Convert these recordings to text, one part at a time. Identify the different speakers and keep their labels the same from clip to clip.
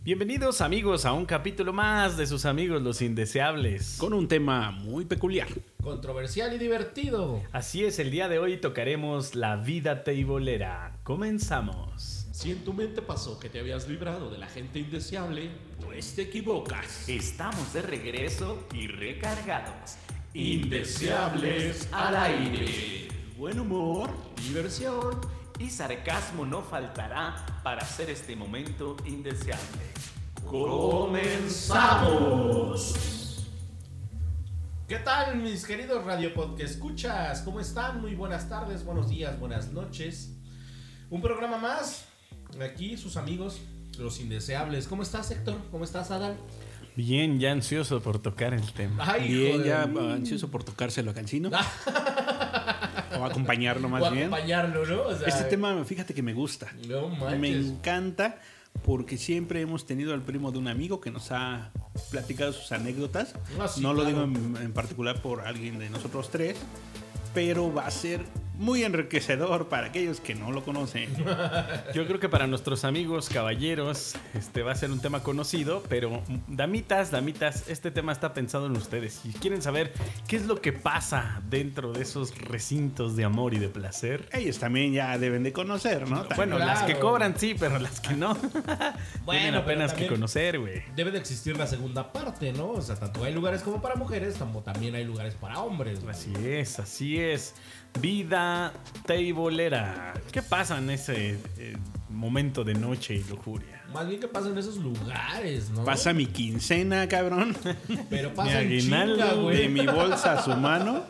Speaker 1: Bienvenidos amigos a un capítulo más de sus amigos los indeseables.
Speaker 2: Con un tema muy peculiar.
Speaker 3: Controversial y divertido.
Speaker 1: Así es, el día de hoy tocaremos la vida teibolera. Comenzamos.
Speaker 2: Si en tu mente pasó que te habías librado de la gente indeseable, pues te equivocas.
Speaker 4: Estamos de regreso y recargados.
Speaker 2: Indeseables
Speaker 4: al aire.
Speaker 2: Buen humor.
Speaker 3: Diversión.
Speaker 4: Y sarcasmo no faltará para hacer este momento indeseable.
Speaker 2: ¡Comenzamos!
Speaker 3: ¿Qué tal mis queridos Radio que escuchas? ¿Cómo están? Muy buenas tardes, buenos días, buenas noches. Un programa más. Aquí sus amigos, los indeseables. ¿Cómo estás Héctor? ¿Cómo estás Adal?
Speaker 1: Bien, ya ansioso por tocar el tema.
Speaker 3: Ay,
Speaker 2: Bien,
Speaker 3: joder.
Speaker 2: ya ah, ansioso por tocárselo a Cancino. o acompañarlo
Speaker 3: O
Speaker 2: más bien.
Speaker 3: acompañarlo, ¿no? O sea,
Speaker 2: Este tema, fíjate que me gusta.
Speaker 3: No
Speaker 2: Me
Speaker 3: manches.
Speaker 2: encanta porque siempre hemos tenido al primo de un amigo que nos ha platicado sus anécdotas.
Speaker 3: Ah, sí,
Speaker 2: no lo digo
Speaker 3: claro.
Speaker 2: en, en particular por alguien de nosotros tres, pero va a ser muy enriquecedor para aquellos que no lo conocen.
Speaker 1: Yo creo que para nuestros amigos caballeros este va a ser un tema conocido, pero damitas, damitas, este tema está pensado en ustedes. Si quieren saber qué es lo que pasa dentro de esos recintos de amor y de placer.
Speaker 2: Ellos también ya deben de conocer, ¿no?
Speaker 1: Bueno,
Speaker 3: Claro.
Speaker 1: las que cobran sí, pero las que no. Tienen
Speaker 3: pero
Speaker 1: apenas que
Speaker 3: también-
Speaker 1: conocer, güey.
Speaker 3: Debe de existir la segunda parte, ¿no? O sea, tanto hay lugares como para mujeres, como también hay lugares para hombres. güey.
Speaker 1: Así es, así es. Vida teibolera. ¿Qué pasa en ese eh, momento de noche y lujuria?
Speaker 3: Más bien que pasa en esos lugares, ¿no?
Speaker 2: Pasa mi quincena, cabrón.
Speaker 3: Pero
Speaker 1: Mi
Speaker 3: pasa en
Speaker 1: aguinaldo
Speaker 3: chinga,
Speaker 2: De
Speaker 3: güey.
Speaker 2: mi bolsa a su mano.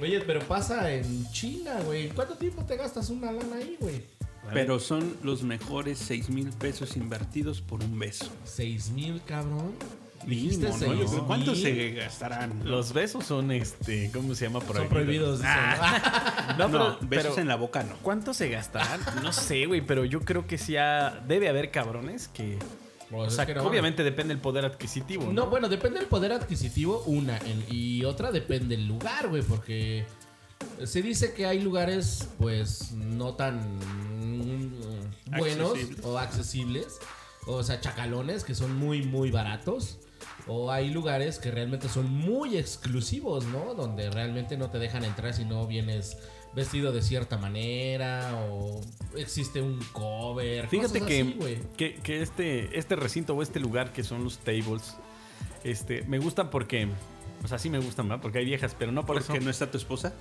Speaker 3: Oye, pero pasa en China, güey. ¿Cuánto tiempo te gastas una lana ahí, güey?
Speaker 2: Pero son los mejores 6 mil pesos invertidos por un beso.
Speaker 3: Seis mil, cabrón.
Speaker 2: Dijiste
Speaker 3: seis mil.
Speaker 2: ¿Cuántos se gastarán?
Speaker 1: Los besos son, este, ¿cómo se llama?
Speaker 3: Son prohibidos. dicen.
Speaker 1: Ah. No,
Speaker 2: no,
Speaker 1: pero,
Speaker 2: besos
Speaker 1: pero
Speaker 2: en la boca no.
Speaker 1: ¿cuánto se gastarán? No sé, güey, pero yo creo que sí ha- debe haber cabrones que...
Speaker 3: Pues
Speaker 1: o
Speaker 3: es
Speaker 1: sea,
Speaker 3: que no.
Speaker 1: obviamente depende el poder adquisitivo.
Speaker 3: No, pues, bueno, depende del poder adquisitivo, una. en- y otra depende del lugar, güey, porque se dice que hay lugares, pues, no tan mm, buenos
Speaker 2: Accesibles.
Speaker 3: o accesibles. O sea, chacalones que son muy, muy baratos. O hay lugares que realmente son muy exclusivos, ¿no? Donde realmente no te dejan entrar si no vienes vestido de cierta manera o existe un cover.
Speaker 1: Fíjate
Speaker 3: cosas
Speaker 1: que,
Speaker 3: así, güey.
Speaker 1: que, que este, este recinto o este lugar que son los tables, este, me gustan porque. O sea, sí me gustan, ¿verdad? Porque hay viejas, pero no por
Speaker 2: Porque
Speaker 1: eso.
Speaker 2: Pues no está tu esposa.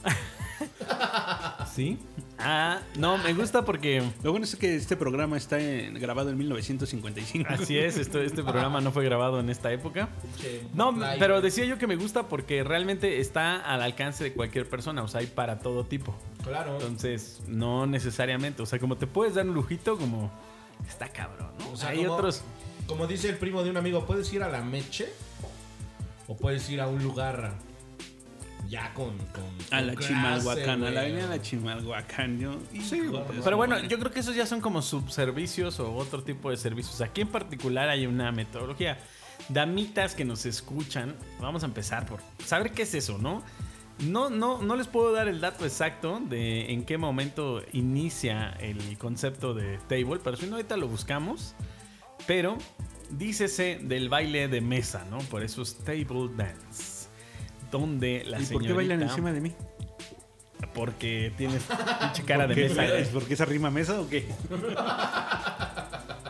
Speaker 1: ¿Sí? Ah, no, me gusta porque.
Speaker 2: Lo bueno es que este programa está en- grabado en 1955.
Speaker 1: Así es, esto, este programa no fue grabado en esta época.
Speaker 3: Che,
Speaker 1: No,
Speaker 3: Montlay,
Speaker 1: pero
Speaker 3: güey.
Speaker 1: decía yo que me gusta porque realmente está al alcance de cualquier persona, o sea, hay para todo tipo.
Speaker 3: Claro.
Speaker 1: Entonces, no necesariamente, o sea, como te puedes dar un lujito, como está cabrón, ¿no?
Speaker 3: O sea,
Speaker 1: hay
Speaker 3: como-
Speaker 1: otros.
Speaker 3: Como dice el primo de un amigo, puedes ir a la meche o puedes ir a un lugar ya con. con-
Speaker 2: A la
Speaker 3: con clase,
Speaker 2: Chimalhuacán, a la
Speaker 3: güey.
Speaker 2: avenida de la Chimalhuacán. Yo,
Speaker 1: Sí,
Speaker 2: hijo de su
Speaker 1: pero bueno,
Speaker 2: madre.
Speaker 1: yo creo que esos ya son como subservicios o otro tipo de servicios. Aquí en particular hay una metodología. Damitas que nos escuchan, vamos a empezar por saber qué es eso, ¿no? No, no, no les puedo dar el dato exacto de en qué momento inicia el concepto de table, pero si no, ahorita lo buscamos. Pero dícese del baile de mesa, ¿no? Por eso es table dance. Donde la
Speaker 2: ¿Y por qué
Speaker 1: señorita-
Speaker 2: bailan encima de mí?
Speaker 1: Porque tienes pinche cara de
Speaker 2: ¿Qué?
Speaker 1: mesa. ¿eh? güey.
Speaker 2: ¿Es porque esa rima mesa o qué?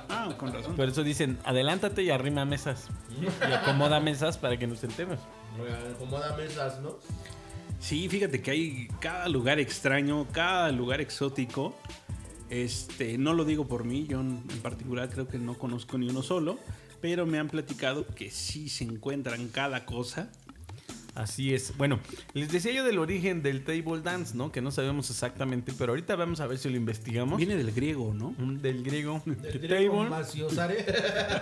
Speaker 2: ah, con razón.
Speaker 1: Por eso dicen, adelántate y arrima mesas. Y acomoda mesas para que nos enteremos.
Speaker 3: Güey, Acomoda mesas, ¿no?
Speaker 2: Sí, fíjate que hay cada lugar extraño, cada lugar exótico. Este, no lo digo por mí, yo en en particular creo que no conozco ni uno solo, pero me han platicado que sí se encuentran cada cosa.
Speaker 1: Así es. Bueno, les decía yo del origen del table dance, ¿no? Que no sabemos exactamente, pero ahorita vamos a ver si lo investigamos.
Speaker 2: Viene del griego, ¿no?
Speaker 1: Mm, Del griego.
Speaker 3: Del
Speaker 1: The
Speaker 3: griego
Speaker 1: table.
Speaker 3: maciosare.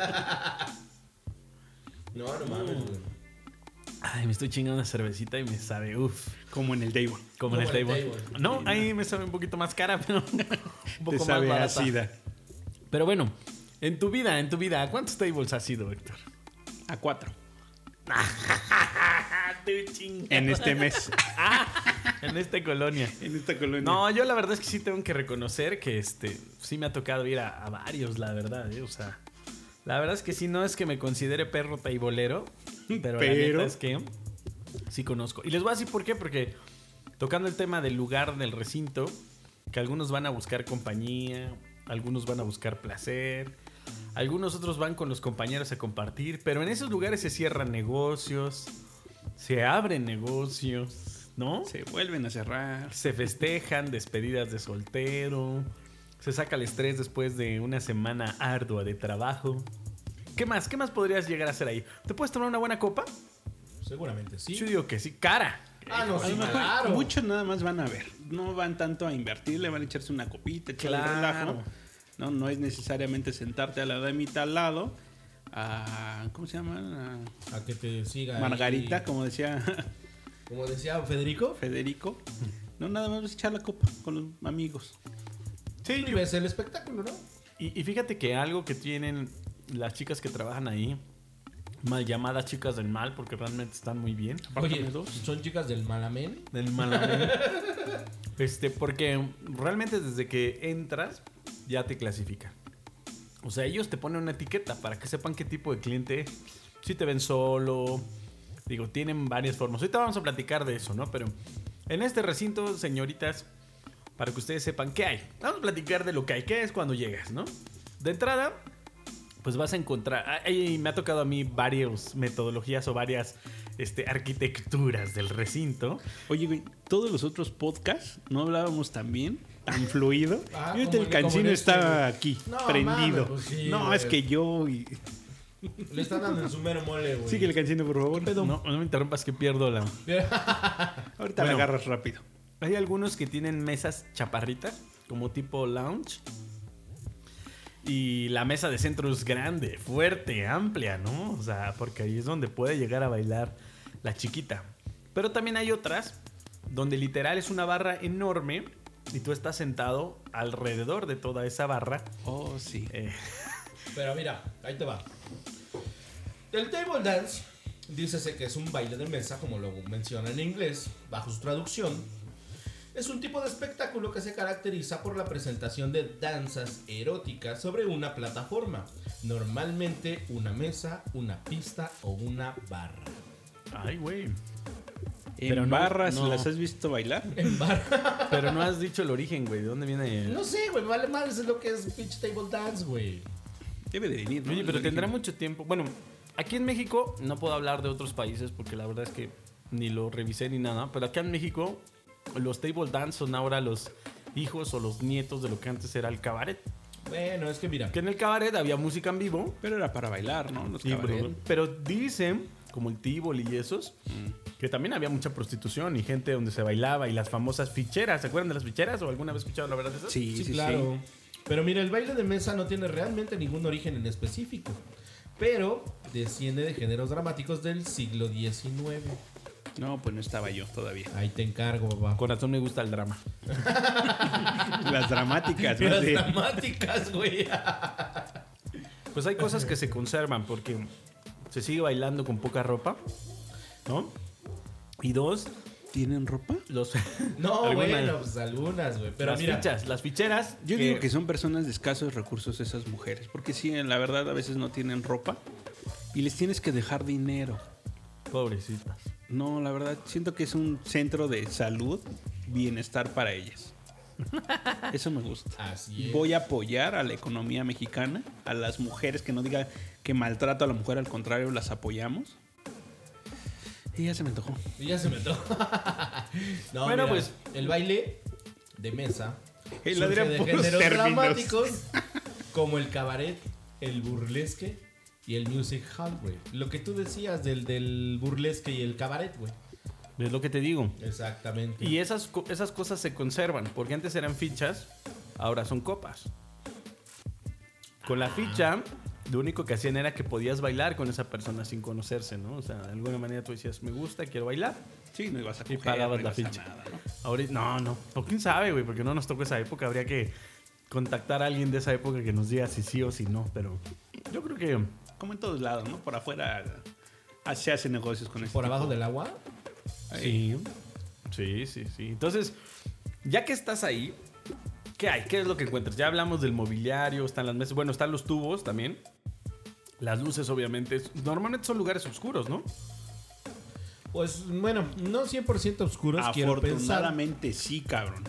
Speaker 3: No, no
Speaker 2: Mm.
Speaker 3: mames, güey.
Speaker 1: Ay, me estoy chingando una cervecita y me sabe, uff.
Speaker 2: Como en el Daywan.
Speaker 1: Como en el table. No,
Speaker 2: Sí,
Speaker 1: ahí me sabe un poquito más cara, pero un
Speaker 2: Te
Speaker 1: poco más
Speaker 2: sabe
Speaker 1: barata.
Speaker 2: ácida.
Speaker 1: Pero bueno, en tu vida, en tu vida, ¿cuántos tables has sido, Héctor?
Speaker 2: A cuatro.
Speaker 1: En,
Speaker 2: En este mes.
Speaker 1: en esta colonia.
Speaker 2: en esta colonia.
Speaker 1: No, yo la verdad es que sí tengo que reconocer que este sí me ha tocado ir a, a varios, la verdad, ¿eh? o sea, La verdad es que sí, no es que me considere perro taibolero, pero, la
Speaker 2: Pero-
Speaker 1: neta es que sí conozco. Y les voy a decir por qué, porque tocando el tema del lugar, del recinto, que algunos van a buscar compañía, algunos van a buscar placer, algunos otros van con los compañeros a compartir, pero en esos lugares se cierran negocios, se abren negocios, ¿no?
Speaker 2: Se vuelven a cerrar.
Speaker 1: Se festejan despedidas de soltero. Se saca el estrés después de una semana ardua de trabajo. ¿Qué más? ¿Qué más podrías llegar a hacer ahí? ¿Te puedes tomar una buena copa?
Speaker 3: Seguramente sí.
Speaker 1: Yo digo que sí. Cara.
Speaker 3: Ah, no,
Speaker 2: A
Speaker 3: sí,
Speaker 2: lo mejor
Speaker 3: claro.
Speaker 2: muchos nada más van a ver. No van tanto a invertirle, van a echarse una copita, echarle
Speaker 1: Claro.
Speaker 2: relajo. No, no es necesariamente sentarte a la damita al lado. A, ¿Cómo se llama?
Speaker 3: A que te siga.
Speaker 2: A
Speaker 3: ahí.
Speaker 2: Margarita, como decía
Speaker 3: Como decía Federico.
Speaker 2: Federico. No, nada más vas a echar la copa con los amigos.
Speaker 1: Sí,
Speaker 3: Y ves el espectáculo, ¿no?
Speaker 1: Y, y fíjate que algo que tienen las chicas que trabajan ahí, mal llamadas chicas del mal, porque realmente están muy bien.
Speaker 2: Apártame
Speaker 3: Oye,
Speaker 2: dos.
Speaker 3: son chicas del Malamén.
Speaker 1: Del mal amén. Este, porque realmente desde que entras, ya te clasifican. O sea, ellos te ponen una etiqueta para que sepan qué tipo de cliente es. Si te ven solo. Digo, tienen varias formas. Ahorita vamos a platicar de eso, ¿no? Pero en este recinto, señoritas, para que ustedes sepan qué hay. Vamos a platicar de lo que hay. ¿Qué es cuando llegas, no? De entrada, pues vas a encontrar. ah, y me ha tocado a mí varias metodologías o varias este, arquitecturas del recinto.
Speaker 2: Oye, güey, todos los otros podcasts no hablábamos tan bien, tan fluido.
Speaker 3: Ah,
Speaker 2: y ahorita
Speaker 3: como-
Speaker 2: el
Speaker 3: como
Speaker 2: cancino
Speaker 3: en este,
Speaker 2: está
Speaker 3: güey.
Speaker 2: aquí,
Speaker 3: No,
Speaker 2: prendido.
Speaker 3: mames, pues sí,
Speaker 2: no,
Speaker 3: güey.
Speaker 2: es que yo. y-
Speaker 3: Le están dando en su mero mole, güey.
Speaker 2: Sigue el cancino, por favor.
Speaker 1: No, no me interrumpas que pierdo la...
Speaker 2: Ahorita
Speaker 1: Bueno.
Speaker 2: la agarras rápido.
Speaker 1: Hay algunos que tienen mesas chaparritas, como tipo lounge. Y la mesa de centro es grande, fuerte, amplia, ¿no? O sea, porque ahí es donde puede llegar a bailar la chiquita. Pero también hay otras donde literal es una barra enorme y tú estás sentado alrededor de toda esa barra.
Speaker 2: Oh, sí.
Speaker 1: Eh,
Speaker 3: Pero mira, ahí te va. El table dance, dícese que es un baile de mesa, como lo menciona en inglés, bajo su traducción. Es un tipo de espectáculo que se caracteriza por la presentación de danzas eróticas sobre una plataforma, normalmente una mesa, una pista o una barra.
Speaker 1: ay, güey.
Speaker 2: En
Speaker 1: Pero no-
Speaker 2: barras
Speaker 1: no.
Speaker 2: las has visto bailar.
Speaker 3: En barra.
Speaker 1: Pero no has dicho el origen, güey. ¿De dónde viene?
Speaker 3: No sé, güey, vale madres es lo que es pinche table dance, güey.
Speaker 2: Debe de venir. ¿no?
Speaker 1: Oye, pero
Speaker 2: El
Speaker 1: tendrá
Speaker 2: origen.
Speaker 1: mucho tiempo. Bueno, aquí en México no puedo hablar de otros países porque la verdad es que ni lo revisé ni nada. Pero acá en México los table dance son ahora los hijos o los nietos de lo que antes era el cabaret.
Speaker 3: Bueno, es que mira,
Speaker 1: Que en el cabaret había música en vivo.
Speaker 2: Pero era para bailar, ¿no? Los
Speaker 1: y-
Speaker 2: cabaret.
Speaker 1: pero dicen, como el Tívoli y esos,
Speaker 2: Mm.
Speaker 1: que también había mucha prostitución y gente donde se bailaba y las famosas ficheras. ¿Se acuerdan de las ficheras o alguna vez escucharon la verdad de esas?
Speaker 2: Sí, sí, sí.
Speaker 3: claro. Pero mira, el baile de mesa no tiene realmente ningún origen en específico, pero desciende de géneros dramáticos del siglo XIX.
Speaker 2: No, pues no estaba yo todavía.
Speaker 3: Ahí te encargo, papá.
Speaker 1: Con razón me gusta el drama.
Speaker 2: Las dramáticas, más
Speaker 3: Las
Speaker 2: bien.
Speaker 3: dramáticas, güey.
Speaker 1: Pues hay cosas que se conservan porque se sigue bailando con poca ropa, ¿no? Y dos,
Speaker 2: ¿Tienen ropa?
Speaker 1: los,
Speaker 3: No,
Speaker 1: Algunas.
Speaker 3: bueno, pues algunas, güey. Pero
Speaker 1: las
Speaker 3: mira,
Speaker 1: fichas, las ficheras.
Speaker 2: Yo digo que son personas de escasos recursos esas mujeres. Porque sí, en la verdad a veces no tienen ropa. Y les tienes que dejar dinero.
Speaker 1: Pobrecitas.
Speaker 2: No, la verdad, siento que es un centro de salud, bienestar para ellas. Eso me gusta.
Speaker 3: así es.
Speaker 2: Voy a apoyar a la economía mexicana, a las mujeres, que no diga que maltrato a la mujer, al contrario, las apoyamos. Y ya se me antojó.
Speaker 3: Y ya se me to- no,
Speaker 1: Bueno,
Speaker 3: mira,
Speaker 1: pues.
Speaker 3: El baile de mesa.
Speaker 2: El
Speaker 3: surge
Speaker 2: Adrián
Speaker 3: de
Speaker 2: puros
Speaker 3: géneros
Speaker 2: términos.
Speaker 3: dramáticos como el cabaret, el burlesque y el music hall, güey. Lo que tú decías del, del burlesque y el cabaret, güey.
Speaker 1: Es lo que te digo.
Speaker 3: Exactamente.
Speaker 1: Y esas, co- esas cosas se conservan porque antes eran fichas, ahora son copas. Con la ficha, lo único que hacían era que podías bailar con esa persona sin conocerse, ¿no? O sea, de alguna manera tú decías, me gusta, quiero bailar.
Speaker 2: Sí, no ibas a
Speaker 1: Y
Speaker 2: coger,
Speaker 1: pagabas
Speaker 2: no
Speaker 1: la
Speaker 2: ibas a
Speaker 1: ficha.
Speaker 2: nada, ¿no?
Speaker 1: Ahorita, no, no. O quién sabe, güey, porque no nos tocó esa época. Habría que contactar a alguien de esa época que nos diga si sí o si no. Pero yo creo que
Speaker 2: Como en todos lados, ¿no? Por afuera ah, se hacen negocios con eso.
Speaker 3: Por abajo del agua.
Speaker 1: sí. Sí, sí, sí. Entonces, ya que estás ahí, ¿qué hay? ¿Qué es lo que encuentras? Ya hablamos del mobiliario, están las mesas. Bueno, están los tubos también. Las luces, obviamente. es- Normalmente son lugares oscuros, ¿no?
Speaker 3: Pues bueno, no 100% oscuros, quiero pensar.
Speaker 2: Afortunadamente sí, cabrón.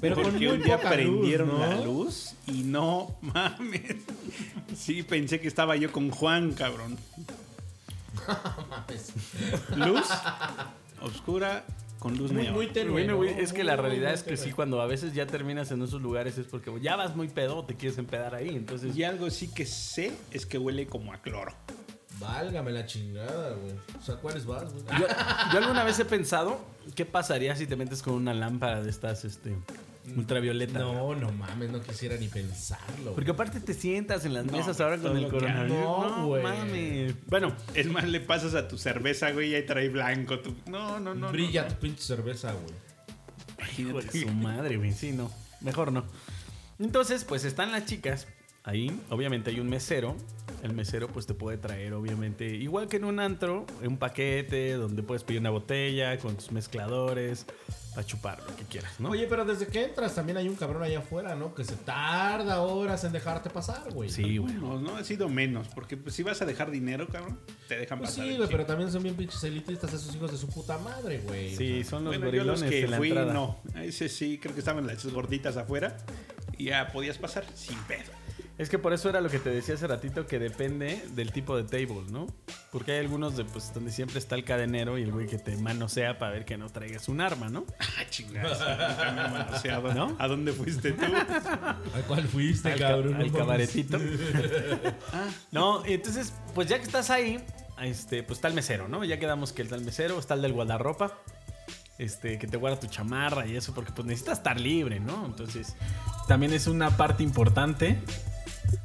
Speaker 3: Pero con
Speaker 2: Porque
Speaker 3: muy
Speaker 2: un día
Speaker 3: poca luz,
Speaker 2: prendieron
Speaker 3: ¿no?
Speaker 2: la luz y no mames. Sí, pensé que estaba yo con Juan, cabrón.
Speaker 3: Mames.
Speaker 2: Luz oscura con luz
Speaker 3: Muy,
Speaker 2: neón.
Speaker 3: muy tenue,
Speaker 1: Bueno,
Speaker 3: ¿no?
Speaker 1: güey, es que la
Speaker 3: Muy, muy,
Speaker 1: realidad
Speaker 3: muy
Speaker 1: es que sí,
Speaker 3: tenue.
Speaker 1: cuando a veces ya terminas en esos lugares es porque ya vas muy pedo, te quieres empedar ahí. Entonces,
Speaker 2: Y algo sí que sé es que huele como a cloro.
Speaker 3: Válgame la chingada, güey. O sea, ¿cuáles vas, güey?
Speaker 2: Ah,
Speaker 1: yo, yo alguna vez he pensado, ¿qué pasaría si te metes con una lámpara de estas este, ultravioleta?
Speaker 3: No, no mames, no quisiera ni pensarlo.
Speaker 1: Porque aparte te sientas en las
Speaker 2: No,
Speaker 1: mesas ahora con
Speaker 2: todo
Speaker 1: el
Speaker 2: lo que
Speaker 1: coronavirus.
Speaker 3: hago. No, güey.
Speaker 1: mames. Bueno,
Speaker 2: Es más, le pasas a tu cerveza, güey, y ahí trae blanco. tu- No, no, no.
Speaker 3: Brilla
Speaker 2: no,
Speaker 3: tu pinche cerveza, güey.
Speaker 1: hijo de su madre, güey. Sí, no. Mejor no. Entonces, pues están las chicas. Ahí, obviamente, hay un mesero. El mesero, pues, te puede traer, obviamente, igual que en un antro, un paquete donde puedes pedir una botella con tus mezcladores para chupar lo que quieras, ¿no?
Speaker 3: Oye, pero desde que entras también hay un cabrón allá afuera, ¿no? Que se tarda horas en dejarte pasar, güey.
Speaker 1: sí, güey.
Speaker 2: No, no, ha sido menos. Porque pues, si vas a dejar dinero, cabrón, te dejan
Speaker 3: Pues
Speaker 2: pasar.
Speaker 3: sí,
Speaker 2: el
Speaker 3: güey,
Speaker 2: chip.
Speaker 3: pero también son bien pinches elitistas esos hijos de su puta madre, güey.
Speaker 1: Sí, son los
Speaker 2: Bueno, yo
Speaker 1: gorilones
Speaker 2: los que
Speaker 1: en la
Speaker 2: fui,
Speaker 1: entrada.
Speaker 2: no. Ese sí, creo que estaban las gorditas afuera. Y ya podías pasar sin pedo.
Speaker 1: Es que por eso era lo que te decía hace ratito, que depende del tipo de table, ¿no? Porque hay algunos de, pues, donde siempre está el cadenero y el güey que te manosea para ver que no traigas un arma, ¿no?
Speaker 2: Ah, chingados. nunca me han manoseado.
Speaker 1: ¿No?
Speaker 2: ¿A dónde fuiste tú?
Speaker 3: ¿A cuál fuiste,
Speaker 1: al, ca-
Speaker 3: cabrón?
Speaker 1: al
Speaker 3: No mames.
Speaker 1: cabaretito. Ah, no, entonces, pues ya que estás ahí, este, pues está el mesero, ¿no? Ya quedamos que está el mesero, está el del guardarropa. Este, que te guarda tu chamarra y eso, porque pues necesitas estar libre, ¿no? Entonces, también es una parte importante.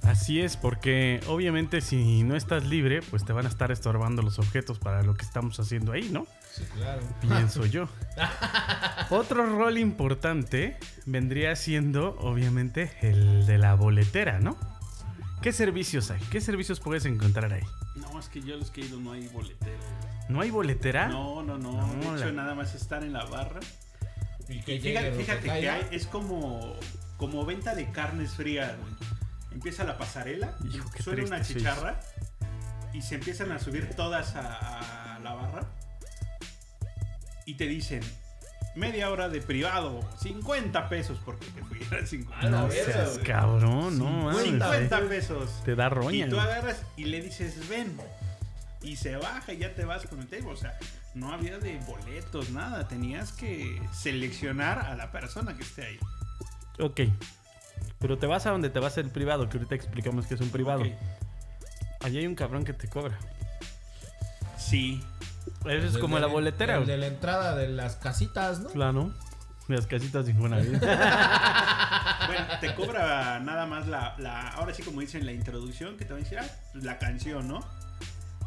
Speaker 1: Así es, porque obviamente si no estás libre, pues te van a estar estorbando los objetos para lo que estamos haciendo ahí, ¿no?
Speaker 3: Sí, claro.
Speaker 1: Pienso yo. Ah. Otro rol importante vendría siendo, obviamente, el de la boletera, ¿no? ¿Qué servicios hay? ¿Qué servicios puedes encontrar ahí?
Speaker 2: No, es que yo los que he ido no hay boletero.
Speaker 1: ¿No hay boletera?
Speaker 2: No, no, no.
Speaker 1: No,
Speaker 2: de hecho,
Speaker 1: la-
Speaker 2: nada más estar en la barra.
Speaker 3: Y que
Speaker 2: Y fíjate,
Speaker 3: llegue lo que
Speaker 2: fíjate que
Speaker 3: caiga.
Speaker 2: hay- es como, como venta de carnes frías, güey. Empieza la pasarela,
Speaker 1: Hijo, qué
Speaker 2: suena una
Speaker 1: triste soy.
Speaker 2: chicharra y se empiezan a subir todas a, a la barra y te dicen media hora de privado, 50 pesos porque te pudieran 50
Speaker 3: la
Speaker 1: No
Speaker 2: pesos.
Speaker 3: verga,
Speaker 1: seas
Speaker 3: güey.
Speaker 1: cabrón, no mames.
Speaker 2: 50
Speaker 1: eh.
Speaker 2: pesos.
Speaker 1: Te da roña.
Speaker 2: Y tú
Speaker 1: güey.
Speaker 2: agarras y le dices, ven. Y se baja y ya te vas con el table. O sea, no había de boletos, nada. Tenías que seleccionar a la persona que esté ahí.
Speaker 1: Ok. Pero te vas a donde te vas el privado, que ahorita explicamos que es un privado.
Speaker 2: Ok.
Speaker 1: Allí hay un cabrón que te cobra.
Speaker 2: Sí.
Speaker 1: Eso es
Speaker 3: Desde
Speaker 1: como la boletera,
Speaker 3: Desde
Speaker 1: güey.
Speaker 3: la entrada de las casitas, ¿no?
Speaker 1: Claro. Las casitas de Infonavit.
Speaker 2: Bueno, te cobra nada más la, la- Ahora sí, como dicen, la introducción, que te van a decir, ah, pues, la canción, ¿no?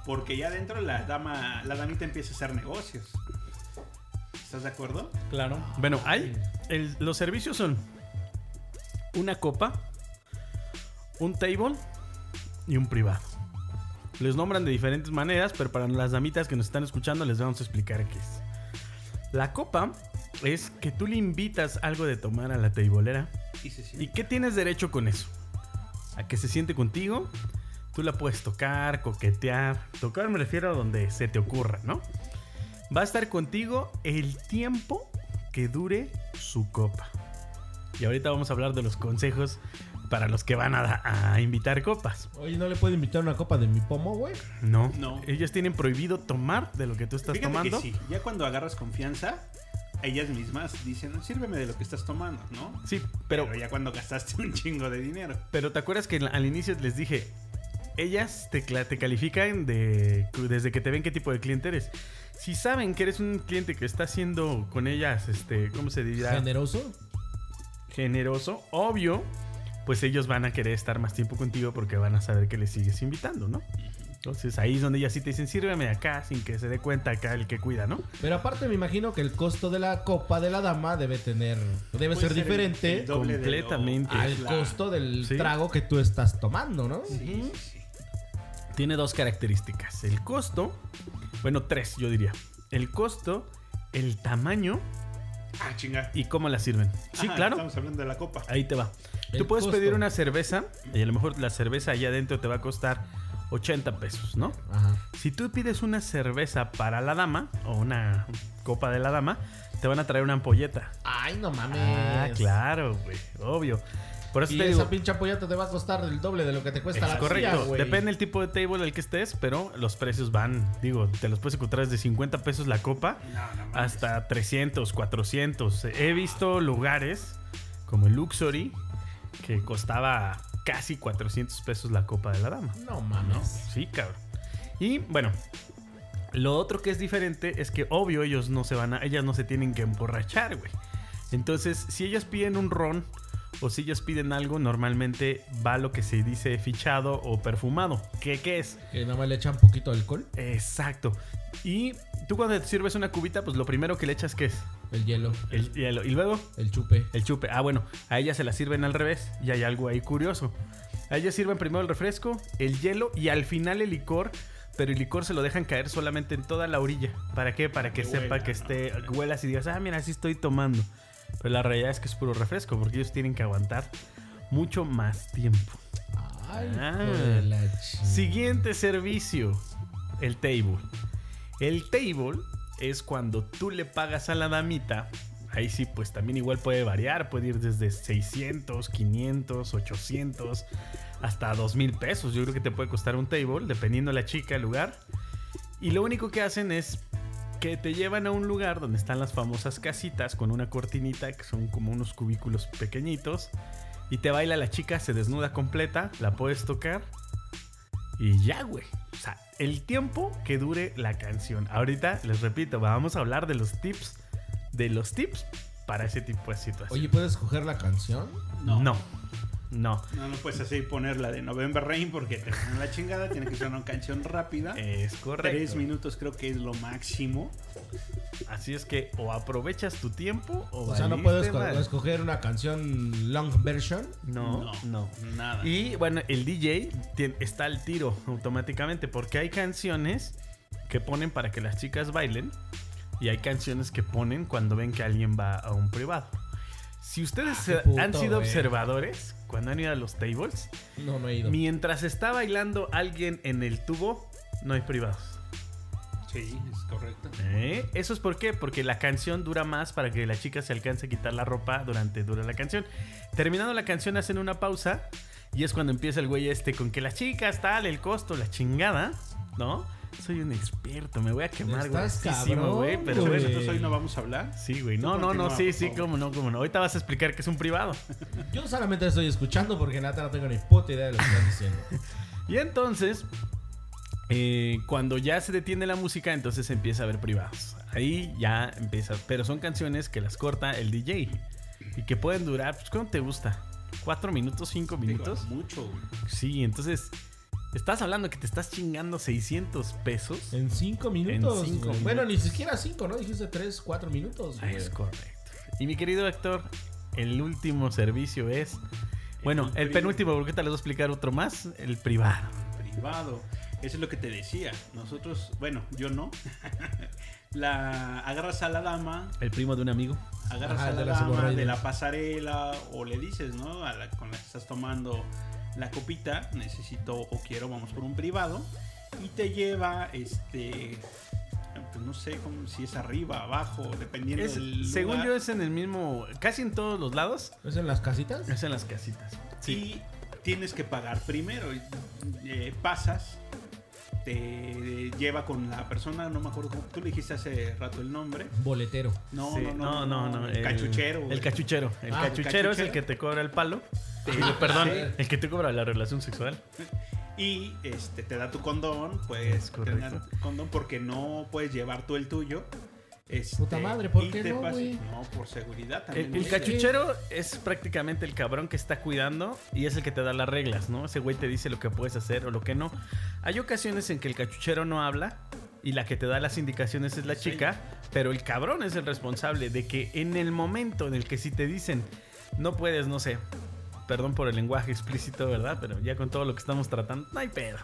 Speaker 2: Porque ya adentro la dama, la damita empieza a hacer negocios. ¿Estás de acuerdo?
Speaker 1: Claro. Bueno, hay. el- los servicios son una copa, un table y un privado. Les nombran de diferentes maneras, pero para las damitas que nos están escuchando les vamos a explicar qué es. La copa es que tú le invitas algo de tomar a la teibolera.
Speaker 2: Y se
Speaker 1: ¿Y
Speaker 2: siente.
Speaker 1: qué tienes derecho con eso? A que se siente contigo. Tú la puedes tocar, coquetear. Tocar me refiero a donde se te ocurra, ¿no? Va a estar contigo el tiempo que dure su copa. Y ahorita vamos a hablar de los consejos para los que van a, a invitar copas.
Speaker 3: Oye, ¿no le puedo invitar una copa de mi pomo, güey?
Speaker 1: No.
Speaker 2: No.
Speaker 1: Ellos tienen prohibido tomar de lo que tú estás
Speaker 2: Fíjate
Speaker 1: tomando.
Speaker 2: que sí, ya cuando agarras confianza, ellas mismas dicen, sírveme de lo que estás tomando, ¿no?
Speaker 1: Sí,
Speaker 2: Pero,
Speaker 1: pero,
Speaker 2: ya cuando gastaste un chingo de dinero.
Speaker 1: pero ¿te acuerdas que al inicio les dije, ellas te, cla- te califican de, desde que te ven qué tipo de cliente eres. Si saben que eres un cliente que está siendo con ellas, este, ¿cómo se dirá?
Speaker 3: Generoso.
Speaker 1: Generoso, obvio, pues ellos van a querer estar más tiempo contigo porque van a saber que les sigues invitando, ¿no? Entonces ahí es donde ellas sí te dicen, sírveme acá sin que se dé cuenta acá el que cuida, ¿no?
Speaker 3: Pero aparte me imagino que el costo de la copa de la dama debe tener, debe
Speaker 2: Puede
Speaker 3: ser
Speaker 2: ser el-
Speaker 3: diferente
Speaker 2: el doble de lo-
Speaker 1: completamente.
Speaker 3: al
Speaker 2: la-
Speaker 3: costo del
Speaker 1: Sí.
Speaker 3: trago que tú estás tomando, ¿no?
Speaker 2: Sí, sí, sí.
Speaker 1: Tiene dos características. El costo, bueno, tres yo diría. El costo, el tamaño
Speaker 2: Ah, chinga.
Speaker 1: y cómo la sirven. Sí,
Speaker 2: Ajá,
Speaker 1: claro.
Speaker 2: Estamos hablando de la copa.
Speaker 1: Ahí te va.
Speaker 3: El
Speaker 1: Tú puedes
Speaker 3: costo.
Speaker 1: pedir una cerveza y a lo mejor la cerveza allá adentro te va a costar 80 pesos, ¿no?
Speaker 3: Ajá.
Speaker 1: Si tú pides una cerveza para la dama o una copa de la dama, te van a traer una ampolleta.
Speaker 3: Ay, no mames.
Speaker 1: Ah, claro, güey, obvio. Por eso
Speaker 3: Y
Speaker 1: te digo,
Speaker 3: esa pinche ampolleta te va a costar el doble de lo que te cuesta
Speaker 1: es
Speaker 3: la
Speaker 1: correcto.
Speaker 3: vacía, güey.
Speaker 1: Depende el tipo de table al que estés, pero los precios van, digo, te los puedes encontrar desde 50 pesos la copa hasta 300, 400. He visto lugares como el Luxury que costaba casi 400 pesos la copa de la dama.
Speaker 3: No mames.
Speaker 1: Sí, cabrón. Y bueno, lo otro que es diferente es que obvio ellos no se van a, ellas no se tienen que emborrachar, güey. Entonces, si ellas piden un ron o si ellas piden algo, normalmente va lo que se dice fichado o perfumado. ¿Qué, qué es?
Speaker 3: Que nada más le echan poquito de alcohol,
Speaker 1: Exacto. Y tú cuando te sirves una cubita, pues lo primero que le echas, ¿qué es?
Speaker 3: el hielo, el,
Speaker 1: El hielo. Y luego,
Speaker 3: chupe.
Speaker 1: el chupe. Ah, bueno, a ellas se la sirven al revés y hay algo ahí curioso. A ellas sirven primero el refresco, el hielo y al final el licor, pero el licor se lo dejan caer solamente en toda la orilla. ¿Para qué? Para que,
Speaker 2: Que
Speaker 1: sepa
Speaker 2: huela,
Speaker 1: que esté, que huelas y digas, ah, mira, sí estoy tomando. Pero la realidad es que es puro refresco porque ellos tienen que aguantar mucho más tiempo.
Speaker 3: Ay,
Speaker 1: Ah.
Speaker 3: hijo de la chingada.
Speaker 1: Siguiente servicio, el table. El table es cuando tú le pagas a la damita. Ahí sí, pues también igual puede variar, puede ir desde 600, 500, 800, hasta 2000 pesos. Yo creo que te puede costar un table, dependiendo la chica, el lugar. Y lo único que hacen es que te llevan a un lugar donde están las famosas casitas con una cortinita que son como unos cubículos pequeñitos. Y te baila la chica, se desnuda completa, la puedes tocar. Y ya, güey. O sea, el tiempo que dure la canción. Ahorita, les repito, vamos a hablar de los tips. De los tips para ese tipo de situaciones.
Speaker 3: Oye, ¿puedes escoger la canción?
Speaker 1: no.
Speaker 2: no.
Speaker 1: No. No.
Speaker 2: No, no puedes así poner la de November Rain porque te ponen la chingada. tiene que ser una canción rápida.
Speaker 1: Es Eh, correcto.
Speaker 2: Tres minutos creo que es lo máximo.
Speaker 1: Así es que o aprovechas tu tiempo o...
Speaker 3: O sea, ¿no
Speaker 1: valiste
Speaker 3: puedes co-
Speaker 1: madre.
Speaker 3: escoger una canción long version?
Speaker 1: No, no.
Speaker 2: Nada.
Speaker 1: Y bueno, el DJ tien- está al tiro automáticamente porque hay canciones que ponen para que las chicas bailen y hay canciones que ponen cuando ven que alguien va a un privado. Si ustedes
Speaker 3: Ah, qué
Speaker 1: se- han
Speaker 3: puto, eh.
Speaker 1: sido
Speaker 3: güey.
Speaker 1: observadores cuando han ido a los tables,
Speaker 3: No, no he ido.
Speaker 1: mientras está bailando alguien en el tubo, no hay privados.
Speaker 2: Sí, es correcto.
Speaker 1: ¿Eh? ¿Eso es por qué? Porque la canción dura más para que la chica se alcance a quitar la ropa durante dura la canción. Terminando la canción hacen una pausa y es cuando empieza el güey este con que las chicas, tal, el costo, la chingada, ¿no? Soy un experto, me voy a quemar, güey.
Speaker 3: Estás
Speaker 1: Asísimo,
Speaker 3: cabrón,
Speaker 1: güey, pero
Speaker 2: Pero bueno,
Speaker 1: bueno.
Speaker 2: entonces hoy no vamos a hablar.
Speaker 1: Sí, güey. No, no, no,
Speaker 2: Continúa,
Speaker 1: sí,
Speaker 2: por
Speaker 1: sí,
Speaker 2: favor.
Speaker 1: cómo no, cómo no. Ahorita vas a explicar que es un privado.
Speaker 3: Yo solamente estoy escuchando porque nada, no tengo ni puta idea de lo que están diciendo.
Speaker 1: Y entonces, eh, cuando ya se detiene la música, entonces empieza a ver privados. Ahí ya empieza. Pero son canciones que las corta el DJ. Y que pueden durar, pues, ¿cuánto te gusta? ¿Cuatro minutos? ¿Cinco minutos?
Speaker 2: Digo, mucho, güey.
Speaker 1: Sí, entonces, estás hablando que te estás chingando 600 pesos.
Speaker 3: En cinco minutos.
Speaker 1: En cinco
Speaker 3: güey. Bueno, ni
Speaker 1: minutos.
Speaker 3: siquiera cinco, ¿no? Dijiste tres, cuatro minutos.
Speaker 1: Ah,
Speaker 3: güey.
Speaker 1: es correcto. Y mi querido Héctor, el último servicio es... Bueno, el
Speaker 2: pri-
Speaker 1: penúltimo, porque te les voy a explicar otro más, el privado.
Speaker 2: privado. Eso es lo que te decía. Nosotros, bueno, yo no. la agarras a la dama,
Speaker 1: El primo de un amigo.
Speaker 2: agarras
Speaker 3: Ajá,
Speaker 2: a la
Speaker 3: de las
Speaker 2: dama
Speaker 3: hemorroides.
Speaker 2: de la pasarela o le dices, ¿no? A la, con la que estás tomando la copita, necesito o quiero, vamos por un privado. Y te lleva, este, pues no sé cómo- si es arriba, abajo, dependiendo
Speaker 1: Es-
Speaker 2: del
Speaker 1: según
Speaker 2: lugar.
Speaker 1: yo es en el mismo, casi en todos los lados,
Speaker 3: ¿Es en las casitas?
Speaker 1: es en las casitas.
Speaker 2: Y tienes que pagar primero. Y, eh, pasas, te lleva con la persona, no me acuerdo cómo. Tú le dijiste hace rato el nombre.
Speaker 3: Boletero.
Speaker 2: No,
Speaker 1: Sí,
Speaker 2: no, no, El
Speaker 1: el-
Speaker 2: cachuchero. este,
Speaker 1: El
Speaker 2: güey.
Speaker 1: cachuchero. El
Speaker 3: Ah,
Speaker 1: cachuchero,
Speaker 2: el
Speaker 1: es el
Speaker 2: cachuchero. Ah,
Speaker 1: que te cobra el palo. Digo, perdón, el que te cobra la relación sexual.
Speaker 2: Y este, te da tu condón, puedes
Speaker 1: Es correcto.
Speaker 2: tener tu condón porque no puedes llevar tú el tuyo. Este,
Speaker 3: Puta madre, ¿por
Speaker 2: y
Speaker 3: qué
Speaker 2: te
Speaker 3: no,
Speaker 2: pasas-
Speaker 3: güey?
Speaker 2: No, por seguridad también.
Speaker 1: El,
Speaker 2: güey.
Speaker 1: el cachuchero es prácticamente el cabrón que está cuidando y es el que te da las reglas, ¿no? Ese güey te dice lo que puedes hacer o lo que no. Hay ocasiones en que el cachuchero no habla y la que te da las indicaciones es la chica, pero el cabrón es el responsable de que en el momento en el que si te dicen no puedes, no sé, perdón por el lenguaje explícito, ¿verdad? Pero ya con todo lo que estamos tratando, no hay pedo.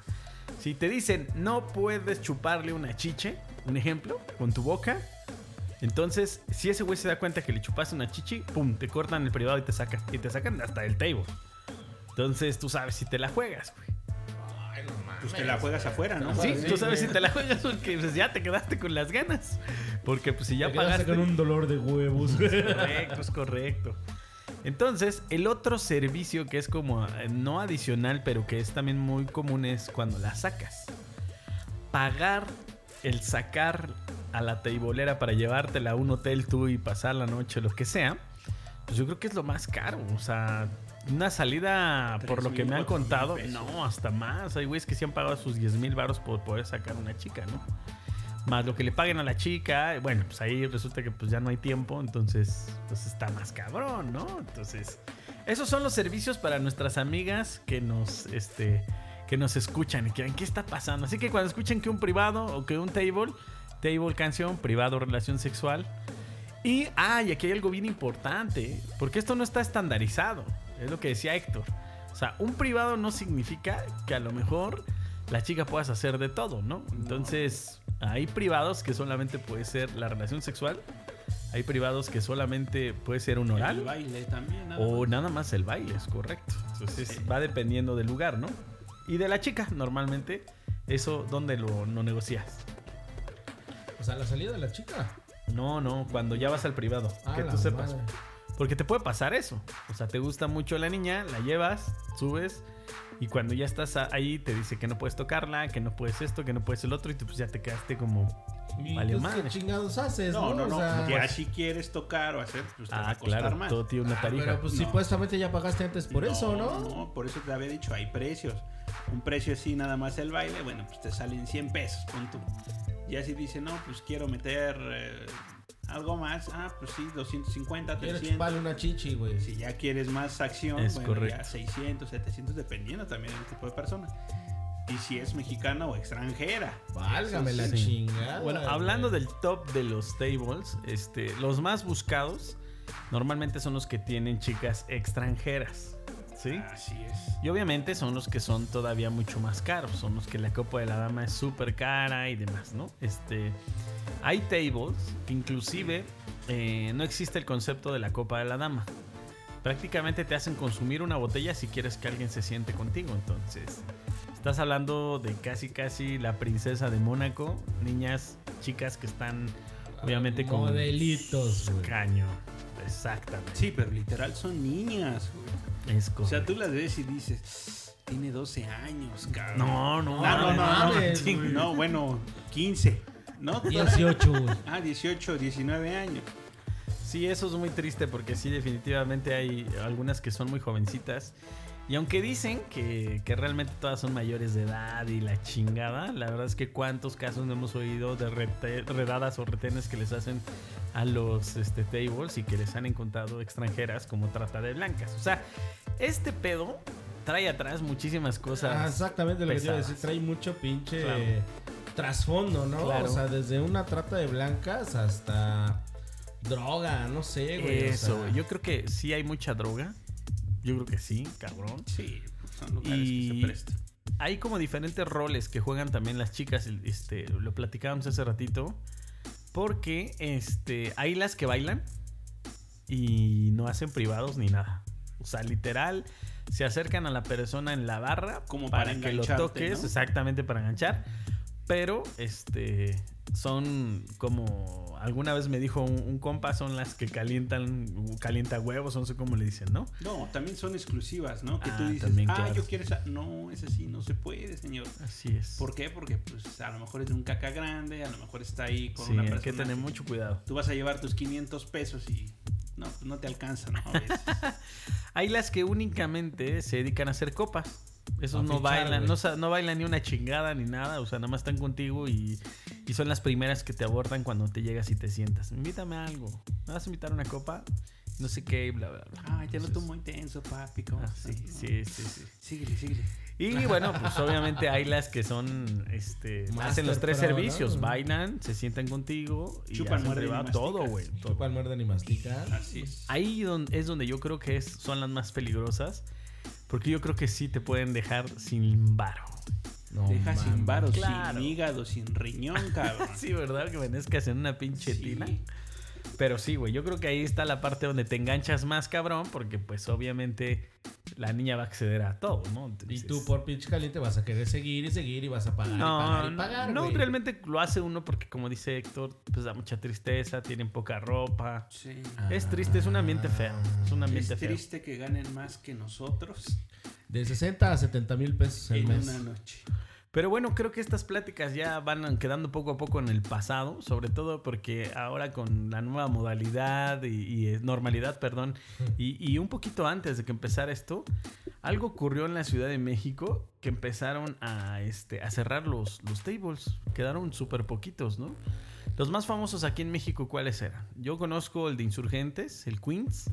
Speaker 1: Si te dicen no puedes chuparle una chiche, un ejemplo, con tu boca, entonces, si ese güey se da cuenta que le chupaste una chichi, pum, te cortan el privado y te sacan. Y te sacan hasta el table. Entonces, tú sabes si te la juegas, güey.
Speaker 3: Ay, no
Speaker 2: Pues te la juegas afuera, ¿no?
Speaker 1: Sí,
Speaker 3: Ah, Sí.
Speaker 1: tú sabes si te la juegas porque pues, ya te quedaste con las ganas. Porque pues si ya
Speaker 3: Te quedaste
Speaker 1: pagaste.
Speaker 3: con un dolor de huevos.
Speaker 1: Correcto, es correcto. Entonces, el otro servicio que es como eh, no adicional, pero que es también muy común es cuando la sacas. Pagar el sacar a la teibolera para llevártela a un hotel tú y pasar la noche, lo que sea, pues yo creo que es lo más caro. O sea, una salida, por lo que me han
Speaker 2: 3,000, 4,000
Speaker 1: contado,
Speaker 2: pesos.
Speaker 1: no, hasta más. Hay güeyes que sí han pagado sus 10 mil baros por poder sacar a una chica, ¿no? más lo que le paguen a la chica, bueno, pues ahí resulta que pues ya no hay tiempo, entonces pues está más cabrón, ¿no? Entonces, esos son los servicios para nuestras amigas que nos este que nos escuchan y que ven qué está pasando. Así que cuando escuchen que un privado o que un table, table canción, privado relación sexual y ah, y aquí hay algo bien importante, porque esto no está estandarizado, es lo que decía Héctor. O sea, un privado no significa que a lo mejor la chica puedas hacer de todo, ¿no? Entonces, hay privados que solamente puede ser la relación sexual, hay privados que solamente puede ser un
Speaker 2: El
Speaker 1: oral Oh.
Speaker 2: baile también. nada
Speaker 1: o nada más el baile, es correcto. Entonces, va dependiendo del lugar, ¿no? Y de la chica, normalmente, eso donde lo no negocias.
Speaker 3: O sea, la salida de la chica.
Speaker 1: No, no, cuando ya vas al privado,
Speaker 3: Ah,
Speaker 1: que
Speaker 3: la
Speaker 1: tú sepas.
Speaker 3: madre.
Speaker 1: Porque te puede pasar eso. O sea, te gusta mucho la niña, la llevas, subes y cuando ya estás a- ahí te dice que no puedes tocarla, que no puedes esto, que no puedes el otro y tú pues ya te quedaste como...
Speaker 3: Y
Speaker 1: Vale
Speaker 3: pues,
Speaker 1: madre.
Speaker 3: ¿Qué chingados haces?
Speaker 2: No, no,
Speaker 3: No,
Speaker 2: no.
Speaker 3: O sea, pues
Speaker 2: que así quieres tocar o hacer, pues te va
Speaker 1: Ah,
Speaker 2: a costar
Speaker 1: claro,
Speaker 2: más.
Speaker 1: todo tiene una
Speaker 3: ah,
Speaker 1: tarifa.
Speaker 3: Pero pues
Speaker 2: No.
Speaker 3: supuestamente ya pagaste antes por eso, ¿no?
Speaker 2: No, por eso te había dicho, hay precios. Un precio así, nada más el baile, bueno, pues te salen 100 pesos, pon tú. Y así dice, no, pues quiero meter eh, algo más. Ah, pues sí, 250,
Speaker 3: Quieres
Speaker 2: 300.
Speaker 3: chuparle una chichi, güey.
Speaker 2: Si ya quieres más acción,
Speaker 1: Es
Speaker 2: bueno,
Speaker 1: correcto.
Speaker 2: ya 600, 700, dependiendo también del tipo de persona. Y si es mexicana o extranjera.
Speaker 3: Válgame la
Speaker 1: Sí.
Speaker 3: chingada.
Speaker 1: Bueno,
Speaker 3: güey.
Speaker 1: hablando del top de los tables, este, los más buscados normalmente son los que tienen chicas extranjeras. ¿Sí?
Speaker 2: Así es.
Speaker 1: Y obviamente son los que son todavía mucho más caros. Son los que la copa de la dama es súper cara y demás, ¿no? Este, hay tables que inclusive eh, no existe el concepto de la copa de la dama. Prácticamente te hacen consumir una botella si quieres que alguien se siente contigo. Entonces, estás hablando de casi casi la princesa de Mónaco. Niñas, chicas que están obviamente con...
Speaker 3: Modelitos, güey.
Speaker 1: Caño. Exactamente.
Speaker 2: Sí, pero literal son niñas, güey.
Speaker 1: Es
Speaker 2: O sea,
Speaker 1: correcto.
Speaker 2: tú las ves y dices, tiene 12 años, cabrón.
Speaker 1: No, no,
Speaker 2: No, no, no, no,
Speaker 3: mames,
Speaker 1: ching-
Speaker 3: güey.
Speaker 2: No, bueno, 15. ¿No?
Speaker 3: 18, güey.
Speaker 2: Ah, 18, 19 años.
Speaker 1: Sí, eso es muy triste porque sí, definitivamente hay algunas que son muy jovencitas. Y aunque dicen que, que realmente todas son mayores de edad y la chingada, la verdad es que cuántos casos no hemos oído de rete- redadas o retenes que les hacen a los este, tables y que les han encontrado extranjeras como trata de blancas. O sea, este pedo trae atrás muchísimas
Speaker 3: Ah,
Speaker 1: cosas.
Speaker 3: exactamente lo que te iba a decir.
Speaker 1: pesadas.
Speaker 3: Trae mucho pinche
Speaker 1: Claro.
Speaker 3: trasfondo, ¿no?
Speaker 1: Claro.
Speaker 3: O sea, desde una trata de blancas hasta droga, no sé, güey. o
Speaker 1: Eso,
Speaker 3: sea.
Speaker 1: güey. yo creo que sí hay mucha droga. Yo creo que sí, cabrón.
Speaker 2: Sí, son lugares
Speaker 1: Y-
Speaker 2: que se prestan.
Speaker 1: hay como diferentes roles que juegan también las chicas. el- Este, lo platicábamos hace ratito. Porque este, hay las que bailan y no hacen privados ni nada. O sea, literal, se acercan a la persona en la barra
Speaker 2: Como para
Speaker 1: que lo
Speaker 2: engancharte,
Speaker 1: toques,
Speaker 2: ¿no?
Speaker 1: exactamente para enganchar. Pero este son como alguna vez me dijo un, un compa, son las que calientan, calienta huevos, no sé cómo le dicen, ¿no?
Speaker 2: No, también son exclusivas, ¿no? Que
Speaker 1: Ah,
Speaker 2: tú dices,
Speaker 1: también,
Speaker 2: ah,
Speaker 1: claro.
Speaker 2: yo quiero esa. No, es así, no se puede, señor.
Speaker 1: Así es.
Speaker 2: ¿Por qué? Porque pues, a lo mejor es de un caca grande, a lo mejor está ahí con
Speaker 1: Sí,
Speaker 2: una
Speaker 1: hay
Speaker 2: persona.
Speaker 1: que tener mucho cuidado.
Speaker 2: Tú vas a llevar tus 500 pesos y no, pues, no te alcanza, ¿no? A veces.
Speaker 1: Hay las que únicamente se dedican a hacer copas. Esos
Speaker 3: A
Speaker 1: no
Speaker 3: fichar,
Speaker 1: bailan,
Speaker 3: güey.
Speaker 1: no, sa- no bailan ni una chingada ni nada, o sea, nada más están contigo y, y son las primeras que te abordan cuando te llegas y te sientas. Invítame a algo, ¿me vas a invitar a una copa? No sé qué, y bla, bla, bla.
Speaker 3: Ah,
Speaker 2: Ay, te lo tomo intenso, papi. ¿cómo
Speaker 1: Ah, sí,
Speaker 2: estás?
Speaker 1: sí, sí, sí.
Speaker 2: Síguele, síguele.
Speaker 1: Y bueno, pues obviamente hay las que son, este,
Speaker 3: Master
Speaker 1: hacen los tres
Speaker 3: Pro, ¿no?
Speaker 1: servicios, bailan, se sientan contigo y
Speaker 2: Chupan,
Speaker 1: hacen
Speaker 2: muerden y
Speaker 1: privado,
Speaker 2: mastican.
Speaker 1: todo, güey. todo.
Speaker 3: Chupa el muerde ni mastica.
Speaker 2: Así es.
Speaker 1: Ahí don- es donde yo creo que es- son las más peligrosas, porque yo creo que sí te pueden dejar sin varo.
Speaker 3: No
Speaker 2: Deja sin
Speaker 3: mames.
Speaker 2: varo,
Speaker 1: Claro.
Speaker 2: sin hígado, sin riñón, cabrón.
Speaker 1: Sí, ¿verdad? Que venezcas en una pinche
Speaker 2: Sí.
Speaker 1: tina. Pero sí, güey, yo creo que ahí está la parte donde te enganchas más, cabrón, porque pues obviamente la niña va a acceder a todo, ¿no?
Speaker 3: Y
Speaker 1: Entonces-
Speaker 3: tú por pinche caliente vas a querer seguir y seguir y vas a pagar y
Speaker 1: No,
Speaker 3: pagar
Speaker 1: no,
Speaker 3: y pagar.
Speaker 1: no,
Speaker 3: güey.
Speaker 1: realmente lo hace uno porque, como dice Héctor, pues da mucha tristeza, tienen poca ropa.
Speaker 2: Sí.
Speaker 3: Ah.
Speaker 1: Es triste, es un ambiente feo. Es un
Speaker 2: Es
Speaker 1: ambiente feo.
Speaker 2: triste que ganen más que nosotros
Speaker 3: De 60 a 70 mil pesos al
Speaker 2: en
Speaker 3: mes.
Speaker 2: una noche.
Speaker 1: Pero bueno, creo que estas pláticas ya van quedando poco a poco en el pasado, sobre todo porque ahora con la nueva modalidad y, y, eh, normalidad, perdón, y, y un poquito antes de que empezara esto, algo ocurrió en la Ciudad de México que empezaron a, este, a cerrar los, los tables. Quedaron súper poquitos, ¿no? Los más famosos aquí en México, ¿cuáles eran? Yo conozco el de Insurgentes, el Queens.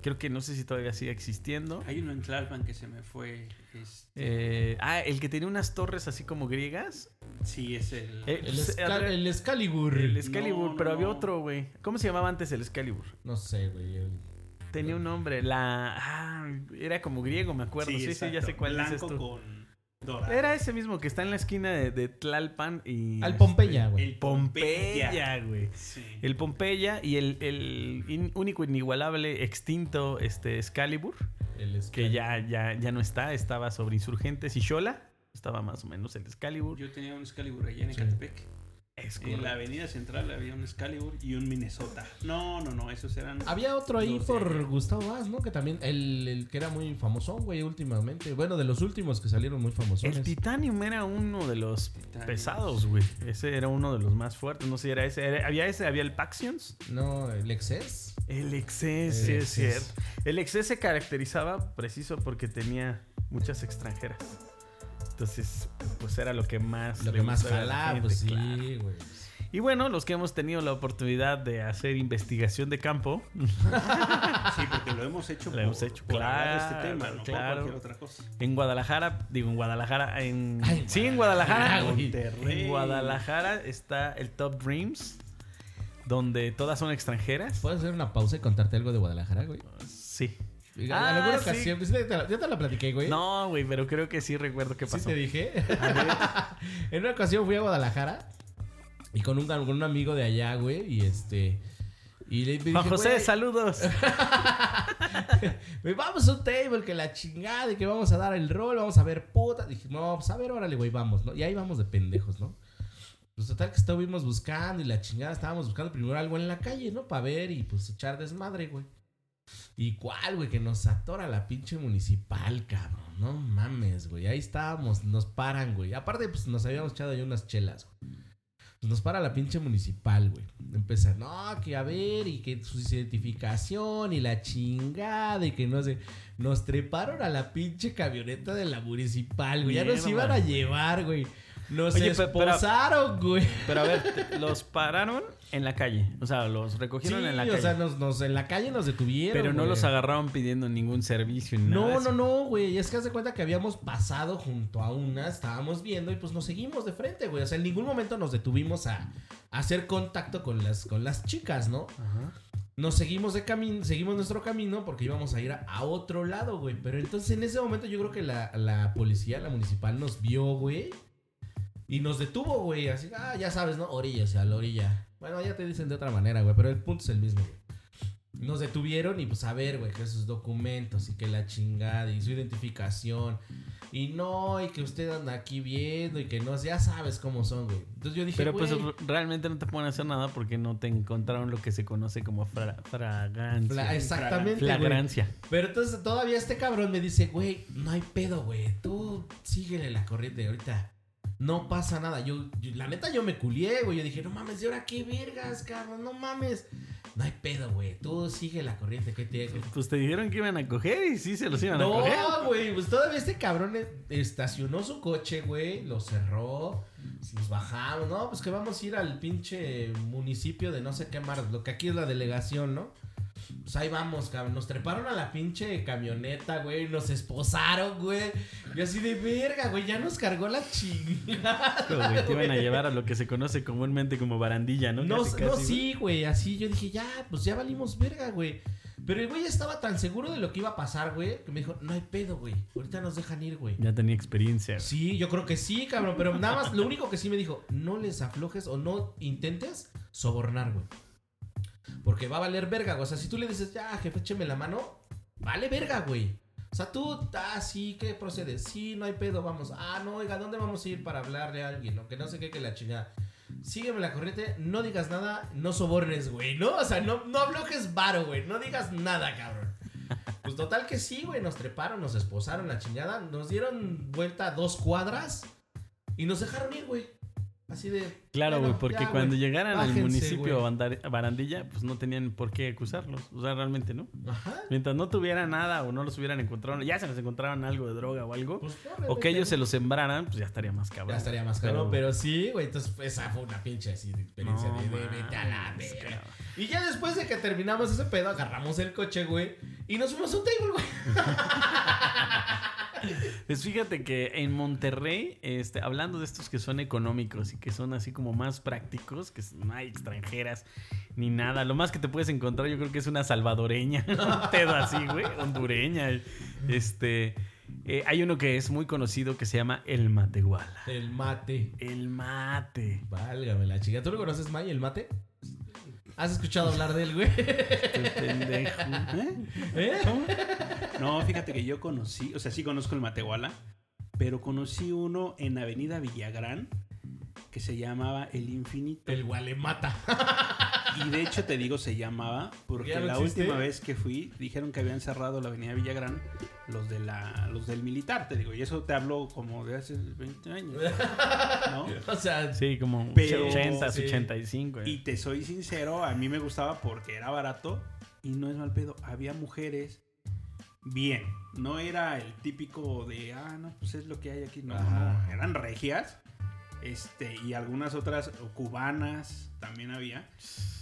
Speaker 1: Creo que no sé si todavía sigue existiendo.
Speaker 2: Hay uno en Tlalpan que se me fue. es-
Speaker 1: Eh, ah, el que tenía unas torres así como griegas.
Speaker 2: sí, es el.
Speaker 1: Eh,
Speaker 3: El,
Speaker 1: se-
Speaker 3: Esca- el Excalibur.
Speaker 1: El Excalibur,
Speaker 2: No,
Speaker 1: pero
Speaker 2: no,
Speaker 1: había
Speaker 2: no.
Speaker 1: otro, güey. ¿Cómo se llamaba antes el Excalibur?
Speaker 3: No sé, güey. el-
Speaker 1: Tenía un nombre, la... ah, era como griego, me acuerdo. Sí, sí,
Speaker 2: exacto.
Speaker 1: ya sé cuál
Speaker 2: Blanco
Speaker 1: dices tú.
Speaker 2: con dorado.
Speaker 1: Era ese mismo que está en la esquina de, de Tlalpan y... este,
Speaker 3: Al Pompeya, güey.
Speaker 2: el Pompeya.
Speaker 1: Pompeya, güey.
Speaker 2: Sí.
Speaker 1: El Pompeya y el, el in- único inigualable extinto este Excalibur,
Speaker 3: El
Speaker 1: que
Speaker 3: Excalibur.
Speaker 1: ya, ya, ya no está, estaba sobre Insurgentes y Shola. Estaba más o menos el Excalibur.
Speaker 2: Yo tenía un Excalibur allá en
Speaker 3: Sí.
Speaker 2: Ecatepec.
Speaker 1: Es
Speaker 2: En la
Speaker 1: correcto.
Speaker 2: avenida central había un Excalibur y un Minnesota. No, no, no, esos eran.
Speaker 3: Había otro ahí
Speaker 2: No sé.
Speaker 3: por Gustavo Vaz, ¿no? Que también, el, el que era muy famosón, güey, últimamente. Bueno, de los últimos que salieron muy famosos.
Speaker 1: El Titanium era uno de los
Speaker 2: Titanium.
Speaker 1: pesados, güey. Ese era uno de los más fuertes. No sé si era ese. Era- había ese, había el Paxions.
Speaker 3: No, el Excess.
Speaker 1: El Excess, sí,
Speaker 3: El
Speaker 1: es
Speaker 3: Excess.
Speaker 1: cierto. El Excess se caracterizaba preciso porque tenía muchas extranjeras. Entonces, pues era lo que más.
Speaker 3: Lo
Speaker 1: le
Speaker 3: que más
Speaker 1: gustaba a la
Speaker 3: jalaba,
Speaker 1: gente,
Speaker 3: pues sí,
Speaker 1: claro.
Speaker 3: güey.
Speaker 1: Y bueno, los que hemos tenido la oportunidad de hacer investigación de campo,
Speaker 2: Sí, porque lo hemos hecho
Speaker 1: Lo hemos hecho,
Speaker 2: hablar
Speaker 1: claro,
Speaker 2: de este tema, no
Speaker 1: claro.
Speaker 2: por cualquier otra cosa.
Speaker 1: en Guadalajara, digo en Guadalajara, en.
Speaker 3: Ay, Ah, en
Speaker 1: sí, en Guadalajara.
Speaker 3: Guadalajara, güey.
Speaker 1: En Guadalajara está el Top Dreams, donde todas son extranjeras.
Speaker 3: ¿Puedes hacer una pausa y contarte algo de Guadalajara, güey?
Speaker 1: Sí.
Speaker 3: En
Speaker 1: Ah,
Speaker 3: alguna
Speaker 1: sí.
Speaker 3: ocasión, pues, sí te- ya te la platiqué, güey.
Speaker 1: No, güey, pero creo que sí recuerdo qué
Speaker 3: ¿eh? ¿Sí
Speaker 1: pasó.
Speaker 3: te dije? en una ocasión fui a Guadalajara y con un, con un amigo de allá, güey, y este... Y le dije,
Speaker 1: Juan José,
Speaker 3: güey,
Speaker 1: saludos.
Speaker 3: güey, vamos a un table, que la chingada, y que vamos a dar el rol, vamos a ver puta. Dije, no, pues a ver, órale, güey, vamos, ¿no? Y ahí vamos de pendejos, ¿no? Pues total que estuvimos buscando y la chingada, estábamos buscando primero algo en la calle, ¿no? Para ver y pues echar desmadre, güey. ¿Y cuál, güey? Que nos atora la pinche municipal, cabrón. No mames, güey. Ahí estábamos, nos paran, güey. Aparte, pues nos habíamos echado ya unas chelas, güey. Pues nos para la pinche municipal, güey. Empieza, no, que a ver, y que su identificación y la chingada, y que no sé. Nos treparon a la pinche camioneta de la municipal, güey. Ya nos
Speaker 1: Mierda,
Speaker 3: iban a
Speaker 1: güey.
Speaker 3: llevar, güey. Nos
Speaker 1: Oye, pe- pero-
Speaker 3: esposaron, güey.
Speaker 1: Pero a ver, te- los pararon en la calle. O sea, los
Speaker 3: Sí,
Speaker 1: recogieron en la
Speaker 3: o
Speaker 1: calle.
Speaker 3: sea, nos, nos- en la calle nos detuvieron.
Speaker 1: pero no
Speaker 3: güey.
Speaker 1: los agarraron pidiendo ningún servicio ni nada.
Speaker 3: No,
Speaker 1: de eso.
Speaker 3: no, no, güey. Es que haz de cuenta que habíamos pasado junto a una, estábamos viendo y pues nos seguimos de frente, güey. O sea, en ningún momento nos detuvimos a, a hacer contacto con las, con las chicas, ¿no?
Speaker 1: Ajá.
Speaker 3: Nos seguimos de camino, seguimos nuestro camino porque íbamos a ir a, a otro lado, güey. Pero entonces en ese momento yo creo que la, la policía, la municipal, nos vio, güey. Y nos detuvo, güey. Así, ah, ya sabes, ¿no? Orilla, o sea, la orilla. Bueno, ya te dicen de otra manera, güey, pero el punto es el mismo, güey. Nos detuvieron y pues a ver, güey, que sus documentos y que la chingada y su identificación. Y no, y que usted anda aquí viendo y que no, ya sabes cómo son, güey. Entonces yo dije,
Speaker 1: Pero pues
Speaker 3: güey,
Speaker 1: r- realmente no te pueden hacer nada porque no te encontraron lo que se conoce como fra-
Speaker 3: fla-
Speaker 1: fragancia.
Speaker 3: exactamente, güey.
Speaker 1: Flagrancia.
Speaker 3: Pero entonces todavía este cabrón me dice, güey, no hay pedo, güey. Tú síguele la corriente ahorita. No pasa nada. Yo, yo- la neta, yo me culié, güey. Yo dije, no mames, ¿y ahora qué vergas, cabrón? No mames. No hay pedo, güey. Tú sigue la corriente. ¿Qué tiene? que-
Speaker 1: Pues te dijeron que iban a coger y sí se los iban a
Speaker 3: No,
Speaker 1: coger.
Speaker 3: güey. Pues todavía este cabrón eh, estacionó su coche, güey. Lo cerró. Nos bajamos. No, pues que vamos a ir al pinche municipio de no sé qué mar. Lo que aquí es la delegación, ¿no? Pues ahí vamos, cabrón. Nos treparon a la pinche camioneta, güey. Nos esposaron, güey. Yo así de verga, güey. Ya nos cargó la chingada.
Speaker 1: Pero, Pues, güey, te iban a
Speaker 3: güey.
Speaker 1: llevar a lo que se conoce comúnmente como barandilla, ¿no?
Speaker 3: No,
Speaker 1: Casi,
Speaker 3: no,
Speaker 1: casi,
Speaker 3: sí, güey, así yo dije, ya, pues ya valimos verga, güey. Pero el güey estaba tan seguro de lo que iba a pasar, güey, que me dijo, no hay pedo, güey. Ahorita nos dejan ir, güey.
Speaker 1: güey. Ya tenía experiencia. güey.
Speaker 3: Sí, yo creo que sí, cabrón. Pero nada más, lo único que sí me dijo, no les aflojes o no intentes sobornar, güey. Porque va a valer verga, güey. O sea, si tú le dices, ya, jefe, écheme la mano, vale verga, güey. O sea, tú, ah, sí, ¿qué procede? Sí, no hay pedo, vamos. Ah, no, oiga, ¿dónde vamos a ir para hablarle a alguien? O que no sé qué, que la chingada. Sígueme la corriente, no digas nada, no sobornes, güey, ¿no? O sea, no, no bloques varo, güey, no digas nada, cabrón. Pues total que sí, güey, nos treparon, nos esposaron la chingada, nos dieron vuelta dos cuadras y nos dejaron ir, güey. Así de...
Speaker 1: Claro, güey,
Speaker 3: bueno,
Speaker 1: porque
Speaker 3: ya,
Speaker 1: cuando
Speaker 3: güey,
Speaker 1: llegaran al
Speaker 3: bájense,
Speaker 1: municipio
Speaker 3: güey.
Speaker 1: Bandar- Barandilla, pues no tenían por qué acusarlos. O sea, realmente, ¿no?
Speaker 3: Ajá.
Speaker 1: Mientras no tuvieran nada o no los hubieran encontrado, ya se les encontraran algo de droga o algo,
Speaker 3: Pues,
Speaker 1: o que ellos
Speaker 3: pobremente.
Speaker 1: se lo sembraran, pues ya estaría más cabrón.
Speaker 3: Ya estaría más caro, pero, sí, güey. Entonces, pues, esa fue una pinche así de experiencia
Speaker 1: No
Speaker 3: de, de-
Speaker 1: mames,
Speaker 3: vete a la verga.
Speaker 1: cabrón.
Speaker 3: Y ya después de que terminamos ese pedo, agarramos el coche, güey. Y nos fuimos a un table, güey.
Speaker 1: Pues fíjate que en Monterrey, este, hablando de estos que son económicos y que son así como más prácticos, que no hay extranjeras ni nada. Lo más que te puedes encontrar, yo creo que es una salvadoreña, un pedo así, güey, hondureña. Este, eh, hay uno que es muy conocido que se llama el Matehuala.
Speaker 3: El mate.
Speaker 1: El mate.
Speaker 3: Válgame la chica. ¿Tú lo conoces, May, el mate? ¿Has escuchado hablar de él, güey?
Speaker 1: Qué pendejo. ¿Eh?
Speaker 3: ¿Eh?
Speaker 2: No, fíjate que yo conocí, o sea, sí conozco el Matehuala, pero conocí uno en Avenida Villagrán que se llamaba El Infinito.
Speaker 3: El gualemata.
Speaker 2: Y de hecho te digo se llamaba porque
Speaker 3: ¿Ya no
Speaker 2: la
Speaker 3: existe?
Speaker 2: última vez que fui dijeron que habían cerrado la Avenida Villagrán los de la los del militar, te digo, y eso te hablo como de hace 20 años. ¿no?
Speaker 3: O sea,
Speaker 1: Sí, como
Speaker 2: Pero-
Speaker 1: 80,
Speaker 3: sí.
Speaker 1: 85. eh.
Speaker 2: Y te soy sincero, a mí me gustaba porque era barato y no es mal pedo. Había mujeres bien. No era el típico de, ah, no, pues es lo que hay aquí. No,
Speaker 3: Ajá.
Speaker 2: no, eran regias. Este, y algunas otras o cubanas también había.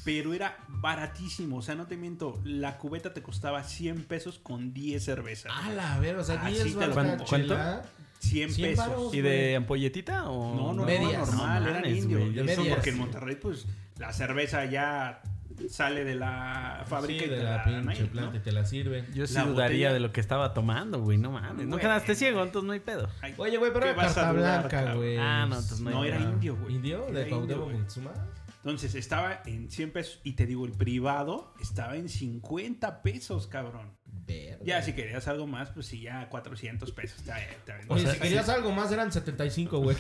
Speaker 2: Pero era baratísimo. O sea, no te miento, la cubeta te costaba 100 pesos con 10 cervezas.
Speaker 3: a la ver, o sea,
Speaker 2: Así
Speaker 3: 10
Speaker 2: Ah, te lo
Speaker 3: baros
Speaker 1: pongo.
Speaker 3: chela.
Speaker 2: 100,
Speaker 3: 100
Speaker 2: pesos.
Speaker 3: varos.
Speaker 1: ¿Y de ampolletita o
Speaker 2: No, no,
Speaker 3: Medias.
Speaker 2: no, normal,
Speaker 1: No
Speaker 2: eran
Speaker 1: mames,
Speaker 2: indios.
Speaker 1: güey.
Speaker 2: Y
Speaker 3: De
Speaker 2: eso
Speaker 3: medias.
Speaker 2: porque en Monterrey, pues, la cerveza ya sale de la fábrica
Speaker 3: Sí,
Speaker 2: y te
Speaker 3: de
Speaker 2: la,
Speaker 3: la
Speaker 2: dan ahí,
Speaker 3: pinche
Speaker 2: ¿no?
Speaker 3: planta y te la sirven.
Speaker 1: Yo sí
Speaker 2: La
Speaker 1: dudaría
Speaker 2: botella-
Speaker 1: de lo que estaba tomando, güey. No mames. No
Speaker 2: Güey.
Speaker 1: quedaste ciego, entonces no hay pedo.
Speaker 2: Ay,
Speaker 3: Oye, güey, pero
Speaker 2: ¿qué
Speaker 3: era
Speaker 2: vas a
Speaker 3: carta
Speaker 2: dudar,
Speaker 3: blanca,
Speaker 2: cabrón?
Speaker 3: güey.
Speaker 1: Ah, no, entonces
Speaker 2: No, era
Speaker 1: pedo.
Speaker 2: indio, güey.
Speaker 3: ¿Indio?
Speaker 2: Era
Speaker 3: ¿De Cuauhtémoc
Speaker 2: güey.
Speaker 3: Moctezuma?
Speaker 2: Entonces estaba en 100 pesos y te digo, el privado estaba en 50 pesos, cabrón.
Speaker 3: Verga.
Speaker 2: Ya, si querías algo más, pues sí, ya 400 pesos. Te, te
Speaker 3: O sea,
Speaker 1: sea,
Speaker 3: si querías algo más eran 75, güey.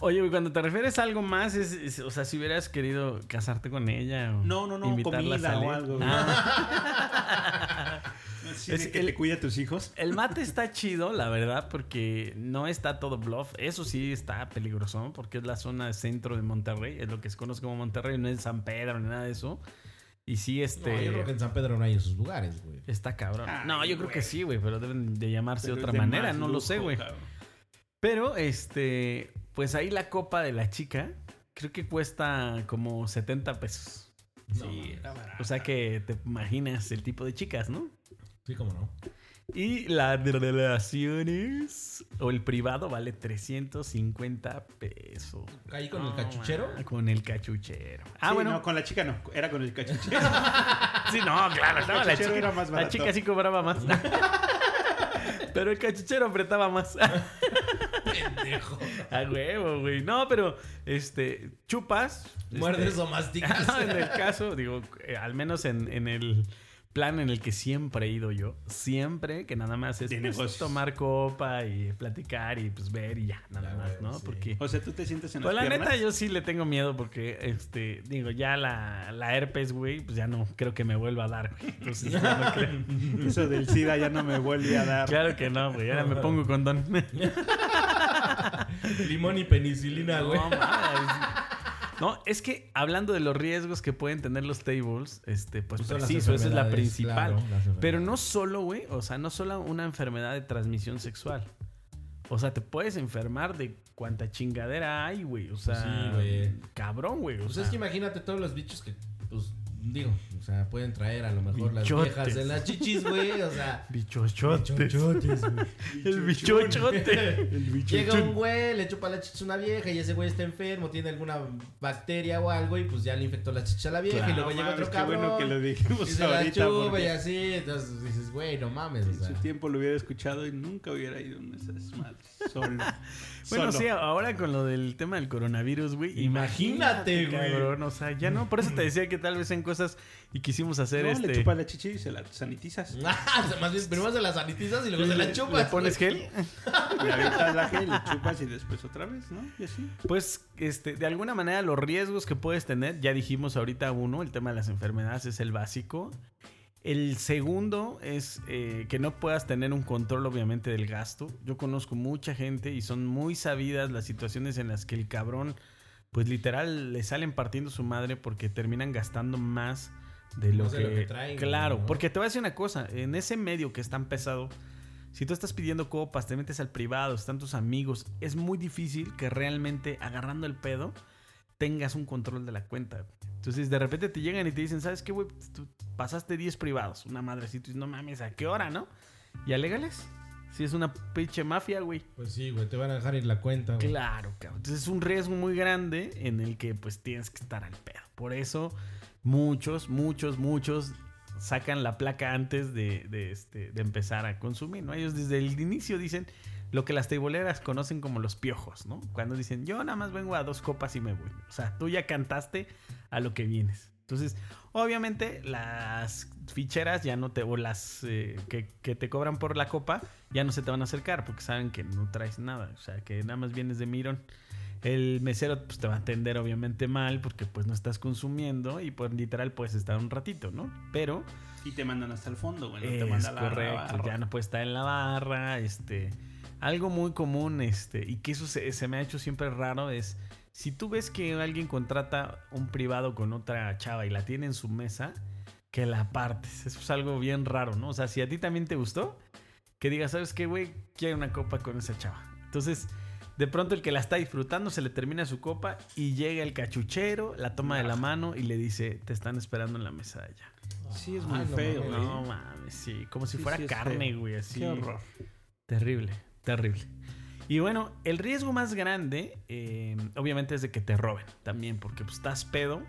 Speaker 1: Oye, güey, cuando te refieres a algo más, es, es- o sea, si hubieras querido casarte con ella o
Speaker 2: No, no, no,
Speaker 1: invitarla a
Speaker 2: comida o
Speaker 1: salir.
Speaker 2: algo, güey.
Speaker 1: Ah,
Speaker 2: Así
Speaker 1: es
Speaker 2: de que
Speaker 1: el-
Speaker 2: te cuida a tus hijos.
Speaker 1: el mate está chido, la verdad, porque no está todo bluff. Eso sí está peligroso, porque es la zona centro de Monterrey, es lo que se conoce como Monterrey, no es San Pedro ni nada de eso. Y sí, este.
Speaker 3: No, yo creo que en San Pedro no hay esos lugares, güey.
Speaker 1: Está cabrón.
Speaker 2: Ay,
Speaker 1: no, yo creo
Speaker 2: güey.
Speaker 1: que sí, güey, pero deben de llamarse de
Speaker 2: Pero
Speaker 1: otra
Speaker 2: es de
Speaker 1: manera,
Speaker 2: más
Speaker 1: no lo sé,
Speaker 2: lujo,
Speaker 1: güey.
Speaker 2: cabrón.
Speaker 1: Pero, este, pues ahí la copa de la chica, creo que cuesta como 70 pesos.
Speaker 3: No,
Speaker 2: Sí,
Speaker 3: mames.
Speaker 2: era barato.
Speaker 1: O sea que te imaginas el tipo de chicas, ¿no?
Speaker 3: Sí, cómo no.
Speaker 1: Y la de relaciones o el privado vale 350 pesos.
Speaker 3: Ahí con el
Speaker 1: No,
Speaker 3: cachuchero.
Speaker 1: ma, Con el cachuchero. Ah,
Speaker 2: Sí,
Speaker 1: bueno.
Speaker 2: No, con la chica no, era con el cachuchero.
Speaker 1: Sí, no, claro. estaba la,
Speaker 2: cachuchero
Speaker 1: chica,
Speaker 2: era más
Speaker 1: la
Speaker 2: barato.
Speaker 1: chica sí cobraba más. Pero el cachuchero apretaba más.
Speaker 3: Pendejo.
Speaker 2: Este,
Speaker 1: A huevo, güey. No, pero este, chupas. este,
Speaker 3: Muerdes o masticas.
Speaker 1: No, en el caso, digo, eh, al menos en, en el plan en el que siempre he ido yo, siempre que nada más es
Speaker 2: De
Speaker 1: pues,
Speaker 2: negocios.
Speaker 1: tomar copa y platicar y pues ver y ya, nada
Speaker 3: Ya,
Speaker 1: más,
Speaker 3: güey,
Speaker 1: ¿no?
Speaker 3: sí.
Speaker 1: Porque
Speaker 2: O sea, tú te sientes en
Speaker 1: pues la
Speaker 2: las piernas.
Speaker 1: neta yo sí le tengo miedo porque este digo, ya la, la herpes, güey, pues ya no creo que me vuelva a dar, güey. Entonces, ya no creo.
Speaker 2: Eso del SIDA ya no me vuelve a dar.
Speaker 1: Claro que no, güey. Ahora me pongo condón.
Speaker 3: Limón y penicilina, güey.
Speaker 1: No, mames. No, es que hablando de los riesgos que pueden tener los tables, este, pues
Speaker 3: Son las
Speaker 1: preciso, esa es la
Speaker 3: enfermedades,
Speaker 1: principal.
Speaker 3: claro, las enfermedades.
Speaker 1: Pero no solo, güey, o sea, no solo una enfermedad de transmisión sexual. O sea, te puedes enfermar de cuánta chingadera hay, güey. O sea,
Speaker 3: Sí, güey.
Speaker 1: cabrón, güey. O
Speaker 3: Pues
Speaker 1: sea,
Speaker 3: es que imagínate todos los bichos que, pues, digo, o sea, pueden traer a lo mejor
Speaker 1: Bichotes.
Speaker 3: las viejas de las chichis, güey. O sea.
Speaker 1: bichochote.
Speaker 3: bichochotes, güey.
Speaker 1: El bichochote.
Speaker 3: Llega un güey, le chupa la chicha a una vieja y ese güey está enfermo, tiene alguna bacteria o algo y pues ya le infectó la chicha a la vieja y
Speaker 1: Claro,
Speaker 3: luego
Speaker 2: No
Speaker 3: llega otro
Speaker 2: Ah, mames, qué
Speaker 3: cabrón.
Speaker 2: bueno que lo
Speaker 3: Y
Speaker 2: dijimos
Speaker 3: se la
Speaker 2: ahorita.
Speaker 3: chupa y
Speaker 2: porque
Speaker 3: así, entonces dices, güey, no mames, o
Speaker 2: En su
Speaker 3: sea.
Speaker 2: tiempo lo hubiera escuchado y nunca hubiera ido a una de esas madres. Solo.
Speaker 1: Bueno,
Speaker 2: Solo.
Speaker 1: sí, ahora con lo del tema del coronavirus, güey.
Speaker 3: Imagínate, güey.
Speaker 1: cabrón, o sea, ya no. Por eso te decía que tal vez en cosas y quisimos hacer
Speaker 2: No,
Speaker 1: este.
Speaker 2: le chupas la chichi y se la sanitizas.
Speaker 3: Más bien, primero se las sanitizas y luego se
Speaker 1: le-
Speaker 3: las chupas.
Speaker 1: le pones gel.
Speaker 2: Le avientas la gel, le chupas y después otra vez, ¿no? Y así.
Speaker 1: Pues, este, de alguna manera, los riesgos que puedes tener, ya dijimos ahorita uno, el tema de las enfermedades es el básico. El segundo es eh, que no puedas tener un control, obviamente, del gasto. Yo conozco mucha gente y son muy sabidas las situaciones en las que el cabrón, pues literal, le salen partiendo su madre porque terminan gastando más de lo,
Speaker 3: Más
Speaker 1: que,
Speaker 3: de lo que traen,
Speaker 1: Claro,
Speaker 3: ¿no?
Speaker 1: porque te voy a decir una cosa, en ese medio que es tan pesado, si tú estás pidiendo copas, te metes al privado, están tus amigos, es muy difícil que realmente agarrando el pedo tengas un control de la cuenta. Entonces de repente te llegan y te dicen, ¿sabes qué, güey? Tú pasaste 10 privados, una madrecita, y no mames, ¿a qué hora, no? Y alégales. Si es una pinche mafia, güey.
Speaker 3: Pues sí, güey, te van a dejar ir la cuenta, güey.
Speaker 1: Claro, cabrón. Entonces es un riesgo muy grande en el que pues tienes que estar al pedo. Por eso muchos, muchos, muchos sacan la placa antes de, de, este, de empezar a consumir, ¿no? Ellos desde el inicio dicen lo que las teiboleras conocen como los piojos, ¿no? Cuando dicen, yo nada más vengo a dos copas y me voy. O sea, tú ya cantaste a lo que vienes. Entonces, obviamente, las ficheras ya no te, o las eh, que, que te cobran por la copa, ya no se te van a acercar porque saben que no traes nada. O sea, que nada más vienes de mirón. El mesero pues, te va a atender obviamente mal porque pues no estás consumiendo y pues literal puedes estar un ratito, ¿no? Pero
Speaker 2: Y te mandan hasta el fondo, güey. No te
Speaker 1: es
Speaker 2: mandan la- la
Speaker 1: correcto,
Speaker 2: barra.
Speaker 1: ya no puede estar en la barra, este, algo muy común, este, y que eso se, se me ha hecho siempre raro es si tú ves que alguien contrata un privado con otra chava y la tiene en su mesa, que la partes. Eso es algo bien raro, ¿no? O sea, si a ti también te gustó, que digas, ¿sabes qué, güey? Quiero una copa con esa chava. Entonces, de pronto el que la está disfrutando se le termina su copa y llega el cachuchero, la toma de la mano y le dice, te están esperando en la mesa de allá.
Speaker 2: Sí, es muy
Speaker 3: Ay, Ah, no
Speaker 2: feo,
Speaker 3: mames.
Speaker 2: güey.
Speaker 1: No mames, sí. Como si
Speaker 2: Sí,
Speaker 1: fuera
Speaker 2: sí, es
Speaker 1: carne,
Speaker 2: feo.
Speaker 1: güey, así.
Speaker 2: Qué horror.
Speaker 1: Terrible, terrible. Y bueno, el riesgo más grande, eh, obviamente, es de que te roben también, porque pues, estás pedo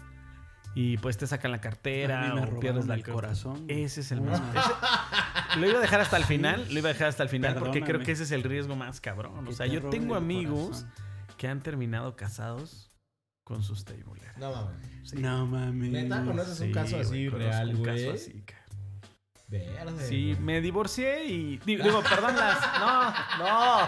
Speaker 1: y pues te sacan la
Speaker 2: A
Speaker 1: cartera
Speaker 2: mí me
Speaker 1: o pierdes
Speaker 2: robaron
Speaker 1: la
Speaker 2: el corazón.
Speaker 1: Ese es el más. ese- lo iba a dejar hasta el final, lo iba a dejar hasta el final, porque creo
Speaker 2: Perdóname.
Speaker 1: que ese es el riesgo más cabrón. O
Speaker 2: Que
Speaker 1: sea,
Speaker 2: te
Speaker 1: yo
Speaker 2: roben
Speaker 1: tengo
Speaker 2: el
Speaker 1: amigos
Speaker 2: corazón.
Speaker 1: que han terminado casados con sus tableeras.
Speaker 3: No mames.
Speaker 1: Sí.
Speaker 2: No mames.
Speaker 3: Neta, conoces un caso así
Speaker 1: güey, conozco
Speaker 3: real,
Speaker 1: un caso
Speaker 3: güey.
Speaker 1: así, cabrón.
Speaker 3: Verde,
Speaker 1: Sí,
Speaker 2: Eh.
Speaker 3: güey.
Speaker 1: me divorcié y. Digo, digo, perdón, las. No, no.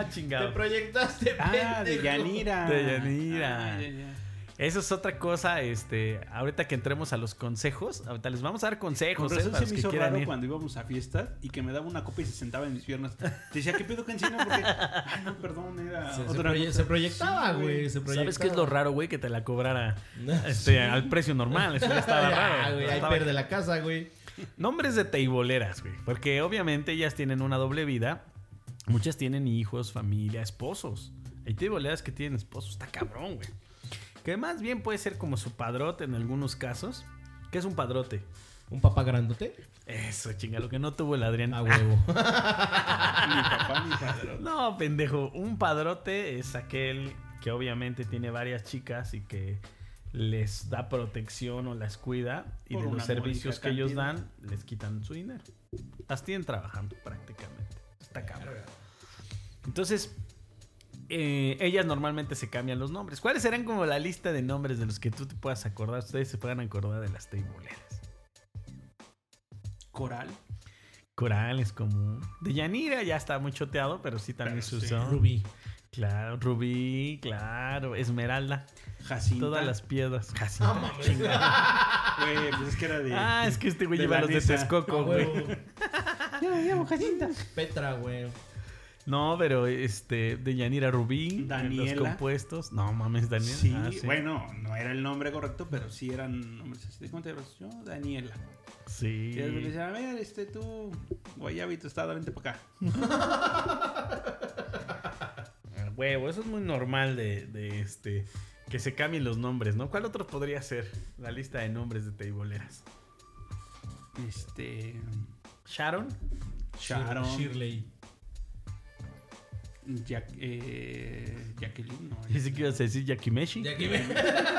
Speaker 1: No,
Speaker 3: Te
Speaker 1: chingado.
Speaker 3: proyectaste,
Speaker 2: Ah, de
Speaker 3: pendejo.
Speaker 2: Yanira.
Speaker 1: De Yanira.
Speaker 2: Ah, ya, ya.
Speaker 1: Eso es otra cosa, este. Ahorita que entremos a los consejos, ahorita les vamos a dar consejos.
Speaker 2: Con
Speaker 1: eh,
Speaker 2: razón
Speaker 1: para
Speaker 2: se
Speaker 1: los
Speaker 2: me
Speaker 1: que
Speaker 2: hizo
Speaker 1: quieran
Speaker 2: raro
Speaker 1: ir.
Speaker 2: cuando íbamos a fiestas y que me daba una copa y se sentaba en mis piernas. Te decía, ¿qué pedo cancino? Porque, ay, no, perdón, era
Speaker 3: Se, se
Speaker 2: otra
Speaker 3: proye-
Speaker 2: cosa.
Speaker 3: se proyectaba,
Speaker 2: Sí,
Speaker 3: güey. se proyectaba.
Speaker 1: ¿Sabes qué es lo raro, güey? Que te la cobrara
Speaker 3: No.
Speaker 1: este, al precio normal. Eso ya estaba
Speaker 3: Ah,
Speaker 1: raro.
Speaker 3: güey, ahí
Speaker 1: Estaba-
Speaker 3: pierde la casa, güey.
Speaker 1: Nombres de teiboleras, güey. Porque obviamente ellas tienen una doble vida. Muchas tienen hijos, familia, esposos. Hay teiboleras que tienen esposos. Está cabrón, güey. Que más bien puede ser como su padrote en algunos casos. ¿Qué es un padrote?
Speaker 3: Un papá grandote.
Speaker 1: Eso, chinga, lo que no tuvo el Adrián.
Speaker 3: A huevo.
Speaker 2: Ni papá ni padre.
Speaker 1: No, pendejo. Un padrote es aquel que obviamente tiene varias chicas y que les da protección o las cuida. Y
Speaker 2: Por
Speaker 1: de
Speaker 2: una
Speaker 1: los servicios que
Speaker 2: módica
Speaker 1: ellos
Speaker 2: cantidad.
Speaker 1: dan, les quitan su dinero. Las tienen trabajando prácticamente. Está cabrón. Entonces, eh, ellas normalmente se cambian los nombres. ¿Cuáles serán como la lista de nombres de los que tú te puedas acordar? Ustedes se puedan acordar de las teiboleras.
Speaker 2: Coral.
Speaker 1: Coral es común. De Yanira ya está muy choteado, pero sí también se
Speaker 2: Pero sí.
Speaker 1: usó.
Speaker 3: Rubí.
Speaker 1: Claro, rubí, claro, esmeralda,
Speaker 2: Jacinta.
Speaker 1: todas las piedras.
Speaker 3: No
Speaker 1: Jacinta,
Speaker 3: mames.
Speaker 1: chingada.
Speaker 2: Güey, pues es que era de...
Speaker 1: Ah, es que este güey
Speaker 2: de
Speaker 1: lleva los de
Speaker 2: Vanessa.
Speaker 1: Texcoco,
Speaker 3: A
Speaker 1: güey.
Speaker 3: Ah, huevo.
Speaker 2: Ya me llamo Jacinta.
Speaker 3: Petra, güey.
Speaker 1: No, pero este, de Yanira Rubí,
Speaker 2: Daniela.
Speaker 1: los compuestos. No mames, Daniela.
Speaker 2: Sí,
Speaker 1: Ah,
Speaker 2: bueno, no era el nombre correcto, pero sí eran nombres así. de, ¿Cómo te llamas? Yo, Daniela. Y
Speaker 1: Sí.
Speaker 2: él me decía, a ver, este tú, guayaba y tostada, vente para acá.
Speaker 1: Ah, Huevo, eso es muy normal de, de este. Que se cambien los nombres, ¿no? ¿Cuál otro podría ser la lista de nombres de teiboleras?
Speaker 2: Este.
Speaker 1: Sharon,
Speaker 2: Sharon.
Speaker 3: Shirley.
Speaker 2: Jack- eh, Jacqueline, no.
Speaker 1: dice que ibas a decir Yakimeshi.
Speaker 3: De aquí, güey.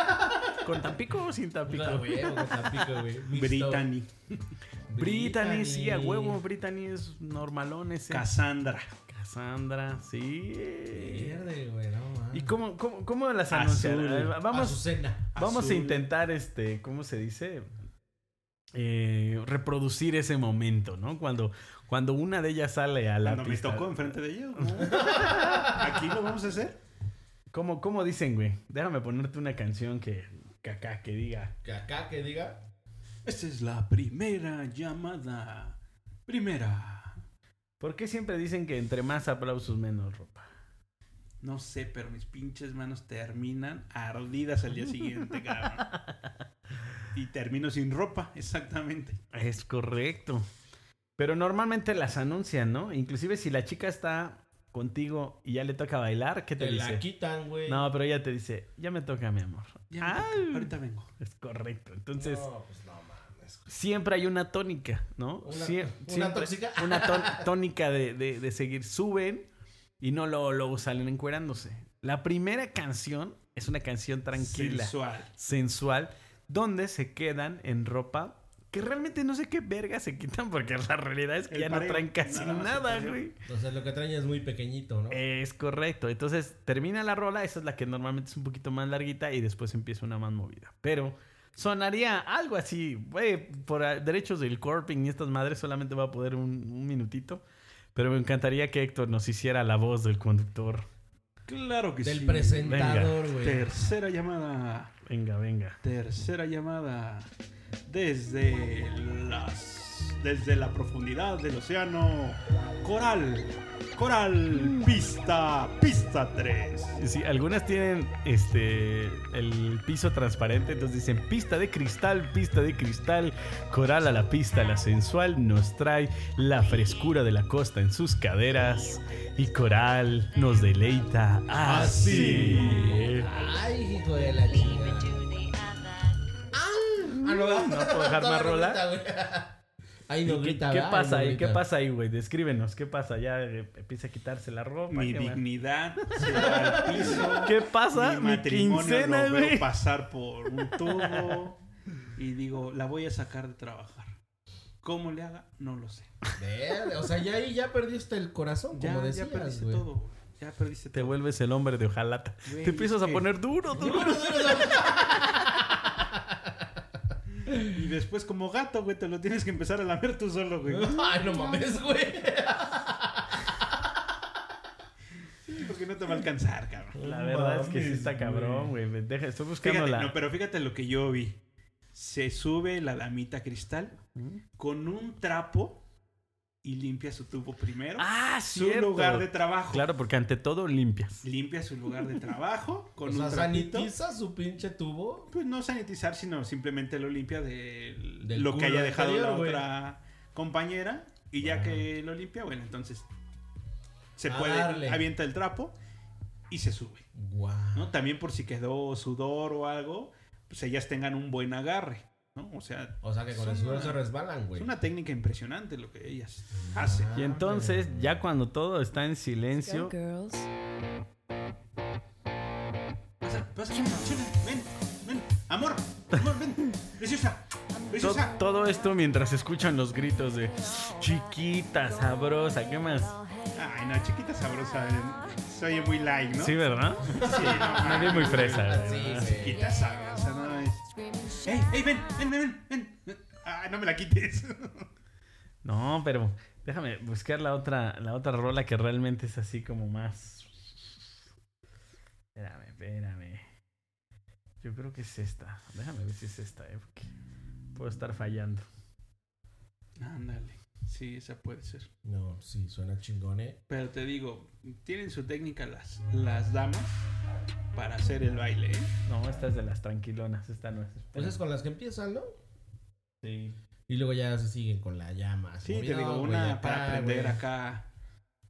Speaker 1: ¿Con Tampico o sin Tampico?
Speaker 3: A huevo, con Tampico, güey. Mixto.
Speaker 2: Brittany.
Speaker 1: Brittany, sí, a
Speaker 3: Brittany.
Speaker 1: huevo. Brittany es normalón ese.
Speaker 2: Cassandra.
Speaker 1: Cassandra, sí.
Speaker 3: Pierde, güey, no mames.
Speaker 1: ¿Y cómo, cómo, cómo las
Speaker 2: Azul.
Speaker 1: anunciaron? A ver, Vamos.
Speaker 3: Azucena.
Speaker 1: Vamos
Speaker 2: azul.
Speaker 1: a intentar, este, ¿cómo se dice? Eh, reproducir ese momento, ¿no? Cuando, cuando una de ellas sale a la
Speaker 2: Cuando me
Speaker 1: pista.
Speaker 2: tocó enfrente de ellos. ¿no? Aquí lo vamos a hacer.
Speaker 1: ¿Cómo, cómo dicen, güey? Déjame ponerte una canción que, que acá, que diga.
Speaker 3: Que acá que diga.
Speaker 2: Esta es la primera llamada. Primera.
Speaker 1: ¿Por qué siempre dicen que entre más aplausos menos ropa?
Speaker 2: No sé, pero mis pinches manos terminan ardidas al día siguiente, cabrón. Y termino sin ropa, exactamente.
Speaker 1: Es correcto. Pero normalmente las anuncian, ¿no? Inclusive si la chica está contigo y ya le toca bailar, ¿qué te,
Speaker 3: Te la
Speaker 1: dice?
Speaker 3: quitan, güey.
Speaker 1: No, pero ella te dice, ya me toca, mi amor.
Speaker 2: Ya me
Speaker 1: Ah,
Speaker 2: toca, ahorita vengo.
Speaker 1: es correcto. Entonces,
Speaker 3: No, pues no mames.
Speaker 1: siempre hay una tónica, ¿no?
Speaker 3: Una-
Speaker 1: Sie-
Speaker 3: ¿una tóxica?
Speaker 1: Una tó- tónica de, de- de seguir. Suben y no luego, luego salen encuerándose. La primera canción es una canción tranquila,
Speaker 2: Sensual.
Speaker 1: sensual, donde se quedan en ropa que realmente no sé qué verga se quitan porque la realidad es que
Speaker 2: El
Speaker 1: ya
Speaker 2: pareo,
Speaker 1: no traen casi
Speaker 2: nada más el
Speaker 1: nada,
Speaker 2: pareo.
Speaker 1: güey.
Speaker 3: Entonces lo que traen es muy pequeñito, ¿no?
Speaker 1: Es correcto. Entonces termina la rola, esa es la que normalmente es un poquito más larguita y después empieza una más movida. Pero sonaría algo así, güey, por ah, derechos del corping y estas madres solamente va a poder un, un minutito. Pero me encantaría que Héctor nos hiciera la voz del conductor.
Speaker 2: Claro que
Speaker 3: Del
Speaker 2: sí.
Speaker 3: presentador, güey.
Speaker 2: Tercera llamada.
Speaker 1: Venga, venga.
Speaker 2: Tercera llamada. Desde las. Desde la profundidad del océano. Coral.
Speaker 1: Mm.
Speaker 2: Coral. Pista. Pista 3.
Speaker 1: Sí, algunas tienen este el piso transparente, entonces dicen pista de cristal, pista de cristal, coral a la pista, la sensual nos trae la frescura de la costa en sus caderas y coral nos deleita así.
Speaker 3: Ah, Ay, hijo de la chingada. Ah,
Speaker 1: ¿No
Speaker 3: no,
Speaker 1: puedo dejar
Speaker 3: Todavía
Speaker 1: más
Speaker 3: no
Speaker 1: rola?
Speaker 3: grita, güey. Ahí no
Speaker 1: ¿Qué,
Speaker 3: grita,
Speaker 1: qué
Speaker 3: ¿verdad?
Speaker 1: pasa
Speaker 3: no
Speaker 1: ahí? ¿Qué
Speaker 3: grita.
Speaker 1: pasa ahí, güey? Descríbenos, ¿qué pasa? Ya eh, empieza a quitarse la ropa.
Speaker 2: Mi
Speaker 1: ¿qué más?
Speaker 2: dignidad se va al piso.
Speaker 1: ¿Qué pasa?
Speaker 2: Mi
Speaker 1: Mi,
Speaker 2: matrimonio
Speaker 1: quincena,
Speaker 2: lo veo
Speaker 1: güey.
Speaker 2: pasar por un tubo. Y digo, la voy a sacar de trabajar. ¿Cómo le haga? No lo sé.
Speaker 3: Verde, O sea, ya ahí ya perdiste el corazón,
Speaker 2: Ya,
Speaker 3: como
Speaker 2: ya
Speaker 3: decías,
Speaker 2: perdiste
Speaker 3: güey.
Speaker 2: todo. güey. Ya perdiste
Speaker 1: Te
Speaker 2: todo.
Speaker 1: vuelves el hombre de ojalata.
Speaker 2: Güey,
Speaker 1: Te empiezas
Speaker 2: es
Speaker 1: a
Speaker 2: que-
Speaker 1: poner duro, duro.
Speaker 2: Y después, como gato, güey, te lo tienes que empezar a lamer tú solo, güey.
Speaker 3: Ay, no mames, güey.
Speaker 2: Porque no te va a alcanzar, cabrón.
Speaker 1: La verdad es que sí
Speaker 3: Mames,
Speaker 1: está cabrón, güey. Me deja- Estoy buscando
Speaker 2: Fíjate,
Speaker 1: la.
Speaker 2: no, pero fíjate lo que yo vi. Se sube la damita cristal
Speaker 1: ¿Mm?
Speaker 2: con un trapo y limpia su tubo primero.
Speaker 1: Ah,
Speaker 2: su
Speaker 1: cierto.
Speaker 2: lugar de trabajo.
Speaker 1: Claro, porque ante todo limpias.
Speaker 2: Limpia su lugar de trabajo con
Speaker 3: o sea,
Speaker 2: un trapito.
Speaker 3: sanitiza su pinche tubo.
Speaker 2: Pues no sanitizar, sino simplemente lo limpia de
Speaker 3: Del
Speaker 2: lo que
Speaker 3: culo
Speaker 2: haya dejado
Speaker 3: anterior,
Speaker 2: la
Speaker 3: güey.
Speaker 2: otra compañera. Y ya
Speaker 3: Ajá.
Speaker 2: que lo limpia, bueno, entonces se
Speaker 3: A
Speaker 2: puede,
Speaker 3: darle.
Speaker 2: avienta el trapo y se sube.
Speaker 3: Guau.
Speaker 2: ¿no? También por si quedó sudor o algo, pues ellas tengan un buen agarre, ¿no? O sea,
Speaker 3: O sea, que con
Speaker 2: Es
Speaker 3: el sudor
Speaker 2: una-
Speaker 3: se resbalan, güey.
Speaker 2: es una técnica impresionante lo que ellas hacen.
Speaker 1: Y entonces, ya cuando todo está en silencio,
Speaker 5: girls.
Speaker 2: Pasa, pasa, chula, ven, ven, amor, amor, ven, preciosa,
Speaker 1: to-
Speaker 2: preciosa.
Speaker 1: todo esto mientras escuchan los gritos de chiquita, sabrosa, ¿qué más?
Speaker 2: Ay, no, chiquita sabrosa, eh, se oye muy like, ¿no?
Speaker 1: Sí, ¿verdad?
Speaker 2: Sí, no,
Speaker 1: Nadie muy fresa, eh.
Speaker 3: Sí,
Speaker 1: güey.
Speaker 3: güey.
Speaker 2: Chiquita sabrosa, no es. Ey, ey, ven, ven, ven, ven, ven. Ay, no me la quites.
Speaker 1: No, pero déjame buscar la otra, la otra rola que realmente es así como más. Espérame, espérame. Yo creo que es esta. Déjame ver si es esta, eh, porque puedo estar fallando.
Speaker 2: Ándale, sí, esa puede ser.
Speaker 3: No, sí, suena eh. chingone.
Speaker 2: Pero te digo, tienen su técnica las, las damas para hacer el baile, ¿eh?
Speaker 1: No, esta es de las tranquilonas, esta no es.
Speaker 3: Pues es con las que empiezan, ¿no?
Speaker 1: Sí.
Speaker 3: Y luego ya se siguen con la llama.
Speaker 2: Sí,
Speaker 3: así,
Speaker 2: te
Speaker 3: no,
Speaker 2: digo,
Speaker 3: güey,
Speaker 2: una
Speaker 3: acá,
Speaker 2: para prender
Speaker 3: güey.
Speaker 2: acá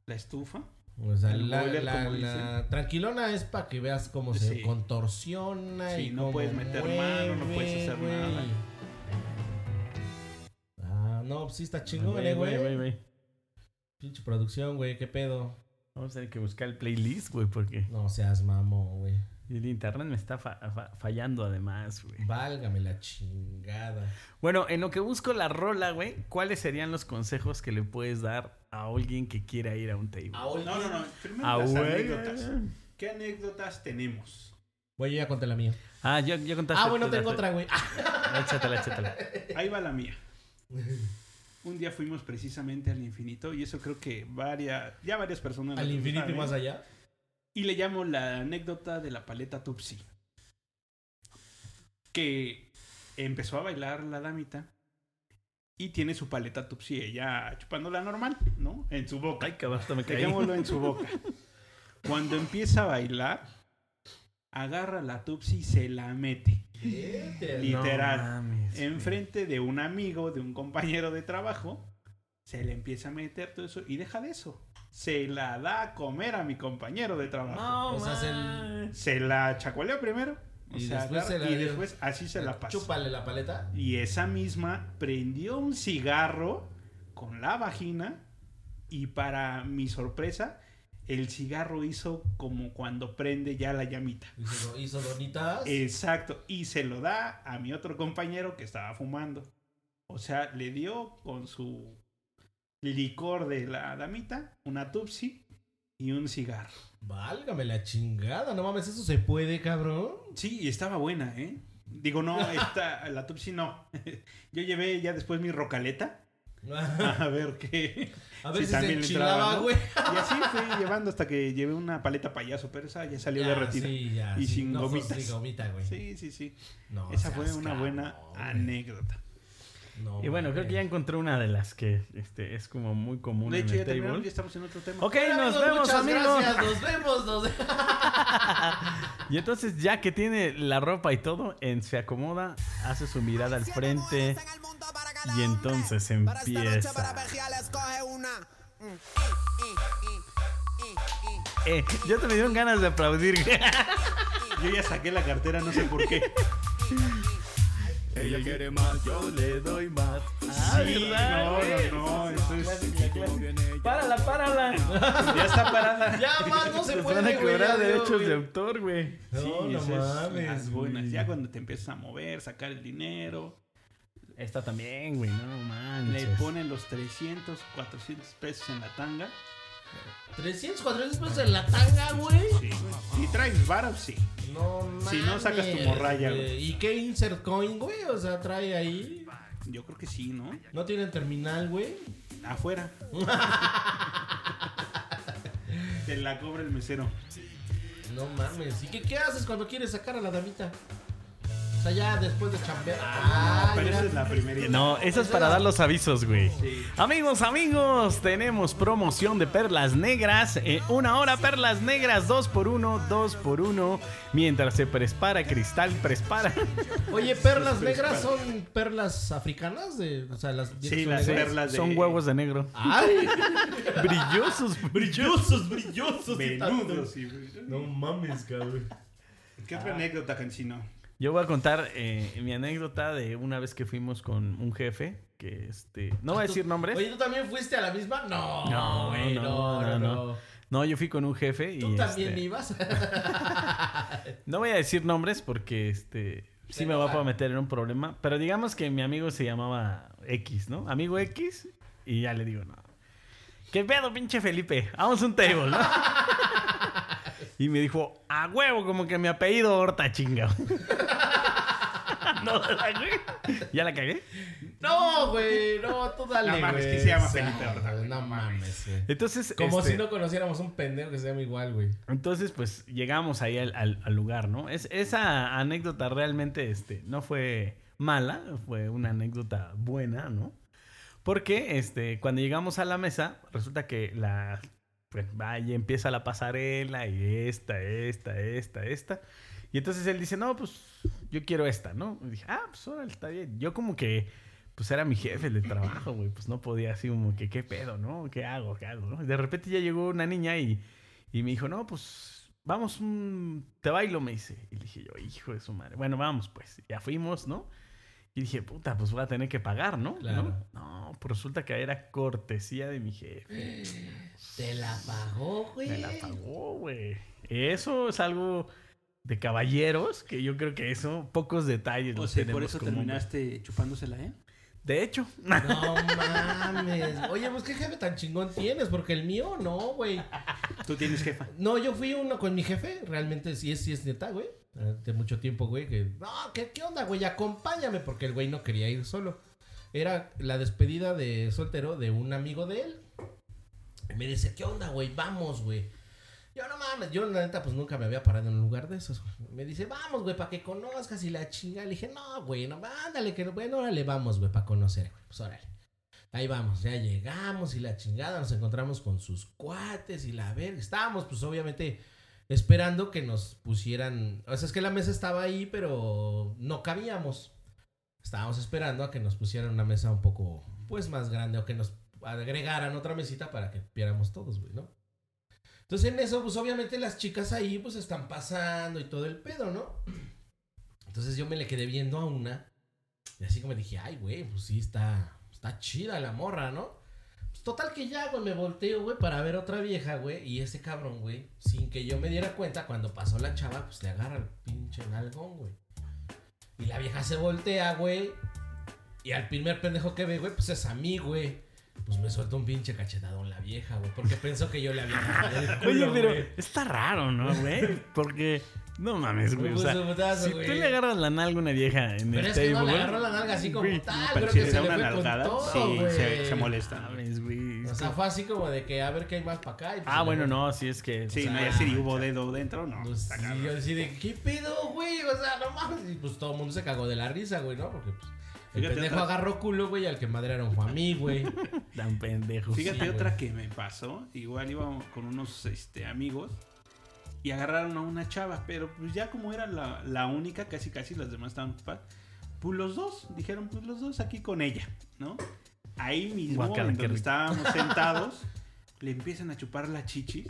Speaker 2: la estufa.
Speaker 3: O sea,
Speaker 2: El
Speaker 3: la,
Speaker 2: boiler,
Speaker 3: la-
Speaker 2: como
Speaker 3: la- tranquilona es para que veas cómo
Speaker 2: Sí.
Speaker 3: se contorsiona
Speaker 2: Sí,
Speaker 3: y
Speaker 2: no
Speaker 3: cómo
Speaker 2: puedes meter mano, no puedes
Speaker 3: mueve,
Speaker 2: hacer
Speaker 3: güey.
Speaker 2: nada.
Speaker 3: Ah, no, pues sí está chingón,
Speaker 1: Güey,
Speaker 3: eh,
Speaker 1: güey, güey,
Speaker 3: güey.
Speaker 1: güey.
Speaker 3: Pinche producción, güey, qué pedo.
Speaker 1: Vamos a tener que buscar el playlist, güey, porque
Speaker 3: No seas mamo, güey.
Speaker 1: el internet me está fa- fa- fallando además, güey.
Speaker 3: Válgame la chingada.
Speaker 1: Bueno, en lo que busco la rola, güey, ¿cuáles serían los consejos que le puedes dar a alguien que quiera ir a un table?
Speaker 2: No, no, no. Primero
Speaker 1: Ah,
Speaker 2: las
Speaker 1: güey.
Speaker 2: anécdotas. ¿Qué anécdotas tenemos?
Speaker 3: Güey, yo ya conté la mía.
Speaker 1: Ah, ya, ya contaste.
Speaker 3: Ah, bueno,
Speaker 1: tú,
Speaker 3: tengo
Speaker 1: date.
Speaker 3: otra, güey. Ah,
Speaker 1: Échatela, échatela.
Speaker 2: Ahí va la mía. Un día fuimos precisamente al infinito y eso creo que varias, ya varias personas... lo
Speaker 3: al infinito y
Speaker 2: saben.
Speaker 3: más allá.
Speaker 2: Y le llamo la anécdota de la paleta Tupsi. Que empezó a bailar la damita y tiene su paleta Tupsi, ella chupándola normal, ¿no? En su boca.
Speaker 1: Ay, cabrón, hasta me caí.
Speaker 2: Dejémoslo en su boca. Cuando empieza a bailar, agarra la Tupsi y se la mete. Literal.
Speaker 1: No mames, güey.
Speaker 2: Enfrente de un amigo, de un compañero de trabajo, se le empieza a meter todo eso y deja de eso. Se la da a comer a mi compañero de trabajo.
Speaker 1: No,
Speaker 3: O sea, es el-
Speaker 1: mames.
Speaker 2: Se la chacoleó primero. o
Speaker 3: Y
Speaker 2: sea,
Speaker 3: después
Speaker 2: agarra-
Speaker 3: se la
Speaker 2: y
Speaker 3: dio.
Speaker 2: después así se la pasó.
Speaker 3: Chúpale la paleta.
Speaker 2: Y esa misma prendió un cigarro con la vagina y para mi sorpresa, el cigarro hizo como cuando prende ya la llamita.
Speaker 3: Hizo, hizo donitas.
Speaker 2: Exacto. Y se lo da a mi otro compañero que estaba fumando. O sea, le dio con su licor de la damita una tupsi y un cigarro.
Speaker 3: Válgame la chingada. No mames, eso se puede, cabrón.
Speaker 2: Sí, y estaba buena, ¿eh? Digo, no, esta, la tupsi no. Yo llevé ya después mi rocaleta a ver qué.
Speaker 3: A ver
Speaker 2: Sí,
Speaker 3: si se
Speaker 2: también le entraba,
Speaker 3: enchilaba,
Speaker 2: ¿no?
Speaker 3: güey.
Speaker 2: Y así fui llevando hasta que llevé una paleta payaso, pero esa ya salió de
Speaker 3: Ya,
Speaker 2: retiro.
Speaker 3: Ah, sí, ya,
Speaker 2: Y
Speaker 3: sí.
Speaker 2: sin
Speaker 3: No,
Speaker 2: gomitas.
Speaker 3: sin gomita, güey.
Speaker 2: Sí, sí, sí.
Speaker 3: No,
Speaker 2: Esa
Speaker 3: seas
Speaker 2: fue una buena
Speaker 3: cabrón, güey.
Speaker 2: anécdota.
Speaker 3: No
Speaker 1: Y bueno, creo que ya
Speaker 3: mames.
Speaker 1: encontré una de las que este, es como muy común
Speaker 2: De
Speaker 1: en
Speaker 2: hecho, ya
Speaker 1: el
Speaker 2: terminamos,
Speaker 1: table.
Speaker 2: ya estamos en otro tema.
Speaker 1: Ok,
Speaker 3: Bueno,
Speaker 1: nos
Speaker 3: amigos,
Speaker 1: vemos,
Speaker 3: muchas
Speaker 1: amigos.
Speaker 3: Gracias, nos vemos, nos vemos.
Speaker 1: Y entonces, ya que tiene la ropa y todo, en se acomoda, hace su mirada al frente. y entonces empieza. Eh, ya te me dieron ganas de aplaudir.
Speaker 2: Yo ya saqué la cartera, no sé por qué.
Speaker 1: Ella quiere más, yo le doy más.
Speaker 2: Sí, no, no, no. Eso es...
Speaker 1: Párala, párala.
Speaker 2: Ya está parada.
Speaker 3: Ya, más, Ah, no se
Speaker 1: Nos
Speaker 3: puede,
Speaker 1: van a
Speaker 3: güey.
Speaker 1: cobrar
Speaker 3: ya,
Speaker 1: derechos
Speaker 3: güey.
Speaker 1: de autor, güey.
Speaker 3: No, no
Speaker 2: esas son
Speaker 3: mames,
Speaker 2: las buenas.
Speaker 3: güey.
Speaker 2: Ya cuando te empiezas a mover, sacar el dinero,
Speaker 1: Esta también, güey, no manches.
Speaker 2: le ponen los 300, 400 pesos en la tanga.
Speaker 3: 300, 400 pesos en la tanga, güey.
Speaker 2: Sí, güey. Si traes varo, sí.
Speaker 3: No mames.
Speaker 2: Si no, sacas tu morralla,
Speaker 3: ¿Y qué insert coin, güey? O sea, trae ahí.
Speaker 2: Yo creo que sí, ¿no?
Speaker 3: No tienen terminal, güey.
Speaker 2: Afuera. te la cobra el mesero.
Speaker 3: No mames. ¿Y qué, qué haces cuando quieres sacar a la damita? O sea, ya después de chambear. Ah,
Speaker 2: Pero esa
Speaker 3: ya.
Speaker 2: es la primera.
Speaker 1: No, eso es para dar los avisos, güey. Amigos, amigos, tenemos promoción de perlas negras. eh, una hora perlas negras, dos por uno, dos por uno. Mientras se prepara cristal, prepara.
Speaker 3: Oye, perlas negras son perlas africanas. De, o sea, las.
Speaker 2: Sí, las
Speaker 3: negras?
Speaker 2: perlas de...
Speaker 1: Son huevos de negro.
Speaker 3: Ay,
Speaker 1: Brillosos.
Speaker 3: brillosos, brillosos. y
Speaker 2: Menudos. y-
Speaker 3: tanto. No Ah. mames, cabrón.
Speaker 2: ¿Qué otra anécdota, Cancino?
Speaker 1: Yo voy a contar eh, mi anécdota de una vez que fuimos con un jefe. Que este. No voy a decir nombres.
Speaker 3: Oye, ¿tú también fuiste a la misma? No,
Speaker 1: No,
Speaker 3: güey,
Speaker 1: no, no,
Speaker 3: no, no,
Speaker 1: no.
Speaker 3: no.
Speaker 1: No, yo fui con un jefe.
Speaker 3: ¿Tú
Speaker 1: y,
Speaker 3: también
Speaker 1: este,
Speaker 3: ibas?
Speaker 1: No voy a decir nombres porque este sí
Speaker 3: Se
Speaker 1: me va
Speaker 3: enojan.
Speaker 1: a meter en un problema. Pero digamos que mi amigo se llamaba X, ¿no? Amigo X. Y ya le digo, no. ¿Qué pedo, pinche Felipe? Vamos a un table, ¿no? y me dijo, a huevo, como que mi apellido Horta chinga. no, ¿verdad, güey? ¿Ya la cagué?
Speaker 3: No, güey, no, tú dale,
Speaker 2: No mames,
Speaker 3: güey.
Speaker 2: que se llama
Speaker 3: O sea,
Speaker 2: Felipe Horta, güey,
Speaker 3: No
Speaker 2: no
Speaker 3: mames, güey.
Speaker 1: Entonces.
Speaker 3: Como
Speaker 1: este,
Speaker 3: si no conociéramos un pendejo que se llama igual, güey.
Speaker 1: Entonces, pues llegamos ahí al, al- al lugar, ¿no? Es, esa anécdota realmente este, no fue mala, fue una anécdota buena, ¿no? Porque este, cuando llegamos a la mesa, resulta que la. Pues va y empieza la pasarela y esta, esta, esta, esta. Y entonces él dice, no, pues yo quiero esta, ¿no? Y dije, ah, pues órale, está bien. Yo como que, pues era mi jefe de trabajo, güey. Pues no podía así como que, ¿qué pedo, no? ¿Qué hago? ¿Qué hago? ¿no? Y de repente ya llegó una niña y, y me dijo, no, pues vamos, un... te bailo, me dice. Y le dije yo, hijo de su madre. Bueno, vamos, pues. Ya fuimos, ¿no? Y dije, puta, pues voy a tener que pagar, ¿no?
Speaker 3: Claro.
Speaker 1: No, no pues resulta que era cortesía de mi jefe.
Speaker 3: Te la pagó, güey.
Speaker 1: Me la pagó, güey. Eso es algo de caballeros, que yo creo que eso, pocos detalles
Speaker 2: O
Speaker 1: los
Speaker 3: Pues
Speaker 2: sea, por
Speaker 1: tenemos
Speaker 2: eso
Speaker 1: como-
Speaker 2: terminaste chupándosela, ¿eh?
Speaker 1: De hecho,
Speaker 3: No mames. Oye, pues qué jefe tan chingón tienes, porque el mío no, güey.
Speaker 2: Tú tienes jefa.
Speaker 3: No, yo fui uno con mi jefe, realmente sí es, sí es neta, güey. Hace mucho tiempo, güey, que... No, ¿qué, qué onda, güey? Acompáñame, porque el güey no quería ir solo. Era la despedida de soltero de un amigo de él. Me dice, ¿qué onda, güey? Vamos, güey. Yo no mames, yo la neta pues nunca me había parado en un lugar de esos. güey. Me dice, vamos, güey, para que conozcas y la chinga. Le dije, no, güey, no, ándale, que no, bueno, órale, vamos, güey, para conocer, güey. Pues órale. Ahí vamos, ya llegamos y la chingada, nos encontramos con sus cuates y la verga. Estábamos, pues obviamente, esperando que nos pusieran. O sea, es que la mesa estaba ahí, pero no cabíamos. Estábamos esperando a que nos pusieran una mesa un poco, pues más grande, o que nos agregaran otra mesita para que viéramos todos, güey, ¿no? Entonces en eso, pues obviamente las chicas ahí, pues están pasando y todo el pedo, ¿no? Entonces yo me le quedé viendo a una. Y así como dije, ay, güey, pues sí, está, está chida la morra, ¿no? Pues total que ya, güey, me volteo, güey, para ver otra vieja, güey. Y ese cabrón, güey, sin que yo me diera cuenta, cuando pasó la chava, pues le agarra el pinche nalgón, güey. Y la vieja se voltea, güey. Y al primer pendejo que ve, güey, pues es a mí, güey. Pues me suelta un pinche cachetadón la vieja, güey. Porque pensó que yo le había agarrado el
Speaker 1: oye,
Speaker 3: culo,
Speaker 1: pero
Speaker 3: güey.
Speaker 1: está raro, ¿no, güey? Porque no mames, güey. O
Speaker 3: Fue
Speaker 1: sea,
Speaker 3: su putazo,
Speaker 1: si
Speaker 3: Pues, güey.
Speaker 1: tú le agarras la nalga a una vieja en
Speaker 3: Pero
Speaker 1: el
Speaker 3: es que no le
Speaker 1: table,
Speaker 3: agarró la nalga así como
Speaker 1: Güey,
Speaker 3: tal.
Speaker 2: pero
Speaker 3: Ah, Creo
Speaker 2: si
Speaker 3: que
Speaker 2: le
Speaker 3: se
Speaker 2: da
Speaker 3: le
Speaker 2: una
Speaker 3: fue con
Speaker 2: nalgada,
Speaker 3: todo,
Speaker 2: sí, se-
Speaker 3: güey. Ah,
Speaker 2: se
Speaker 1: no
Speaker 2: molesta.
Speaker 1: mames, güey.
Speaker 3: O sea, fue así como de que a ver qué hay más para acá. y pues
Speaker 1: Ah,
Speaker 3: se
Speaker 1: bueno,
Speaker 3: le-
Speaker 1: no, sí es que.
Speaker 2: Sí,
Speaker 1: o sea,
Speaker 3: Ah,
Speaker 2: no, ya si hubo dedo dentro, no.
Speaker 3: Pues,
Speaker 2: está
Speaker 3: y
Speaker 2: cabrón.
Speaker 3: yo decía de, ¿qué pedo, güey? O sea, no mames. Y pues todo el mundo se cagó de la risa, güey, ¿no? Porque pues, el
Speaker 2: Fíjate
Speaker 3: pendejo
Speaker 2: otra-
Speaker 3: agarró culo, güey, y al que madrearon fue a mí, güey.
Speaker 1: Tan pendejo.
Speaker 2: Fíjate
Speaker 3: Sí,
Speaker 2: otra que me pasó. Igual íbamos con unos este, amigos y agarraron a una chava, pero pues ya como era la, la única, casi casi las demás estaban ocupadas. Pues los dos, dijeron, pues los dos aquí con ella, ¿no? Ahí mismo,
Speaker 1: Guácala,
Speaker 2: en
Speaker 1: qué
Speaker 2: donde
Speaker 1: rico.
Speaker 2: estábamos sentados, le empiezan a chupar la chichi.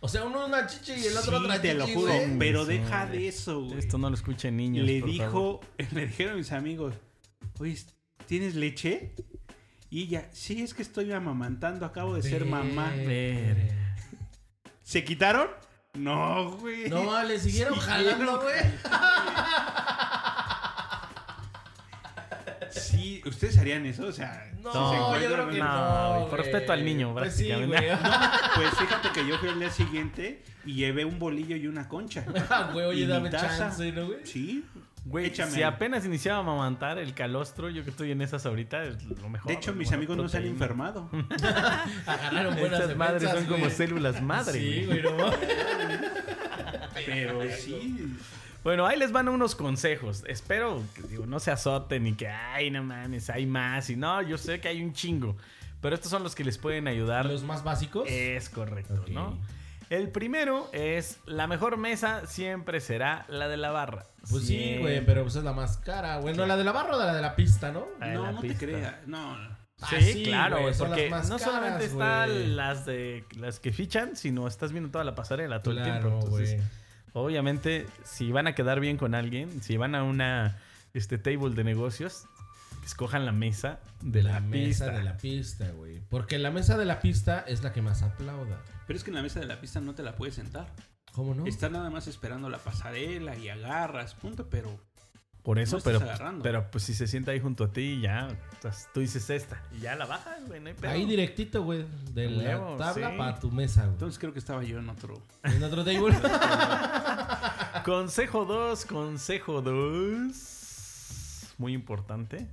Speaker 3: o sea, uno una chichi y el otro
Speaker 2: Sí,
Speaker 3: otra chichi,
Speaker 2: te lo juro,
Speaker 3: güey.
Speaker 2: pero
Speaker 1: Sí,
Speaker 2: deja
Speaker 1: güey.
Speaker 2: de eso, güey.
Speaker 1: Esto no lo escuchen niños.
Speaker 2: le
Speaker 1: por favor.
Speaker 2: dijo, le dijeron mis amigos, oye, ¿tienes leche? Y ella, sí, es que estoy amamantando, acabo de ser mamá.
Speaker 1: Verga.
Speaker 2: ¿Se quitaron? No, güey.
Speaker 3: No, le siguieron
Speaker 2: Sí,
Speaker 3: jalando, güey.
Speaker 2: Sí, ¿ustedes harían eso? O sea,
Speaker 3: No,
Speaker 2: si se
Speaker 3: yo
Speaker 2: encuentran
Speaker 3: creo que
Speaker 2: una-
Speaker 1: No,
Speaker 3: no.
Speaker 1: güey, por
Speaker 3: güey.
Speaker 1: respeto al niño,
Speaker 3: Pues sí,
Speaker 1: prácticamente.
Speaker 3: güey.
Speaker 2: Pues fíjate que yo fui al día siguiente y llevé un bolillo y una concha.
Speaker 3: Ah, güey,
Speaker 2: Y mi
Speaker 3: oye, dame
Speaker 2: taza.
Speaker 3: chance, ¿no, güey?
Speaker 2: Sí,
Speaker 1: Güey,
Speaker 2: échame
Speaker 1: si
Speaker 2: ahí.
Speaker 1: apenas iniciaba a mamantar el calostro, yo que estoy en esas ahorita, es lo mejor.
Speaker 2: De hecho, mis
Speaker 1: Bueno,
Speaker 2: amigos no se han
Speaker 1: proteína.
Speaker 2: enfermado.
Speaker 3: Agarraron buenas
Speaker 1: Estas madres
Speaker 3: defensas,
Speaker 1: son como
Speaker 3: güey.
Speaker 1: células madre.
Speaker 3: Sí,
Speaker 1: güey.
Speaker 3: güey, no mames.
Speaker 2: Pero sí.
Speaker 1: Bueno, ahí les van unos consejos. Espero que digo, no se azoten y que, ay, no mames, hay más. Y no, yo sé que hay un chingo. Pero estos son los que les pueden ayudar.
Speaker 3: Los más básicos.
Speaker 1: Es correcto,
Speaker 3: Ok.
Speaker 1: ¿no? El primero es la mejor mesa siempre será la de la barra.
Speaker 3: Pues sí,
Speaker 1: Siempre.
Speaker 3: güey, pero pues es la más cara, güey. No, la de la barra o la de la pista, ¿no?
Speaker 1: Ah, en
Speaker 2: No,
Speaker 1: la
Speaker 2: no te
Speaker 1: pista.
Speaker 2: creas. No.
Speaker 1: Sí,
Speaker 3: Ah, sí,
Speaker 1: claro,
Speaker 3: güey,
Speaker 1: güey,
Speaker 3: son
Speaker 1: porque
Speaker 3: las más
Speaker 1: no
Speaker 3: caras,
Speaker 1: solamente están
Speaker 3: güey.
Speaker 1: las de las que fichan, sino estás viendo toda la pasarela todo el
Speaker 3: Claro,
Speaker 1: tiempo. Entonces,
Speaker 3: güey.
Speaker 1: obviamente, si van a quedar bien con alguien, si van a una este table de negocios, escojan la mesa de la,
Speaker 3: mesa
Speaker 1: pista.
Speaker 3: de la pista, güey. Porque la mesa de la pista es la que más aplauda.
Speaker 2: Pero es que en la mesa de la pista no te la puedes sentar.
Speaker 3: ¿Cómo no?
Speaker 2: Estás nada más esperando la pasarela y agarras, punto, pero
Speaker 1: Por eso,
Speaker 2: No estás
Speaker 1: pero,
Speaker 2: agarrando.
Speaker 1: pero pues si se sienta ahí junto a ti, ya estás- tú dices esta y ya la bajas, güey, no hay pedo.
Speaker 3: Ahí directito, güey, de la
Speaker 1: Huevo,
Speaker 3: tabla
Speaker 1: sí.
Speaker 3: para tu mesa, güey.
Speaker 2: entonces creo que estaba yo en otro.
Speaker 3: En otro table.
Speaker 1: Consejo 2, consejo 2. Muy importante.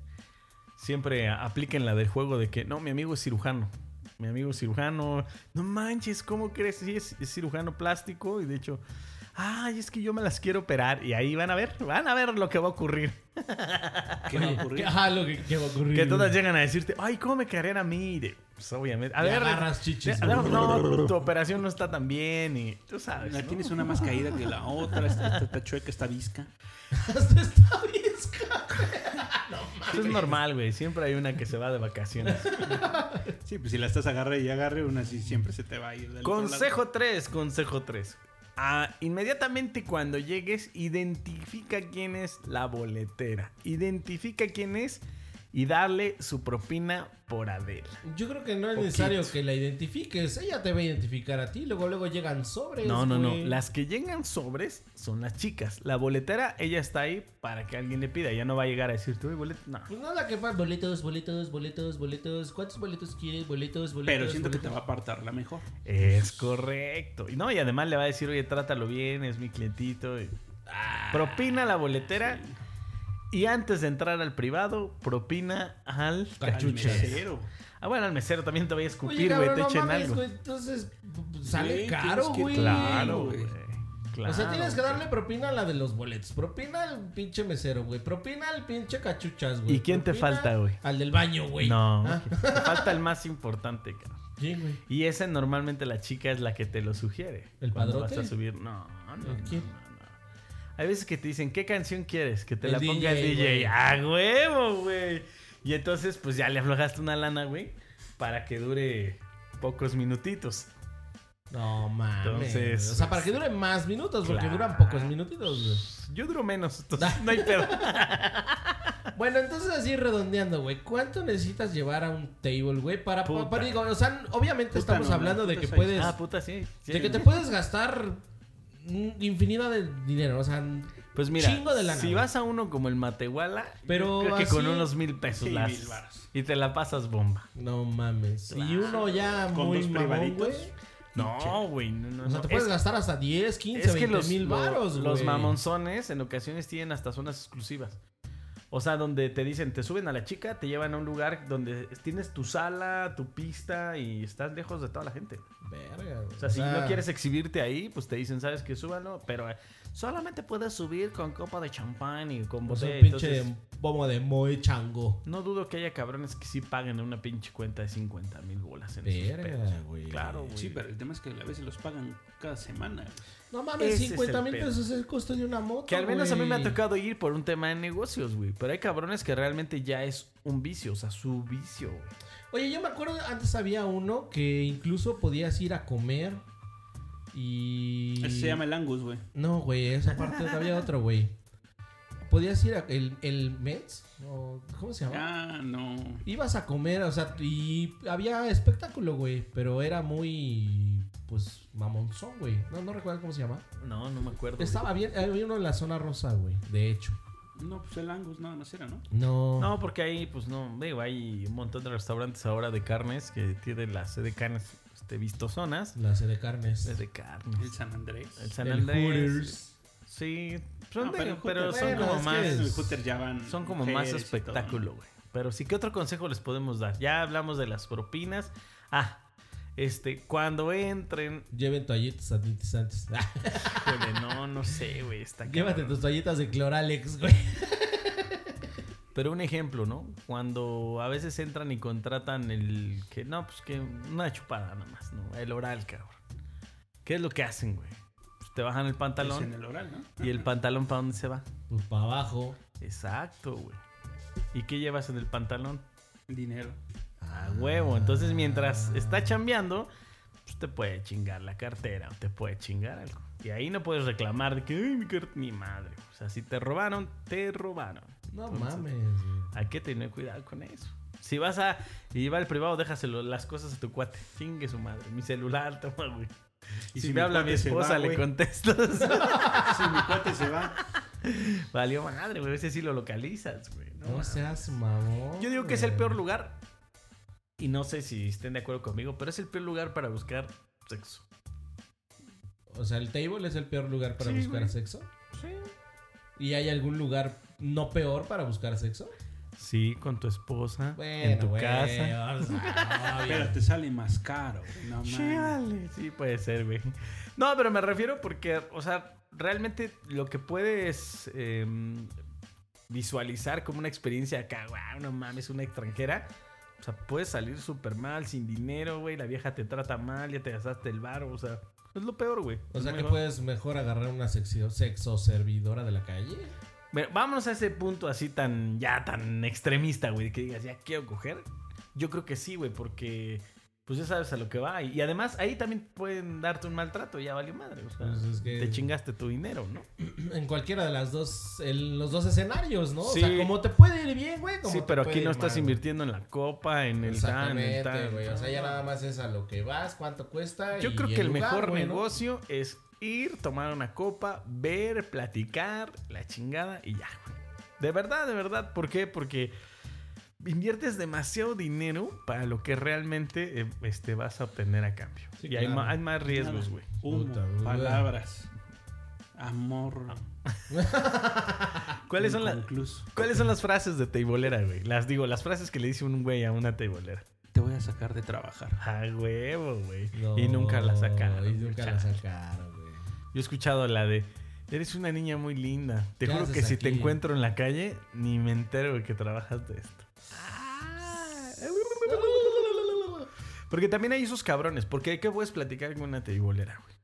Speaker 1: Siempre apliquen la del juego de que, no, mi amigo es cirujano. Mi amigo es cirujano. No manches, ¿cómo crees? Sí, es, es cirujano plástico. Y de hecho, ay, es que yo me las quiero operar. Y ahí van a ver, van a ver lo que va a ocurrir.
Speaker 2: ¿Qué va a ocurrir?
Speaker 3: Ajá, ah, lo que, que va a ocurrir.
Speaker 1: Que todas
Speaker 3: güey.
Speaker 1: llegan a decirte, ay, ¿cómo me querían a mí? Y de, pues obviamente. A
Speaker 3: Y
Speaker 1: ver,
Speaker 3: agarras chichis,
Speaker 1: a
Speaker 3: güey.
Speaker 1: ver, no, tu operación no está tan bien. Y tú sabes.
Speaker 2: La
Speaker 1: ¿no?
Speaker 2: tienes una más caída que la otra, esta, esta está chueca, esta visca.
Speaker 3: Hasta está visca.
Speaker 1: Eso es normal, güey. Siempre hay una que se va de vacaciones.
Speaker 2: Sí, pues si la estás agarre y agarre, una así siempre se te va a ir del otro lado.
Speaker 1: Consejo 3, consejo 3. inmediatamente cuando llegues, identifica quién es la boletera. Identifica quién es y darle su propina por Adela.
Speaker 3: Yo creo que no es necesario que la identifiques. Ella te va a identificar a ti. Luego, luego llegan sobres.
Speaker 1: No, no, no.
Speaker 3: Pues güey.
Speaker 1: Las que llegan sobres son las chicas. La boletera, ella está ahí para que alguien le pida. Ya no va a llegar a decir, tú, boleto. No.
Speaker 3: Pues no la que va. Boletos, boletos, boletos, boletos. ¿Cuántos boletos quieres? Boletos, boletos.
Speaker 2: Pero siento que te
Speaker 3: boletos.
Speaker 2: va a apartar la mejor.
Speaker 1: Es correcto. Y no, y además le va a decir, oye, trátalo bien, es mi clientito. Y-
Speaker 3: Ah,
Speaker 1: propina a la boletera. Y antes de entrar al privado, propina al
Speaker 3: Cachucha.
Speaker 1: al mesero.
Speaker 2: Mesero.
Speaker 1: Ah, bueno, al mesero también te voy a escupir,
Speaker 3: Oye,
Speaker 1: güey,
Speaker 3: cabrón,
Speaker 1: te
Speaker 3: no
Speaker 1: echen
Speaker 3: mames,
Speaker 1: algo.
Speaker 3: güey, entonces p- sale
Speaker 2: Güey,
Speaker 3: caro,
Speaker 2: tienes que-
Speaker 3: güey.
Speaker 1: Claro,
Speaker 2: güey.
Speaker 1: güey. Claro,
Speaker 3: o sea, tienes que
Speaker 1: güey.
Speaker 3: darle propina a la de los boletos. Propina al pinche mesero, güey. Propina al pinche cachuchas, güey.
Speaker 1: ¿Y quién te
Speaker 3: propina
Speaker 1: falta, güey?
Speaker 3: Al del baño, güey.
Speaker 1: No,
Speaker 3: Ah,
Speaker 1: güey, te falta el más importante, cabrón.
Speaker 3: ¿Quién, güey?
Speaker 1: Y esa normalmente la chica es la que te lo sugiere.
Speaker 3: ¿El
Speaker 1: cuando
Speaker 3: padrote?
Speaker 1: Vas a subir. No, no, no,
Speaker 3: ¿Quién?
Speaker 1: no, no. Hay veces que te dicen, ¿qué canción quieres? Que te
Speaker 3: El
Speaker 1: la ponga el
Speaker 3: DJ,
Speaker 1: DJ.
Speaker 3: güey.
Speaker 1: ¡A huevo, güey! Y entonces, pues ya le aflojaste una lana, güey, para que dure pocos minutitos.
Speaker 3: No mames.
Speaker 1: Entonces,
Speaker 3: güey. o sea, para
Speaker 2: este,
Speaker 3: que dure más minutos, porque
Speaker 1: claro.
Speaker 3: duran pocos minutitos, güey.
Speaker 1: Yo duro menos, entonces no hay pedo.
Speaker 3: Bueno, entonces así redondeando, güey, ¿cuánto necesitas llevar a un table, güey? Para, pa-
Speaker 1: Puta.
Speaker 3: para- digo, o sea, obviamente
Speaker 2: Puta,
Speaker 3: estamos
Speaker 2: no,
Speaker 3: hablando
Speaker 2: no,
Speaker 3: de
Speaker 2: puta,
Speaker 3: que
Speaker 2: soy-
Speaker 3: puedes,
Speaker 1: ah, puta, sí. sí.
Speaker 3: de que te puedes gastar un infinidad de dinero, o sea,
Speaker 1: Pues mira,
Speaker 3: chingo de lana,
Speaker 1: si
Speaker 3: güey.
Speaker 1: vas a uno como el Matehuala,
Speaker 3: Pero
Speaker 1: yo creo que con
Speaker 3: así-
Speaker 1: unos mil pesos
Speaker 2: Sí,
Speaker 1: la
Speaker 2: mil
Speaker 1: haces.
Speaker 2: varos.
Speaker 1: Y te la pasas bomba.
Speaker 3: no mames. Y uno ya
Speaker 2: Con
Speaker 3: muy
Speaker 2: dos
Speaker 3: mamón,
Speaker 2: privaditos.
Speaker 3: güey.
Speaker 1: No, güey. No, no,
Speaker 3: O sea,
Speaker 1: no.
Speaker 3: te puedes
Speaker 1: Es-
Speaker 3: gastar hasta 10, 15,
Speaker 1: Es que
Speaker 3: 20
Speaker 1: los,
Speaker 3: mil
Speaker 1: lo-
Speaker 3: varos, güey.
Speaker 1: los mamonzones en ocasiones tienen hasta zonas exclusivas. O sea, donde te dicen, te suben a la chica, te llevan a un lugar donde tienes tu sala, tu pista y estás lejos de toda la gente.
Speaker 3: Verga, güey.
Speaker 1: O sea, si no quieres exhibirte ahí, pues te dicen, sabes que súbalo, pero eh, solamente puedes subir con copa de champán y con
Speaker 3: o sea,
Speaker 1: botella.
Speaker 3: pues, un pinche
Speaker 1: entonces,
Speaker 3: pomo de moe chango.
Speaker 1: no dudo que haya cabrones que sí paguen una pinche cuenta de 50 mil bolas en esos
Speaker 3: Verga,
Speaker 1: pedos.
Speaker 3: güey.
Speaker 1: Claro, güey.
Speaker 2: Sí, pero el tema es que a veces los pagan cada semana.
Speaker 3: No mames,
Speaker 1: Ese es
Speaker 3: 50 mil
Speaker 1: el pedo.
Speaker 3: pesos es el costo de una moto.
Speaker 1: Que al menos a mí me ha
Speaker 3: güey.
Speaker 1: tocado ir por un tema de negocios, güey. Pero hay cabrones que realmente ya es un vicio, o sea, su vicio, güey.
Speaker 3: Oye, yo me acuerdo, antes había uno que incluso podías ir a comer y...
Speaker 2: Ese se llama el Angus, güey.
Speaker 3: No, güey, esa parte había otro, güey. Podías ir a... El, el Mets, o- ¿cómo se llama?
Speaker 2: Ah, no.
Speaker 3: Ibas a comer, o sea, y había espectáculo, güey, pero era muy, pues, mamonzón, güey. No, no recuerdo cómo se llama.
Speaker 1: No, no me acuerdo. güey.
Speaker 3: Estaba bien, había uno en la zona rosa, güey, de hecho.
Speaker 2: No, pues el Angus nada más era, ¿no?
Speaker 3: No.
Speaker 1: No, porque ahí, pues no, digo, hay un montón de restaurantes ahora de carnes que tienen las sede de carnes este, vistosonas.
Speaker 3: La sede de carnes.
Speaker 1: Es de
Speaker 2: El
Speaker 1: carnes.
Speaker 2: San Andrés.
Speaker 1: El San
Speaker 3: El
Speaker 1: Andrés.
Speaker 3: Hooters.
Speaker 1: Sí, son
Speaker 2: No,
Speaker 1: de-
Speaker 2: pero
Speaker 1: pero,
Speaker 2: Hooters-
Speaker 1: son
Speaker 3: Bueno,
Speaker 1: como
Speaker 3: es que
Speaker 1: más.
Speaker 2: En el Hooter ya van
Speaker 1: Son como más
Speaker 2: mujeres y todo, ¿no?
Speaker 1: espectáculo, güey. Pero sí, ¿qué otro consejo les podemos dar? Ya hablamos de las propinas. Ah, este, cuando entren
Speaker 3: Lleven toallitas sanitizantes.
Speaker 1: Híjole, no, no sé, güey. Está
Speaker 3: Llévate
Speaker 1: cabrón.
Speaker 3: tus toallitas de cloralex, güey.
Speaker 1: Pero un ejemplo, ¿no? Cuando a veces entran y contratan el que no, pues que una chupada nada más, ¿no? El oral, cabrón. ¿Qué es lo que hacen, güey? Pues te bajan el
Speaker 2: Es en
Speaker 1: pantalón
Speaker 2: el oral, ¿no?
Speaker 1: y el pantalón para dónde se va.
Speaker 3: Pues para abajo.
Speaker 1: Exacto, güey. ¿Y qué llevas en el pantalón?
Speaker 2: Dinero.
Speaker 1: A huevo. Entonces, mientras está chambeando, pues te puede chingar la cartera o te puede chingar algo. Y ahí no puedes reclamar de que, ay, mi cartera, mi madre. O sea, si te robaron, te robaron.
Speaker 3: No
Speaker 1: Entonces,
Speaker 3: mames, güey.
Speaker 1: Hay que tener cuidado con eso. Si vas a y va al privado, déjaselo las cosas a tu cuate. Chingue su madre. Mi celular, toma, güey.
Speaker 2: Y
Speaker 1: Y
Speaker 2: si
Speaker 1: si,
Speaker 2: mi
Speaker 1: me habla mi
Speaker 2: cuate se
Speaker 1: esposa,
Speaker 2: va,
Speaker 1: le
Speaker 2: güey.
Speaker 1: contestas.
Speaker 2: Si mi cuate se va.
Speaker 1: Valió madre, güey. A veces sí lo localizas, güey. No
Speaker 3: No
Speaker 1: mames.
Speaker 3: seas mamón.
Speaker 1: Yo digo que es el
Speaker 3: güey.
Speaker 1: peor lugar. Y no sé si estén de acuerdo conmigo, pero es el peor lugar para buscar sexo.
Speaker 3: O sea, el table es el peor lugar para
Speaker 1: Sí,
Speaker 3: buscar
Speaker 1: güey.
Speaker 3: sexo.
Speaker 1: Sí.
Speaker 3: ¿Y hay algún lugar no peor para buscar sexo?
Speaker 1: Sí, con tu esposa,
Speaker 3: Bueno,
Speaker 1: en tu
Speaker 3: güey,
Speaker 1: casa.
Speaker 3: o sea, no,
Speaker 2: Pero
Speaker 3: bien.
Speaker 2: te sale más caro. güey, No
Speaker 1: Sí,
Speaker 2: mames.
Speaker 1: vale. Sí, puede ser, güey. No, pero me refiero porque, o sea, realmente lo que puedes eh, visualizar como una experiencia acá, wow, no mames, una extranjera. O sea, puedes salir súper mal, sin dinero, güey. La vieja te trata mal, ya te gastaste el bar, o sea, es lo peor, güey.
Speaker 3: O
Speaker 1: Es
Speaker 3: sea,
Speaker 1: muy
Speaker 3: que
Speaker 1: bajo.
Speaker 3: puedes mejor agarrar una sexo, sexo servidora de la calle.
Speaker 1: Bueno, vámonos a ese punto así tan, ya tan extremista, güey, que digas, ya quiero coger. Yo creo que sí, güey, porque pues ya sabes a lo que va. Y, y además ahí también pueden darte un maltrato, ya valió madre. O sea,
Speaker 3: Pues es que-
Speaker 1: te chingaste tu dinero, ¿no?
Speaker 3: En cualquiera de las dos, en los dos escenarios, ¿no? O sea,
Speaker 1: Sí.
Speaker 3: como te puede ir bien, güey. como
Speaker 1: Sí,
Speaker 3: te
Speaker 1: pero
Speaker 3: puede
Speaker 1: aquí
Speaker 3: ir
Speaker 1: no estás
Speaker 3: mal, güey.
Speaker 1: invirtiendo en la copa, en el tan, en el
Speaker 3: Exactamente,
Speaker 1: tan.
Speaker 3: güey. O sea, ya nada más es a lo que vas, cuánto cuesta.
Speaker 1: Yo
Speaker 3: y
Speaker 1: creo que el
Speaker 3: lugar,
Speaker 1: mejor
Speaker 3: güey, ¿no?
Speaker 1: negocio es ir, tomar una copa, ver, platicar, la chingada y ya. güey. De verdad, de verdad. ¿Por qué? Porque inviertes demasiado dinero para lo que realmente eh, este, vas a obtener a cambio.
Speaker 3: Sí,
Speaker 1: y hay,
Speaker 3: claro.
Speaker 1: ma- hay más riesgos,
Speaker 2: Nada.
Speaker 1: güey.
Speaker 2: Humo,
Speaker 3: Puta, güey.
Speaker 2: palabras, amor.
Speaker 1: ¿Cuáles son, la-
Speaker 2: inconcluso.
Speaker 1: ¿Cuáles son las frases de teibolera, güey? Las digo, las frases que le dice un güey a una teibolera.
Speaker 2: Te voy a sacar de trabajar.
Speaker 1: A huevo, güey.
Speaker 3: No,
Speaker 1: y nunca la sacaron.
Speaker 3: Y nunca la
Speaker 1: Chale.
Speaker 3: sacaron, güey.
Speaker 1: Yo he escuchado la de. Eres una niña muy linda. Te
Speaker 3: ¿Qué
Speaker 1: juro que
Speaker 3: haces
Speaker 1: si te
Speaker 3: aquí?
Speaker 1: encuentro en la calle, ni me entero de que trabajas de esto. Porque también hay esos cabrones. Porque ¿de qué puedes platicar con una teibolera, güey?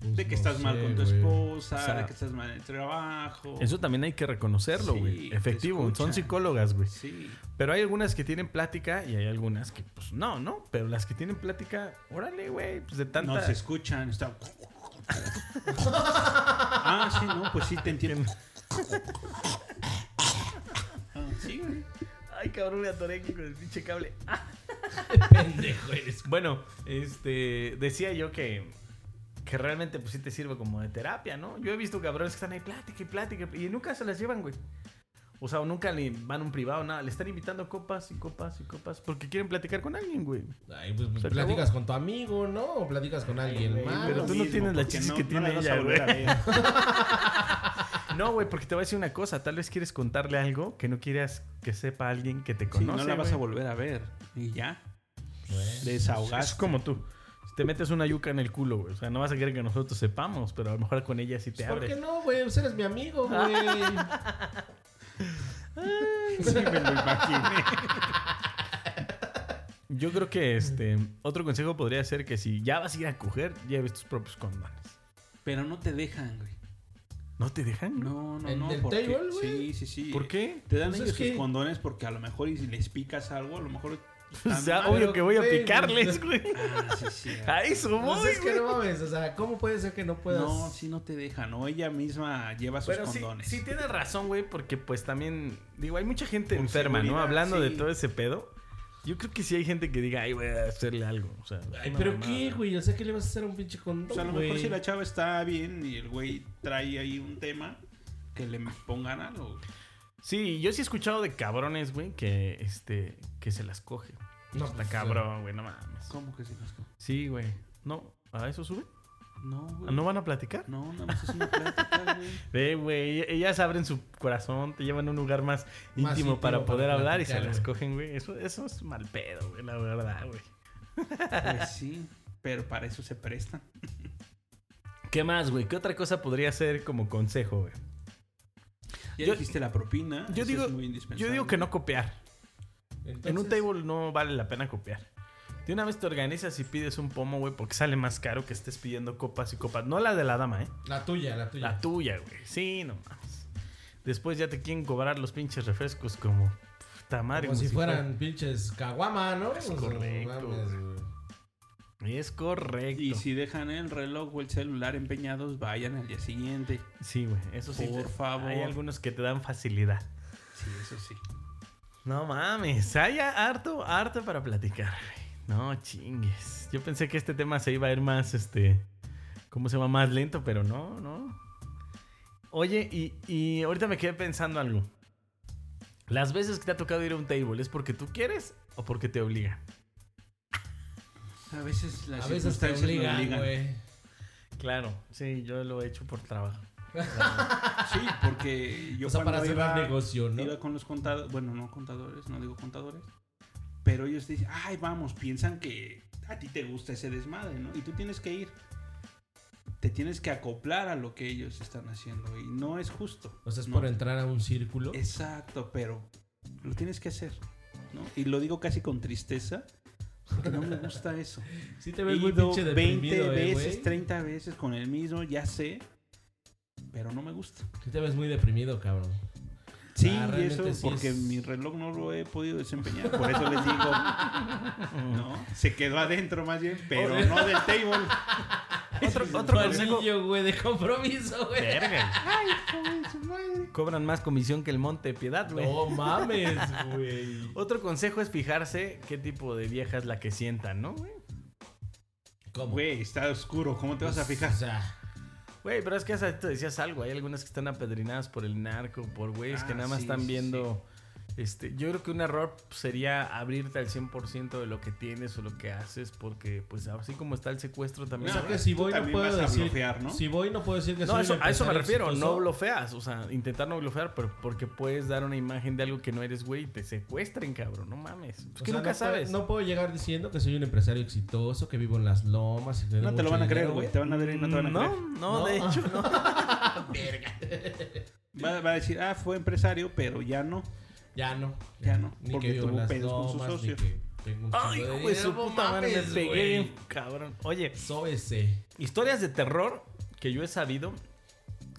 Speaker 3: Pues
Speaker 2: De que
Speaker 3: no
Speaker 2: estás mal
Speaker 3: sé,
Speaker 2: con tu
Speaker 3: güey.
Speaker 2: esposa,
Speaker 1: O sea,
Speaker 2: de que estás mal en el trabajo.
Speaker 1: Oh. Eso también hay que reconocerlo,
Speaker 2: Sí,
Speaker 1: güey.
Speaker 2: te
Speaker 1: Efectivo. Son
Speaker 2: escuchan.
Speaker 1: psicólogas, güey.
Speaker 2: Sí.
Speaker 1: Pero hay algunas que tienen plática y hay algunas que, pues, no, ¿no? Pero las que tienen plática, órale, güey. Pues de tanta...
Speaker 2: No se escuchan. Está... ah, sí, no, pues sí te entiendo. Ah, sí, güey.
Speaker 1: Ay, cabrón, me atoré aquí con el pinche cable.
Speaker 3: Pendejo eres.
Speaker 1: Bueno, este decía yo que, que realmente pues sí te sirve como de terapia, ¿no? Yo he visto cabrones que están ahí plática y plática y nunca se las llevan, güey. O sea, o nunca le van a un privado, nada. Le están invitando copas y copas y copas porque quieren platicar con alguien, güey.
Speaker 3: Ay, pues, pues,
Speaker 1: Se acabó.
Speaker 3: platicas con tu amigo, ¿no? O platicas con alguien
Speaker 1: güey,
Speaker 3: más.
Speaker 1: pero
Speaker 2: Lo
Speaker 1: tú no tienes las
Speaker 2: porque
Speaker 1: chichis que tiene
Speaker 2: las vas a
Speaker 1: ella,
Speaker 2: volver a
Speaker 1: güey.
Speaker 2: ver.
Speaker 1: No, güey, porque te voy a decir una cosa. Tal vez quieres contarle algo que no quieras que sepa alguien que te
Speaker 2: Sí,
Speaker 1: conoce.
Speaker 2: no la vas a
Speaker 1: güey.
Speaker 2: volver a ver. Y ya, Pues,
Speaker 3: Güey.
Speaker 1: Es
Speaker 2: desahogaste.
Speaker 1: como tú. Si te metes una yuca en el culo, güey. O sea, no vas a querer que nosotros sepamos, pero a lo mejor con ella sí te
Speaker 3: Pues, ¿Por
Speaker 1: abres.
Speaker 3: qué no, güey? Pues eres mi amigo, güey.
Speaker 2: Sí, me lo imaginé.
Speaker 1: Yo creo que este otro consejo podría ser que si ya vas a ir a coger, lleves tus propios condones.
Speaker 2: Pero no te dejan, güey.
Speaker 1: ¿No te dejan?
Speaker 2: No, no,
Speaker 3: ¿En
Speaker 2: no.
Speaker 3: el
Speaker 2: porque-
Speaker 3: table, güey?
Speaker 2: Sí, sí, sí.
Speaker 1: ¿Por qué?
Speaker 2: Te dan
Speaker 3: Pues
Speaker 2: ellos
Speaker 3: es que-
Speaker 2: sus condones porque a lo mejor y si les picas algo, a lo mejor.
Speaker 1: O sea,
Speaker 2: Ah,
Speaker 1: obvio
Speaker 3: pero,
Speaker 1: que voy a
Speaker 3: güey,
Speaker 1: picarles, güey.
Speaker 2: Ah, sí, sí.
Speaker 1: A eso voy,
Speaker 3: Pues es que
Speaker 1: güey.
Speaker 3: no mames, o sea, ¿cómo puede ser que no puedas?
Speaker 2: No, si no te dejan. O ella misma lleva sus
Speaker 1: Pero sí,
Speaker 2: condones.
Speaker 1: sí tienes razón, güey, porque pues también, digo, hay mucha gente
Speaker 2: Por
Speaker 1: enferma, ¿no?
Speaker 2: seguridad,
Speaker 1: Hablando de
Speaker 2: sí.
Speaker 1: todo ese pedo. Yo creo que sí hay gente que diga, ay, voy a hacerle algo. O sea,
Speaker 3: Ay,
Speaker 1: una
Speaker 3: pero
Speaker 1: mamada,
Speaker 3: qué, güey. O sea, ¿qué le vas a hacer a un pinche condón?
Speaker 2: O sea, Pues, a lo mejor
Speaker 3: güey?
Speaker 2: si la chava está bien y el güey trae ahí un tema, que le pongan algo. güey.
Speaker 1: Sí, yo sí he escuchado de cabrones, güey, que este, que se las coge.
Speaker 3: No,
Speaker 1: Está
Speaker 3: pues,
Speaker 1: cabrón, güey, no mames.
Speaker 2: ¿Cómo que si las co-
Speaker 1: Sí, güey. No, ¿a eso sube?
Speaker 2: No, güey.
Speaker 1: ¿Ah, ¿No van a platicar?
Speaker 2: No, nada más es una plática, güey.
Speaker 1: Ve, güey, ellas abren su corazón, te llevan a un lugar más,
Speaker 3: Más
Speaker 1: íntimo
Speaker 3: íntimo
Speaker 1: para
Speaker 3: para
Speaker 1: poder hablar y se
Speaker 3: platicar,
Speaker 1: las
Speaker 3: güey.
Speaker 1: cogen, güey. Eso, eso es mal pedo, güey, la verdad, güey.
Speaker 2: Pues sí, pero para eso se prestan.
Speaker 1: ¿Qué más, güey? ¿Qué otra cosa podría ser como consejo, güey?
Speaker 2: Ya
Speaker 1: Yo-
Speaker 2: dijiste la propina.
Speaker 1: Yo
Speaker 2: eso
Speaker 1: digo,
Speaker 2: es muy
Speaker 1: yo
Speaker 2: indispensable.
Speaker 1: digo que no copiar.
Speaker 3: Entonces,
Speaker 1: En un table no vale la pena copiar. De una vez te organizas y pides un pomo, güey, porque sale más caro que estés pidiendo copas y copas. No la de la dama, ¿eh?
Speaker 3: La tuya, la tuya.
Speaker 1: La tuya, güey. Sí, no mames. Después ya te quieren cobrar los pinches refrescos como... Puta madre,
Speaker 3: Como si
Speaker 1: fuera-
Speaker 3: fueran pinches caguama, ¿no? O sea, no
Speaker 1: correcto,
Speaker 3: mames, güey.
Speaker 1: Es correcto.
Speaker 2: Y si dejan el reloj o el celular empeñados, vayan al día siguiente.
Speaker 1: Sí, güey, eso sí.
Speaker 2: Por
Speaker 1: te-
Speaker 2: favor.
Speaker 1: Hay algunos que te dan facilidad.
Speaker 2: Sí, eso sí.
Speaker 1: No mames, hay a- harto, harto para platicar. güey. No chingues. Yo pensé que este tema se iba a ir más, este, ¿cómo se llama? Más lento, pero no, no. Oye, y, y ahorita me quedé pensando algo. Las veces que te ha tocado ir a un table, ¿es porque tú quieres o porque te obliga?
Speaker 2: A veces las
Speaker 3: A veces te
Speaker 2: circunstancias me
Speaker 3: obligan, güey.
Speaker 1: Claro, sí, yo lo he hecho por trabajo.
Speaker 2: Sí, porque yo
Speaker 3: O sea, para
Speaker 2: cuando
Speaker 3: cerrar
Speaker 2: iba-
Speaker 3: negocio, ¿no?
Speaker 2: Iba con los contadores, bueno, no contadores, no digo contadores, pero ellos dicen, ay, vamos, piensan que a ti te gusta ese desmadre, ¿no? Y tú tienes que ir. Te tienes que acoplar a lo que ellos están haciendo y no es justo.
Speaker 3: O sea, es
Speaker 2: ¿no?
Speaker 3: por entrar a un círculo.
Speaker 2: Exacto, pero lo tienes que hacer, ¿no? Y lo digo casi con tristeza, porque no me gusta eso.
Speaker 3: Sí te
Speaker 2: He
Speaker 3: ves muy
Speaker 2: ido
Speaker 3: pinche
Speaker 2: 20
Speaker 3: deprimido, eh,
Speaker 2: veces,
Speaker 3: güey.
Speaker 2: 30 veces con el mismo, ya sé, pero no me gusta.
Speaker 3: Sí te ves muy deprimido, cabrón.
Speaker 2: Sí,
Speaker 3: Ah,
Speaker 2: y
Speaker 3: realmente
Speaker 2: eso
Speaker 3: sí
Speaker 2: porque
Speaker 3: es-
Speaker 2: mi reloj no lo he podido desempeñar. Por eso les digo, ¿no? Se quedó adentro más bien, pero no del table.
Speaker 1: Otro, otro consejo.
Speaker 3: Anillo, güey, de compromiso, güey.
Speaker 6: Verga.
Speaker 1: Cobran más comisión que el monte de piedad, güey.
Speaker 3: No mames, güey.
Speaker 1: Otro consejo es fijarse qué tipo de vieja es la que sientan, ¿no, güey?
Speaker 3: ¿Cómo?
Speaker 2: Güey, está oscuro. ¿Cómo te vas a fijar?
Speaker 3: O sea,
Speaker 1: Güey, pero es que hasta te decías algo. Hay algunas que están apedrinadas por el narco, por güeyes que
Speaker 2: Ah,
Speaker 1: nada más
Speaker 2: sí,
Speaker 1: están
Speaker 2: sí,
Speaker 1: viendo. Este, yo creo que un error sería abrirte al 100% de lo que tienes o lo que haces, porque pues así como está el secuestro
Speaker 3: o
Speaker 1: también.
Speaker 3: sea
Speaker 2: No,
Speaker 3: que si
Speaker 2: tú
Speaker 3: voy no
Speaker 2: también
Speaker 3: puedo
Speaker 2: vas a
Speaker 3: decir.
Speaker 2: bloquear, ¿no?
Speaker 3: Si voy no puedo decir que
Speaker 1: No,
Speaker 3: soy
Speaker 1: eso-
Speaker 3: un
Speaker 1: a eso me
Speaker 3: empresario
Speaker 1: refiero,
Speaker 3: exitoso.
Speaker 1: no blofeas, o sea, intentar no blofear, pero porque puedes dar una imagen de algo que no eres, güey, y te secuestren, cabrón, no mames. Es
Speaker 3: O
Speaker 1: que nunca
Speaker 3: sea, no puedo-
Speaker 1: sabes.
Speaker 3: no puedo llegar diciendo que soy un empresario exitoso, que vivo en las lomas. y que tengo
Speaker 2: No te lo
Speaker 3: mucho
Speaker 2: van a creer,
Speaker 3: dinero,
Speaker 2: güey. Te van a ver y no te van a creer.
Speaker 1: no, no, de
Speaker 3: No.
Speaker 1: hecho, no.
Speaker 2: Va, va a decir, ah, fue empresario, pero ya no.
Speaker 3: Ya no.
Speaker 2: Ya no,
Speaker 3: Ni
Speaker 2: porque
Speaker 3: que vivo en
Speaker 2: tuvo
Speaker 3: las
Speaker 2: pedos con su
Speaker 3: lomas,
Speaker 2: socio.
Speaker 3: ni que tengo un
Speaker 1: Ay,
Speaker 3: chingo de
Speaker 1: güey, su
Speaker 3: dinero,
Speaker 1: puta madre, me
Speaker 3: mames,
Speaker 1: pegué,
Speaker 3: güey.
Speaker 1: bien, cabrón. Oye,
Speaker 3: Sóbese.
Speaker 1: Historias de terror que yo he sabido.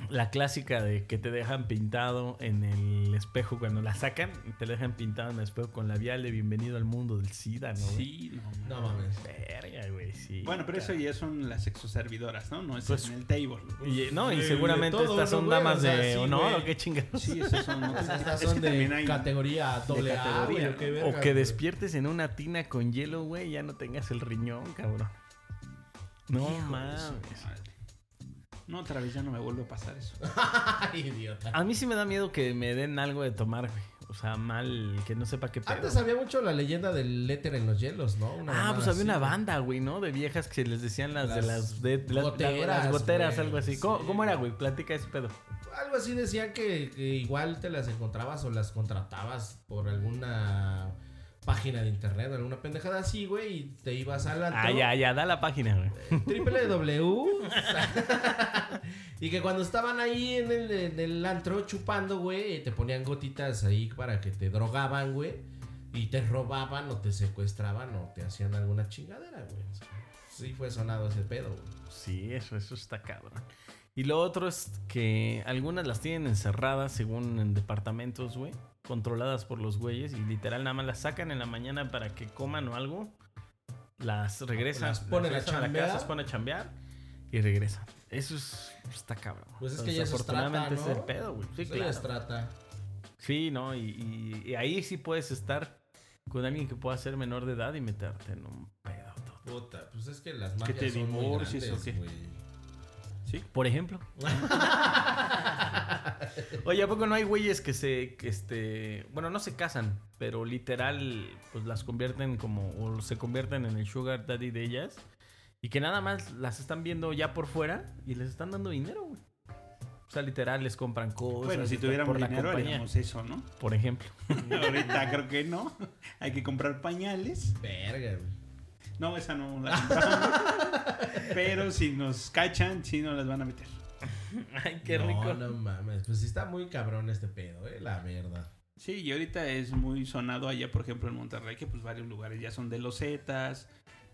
Speaker 1: La clásica de que te dejan pintado en el espejo cuando la sacan, te dejan pintado en el espejo con labial de bienvenido al mundo del SIDA, ¿no? güey?
Speaker 2: Sí, no. man.
Speaker 3: No mames.
Speaker 1: Verga, güey, sí.
Speaker 2: Bueno, pero eso
Speaker 1: cabrón.
Speaker 2: ya son las exoservidoras, ¿no? No, eso
Speaker 1: Pues-
Speaker 2: es en el table.
Speaker 1: Y, no, y
Speaker 3: De-
Speaker 1: seguramente
Speaker 3: de todo,
Speaker 1: estas son
Speaker 3: ¿no, güey?
Speaker 1: damas
Speaker 3: O sea,
Speaker 1: de
Speaker 3: sí,
Speaker 1: honor
Speaker 3: güey.
Speaker 1: o qué chingados.
Speaker 2: Sí, esas son.
Speaker 3: O sea, estas
Speaker 2: es
Speaker 3: son
Speaker 2: que
Speaker 3: de
Speaker 2: también hay.
Speaker 3: categoría doble A,
Speaker 2: categoría,
Speaker 3: güey,
Speaker 2: ¿no?
Speaker 3: qué
Speaker 1: O
Speaker 3: verga,
Speaker 1: que
Speaker 3: güey.
Speaker 1: despiertes en una tina con hielo, güey, y ya no tengas el riñón, cabrón. No mames.
Speaker 2: Madre. Ah, No, otra vez ya no me vuelve a pasar eso.
Speaker 1: Pues
Speaker 3: Ay, idiota.
Speaker 1: A mí sí me da miedo que me den algo de tomar, güey. O sea, mal, que no sepa qué pedo.
Speaker 3: Antes había mucho la leyenda del éter en los hielos, ¿no? Una
Speaker 1: Ah,
Speaker 3: mamada
Speaker 1: pues había
Speaker 3: así,
Speaker 1: una
Speaker 3: güey.
Speaker 1: banda, güey, ¿no? De viejas que les decían las, de
Speaker 3: Las
Speaker 1: las, de, de las
Speaker 3: goteras,
Speaker 1: las goteras,
Speaker 3: güey.
Speaker 1: algo así. ¿Cómo,
Speaker 3: Sí,
Speaker 1: cómo era,
Speaker 3: güey.
Speaker 1: güey? Platica ese pedo.
Speaker 3: Algo así decían que, que igual te las encontrabas o las contratabas por alguna página de internet, alguna pendejada así, güey, y te ibas al antro.
Speaker 1: Ah, ya, ya, da la página, güey.
Speaker 3: Triple W. y que cuando estaban ahí en el, en el antro chupando, güey, te ponían gotitas ahí para que te drogaban, güey. Y te robaban o te secuestraban o te hacían alguna chingadera, güey. Sí fue sonado ese pedo, güey.
Speaker 1: Sí, eso, eso está cabrón. Y lo otro es que algunas las tienen encerradas según en departamentos, güey. Controladas por los güeyes y literal nada más las sacan en la mañana para que coman o algo. Las regresan,
Speaker 3: Ah, Las ponen a
Speaker 1: regresan a, la
Speaker 3: chambear.
Speaker 1: casa, las ponen a chambear y regresan. Eso es, está cabrón.
Speaker 3: Pues es que ya eso es trata,
Speaker 1: Desafortunadamente
Speaker 3: ¿no?
Speaker 1: es el pedo, güey. Sí,
Speaker 3: Eso ya
Speaker 1: claro.
Speaker 3: es Pues, trata.
Speaker 1: Sí, no, y, y- y ahí sí puedes estar con alguien que pueda ser menor de edad y meterte en un pedo.
Speaker 3: Puta, pues es que las
Speaker 2: Que
Speaker 3: magias
Speaker 2: te
Speaker 3: son muy
Speaker 2: divorcies
Speaker 3: grandes,
Speaker 2: o qué.
Speaker 3: güey.
Speaker 1: Por ejemplo. Oye, ¿a poco no hay güeyes que se, que este, bueno, no se casan, pero literal, pues las convierten como, o se convierten en el sugar daddy de ellas? Y que nada más las están viendo ya por fuera y les están dando dinero, güey. O sea, literal, les compran cosas.
Speaker 2: Bueno, si
Speaker 1: están
Speaker 2: tuviéramos
Speaker 1: por la
Speaker 2: dinero
Speaker 1: compañía,
Speaker 2: haríamos eso, ¿no?
Speaker 1: Por ejemplo.
Speaker 2: Ahorita creo que no. Hay que comprar pañales.
Speaker 3: Verga, güey.
Speaker 2: No, esa no la compramos. Pero si nos cachan, sí nos las van a meter.
Speaker 1: Ay, qué
Speaker 3: no,
Speaker 1: rico.
Speaker 3: No mames, pues sí está muy cabrón este pedo, eh, la verdad.
Speaker 2: Sí, y ahorita es muy sonado allá, por ejemplo, en Monterrey, que pues varios lugares ya son de losetas.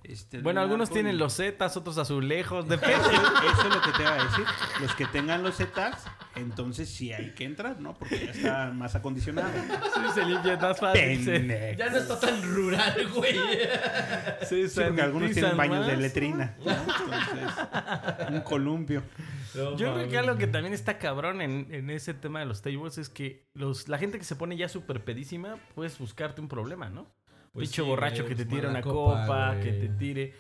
Speaker 2: Este,
Speaker 1: Bueno,
Speaker 2: del
Speaker 1: algunos
Speaker 2: narco,
Speaker 1: tienen
Speaker 2: y-
Speaker 1: losetas, otros azulejos, depende.
Speaker 2: Eso, eso es lo que te iba a decir. Los que tengan losetas, entonces sí hay que entrar, ¿no? Porque ya está más acondicionado.
Speaker 1: Sí, se limpia más fácil. se-
Speaker 2: Pendejo.
Speaker 3: Ya no está tan rural, güey.
Speaker 1: se
Speaker 2: Sí, porque algunos
Speaker 1: sanitizan
Speaker 2: tienen baños de
Speaker 1: más.
Speaker 2: letrina. ¿no? Entonces, un columpio.
Speaker 3: No
Speaker 1: Yo creo
Speaker 3: mames.
Speaker 1: que algo que también está cabrón en, en ese tema de los tables es que los, la gente que se pone ya súper pedísima, puedes buscarte un problema, ¿no?
Speaker 3: Pues
Speaker 1: Pinche
Speaker 3: sí,
Speaker 1: borracho que
Speaker 3: güey,
Speaker 1: te
Speaker 3: pues,
Speaker 1: tire
Speaker 3: mala
Speaker 1: una copa,
Speaker 3: güey.
Speaker 1: que te tire.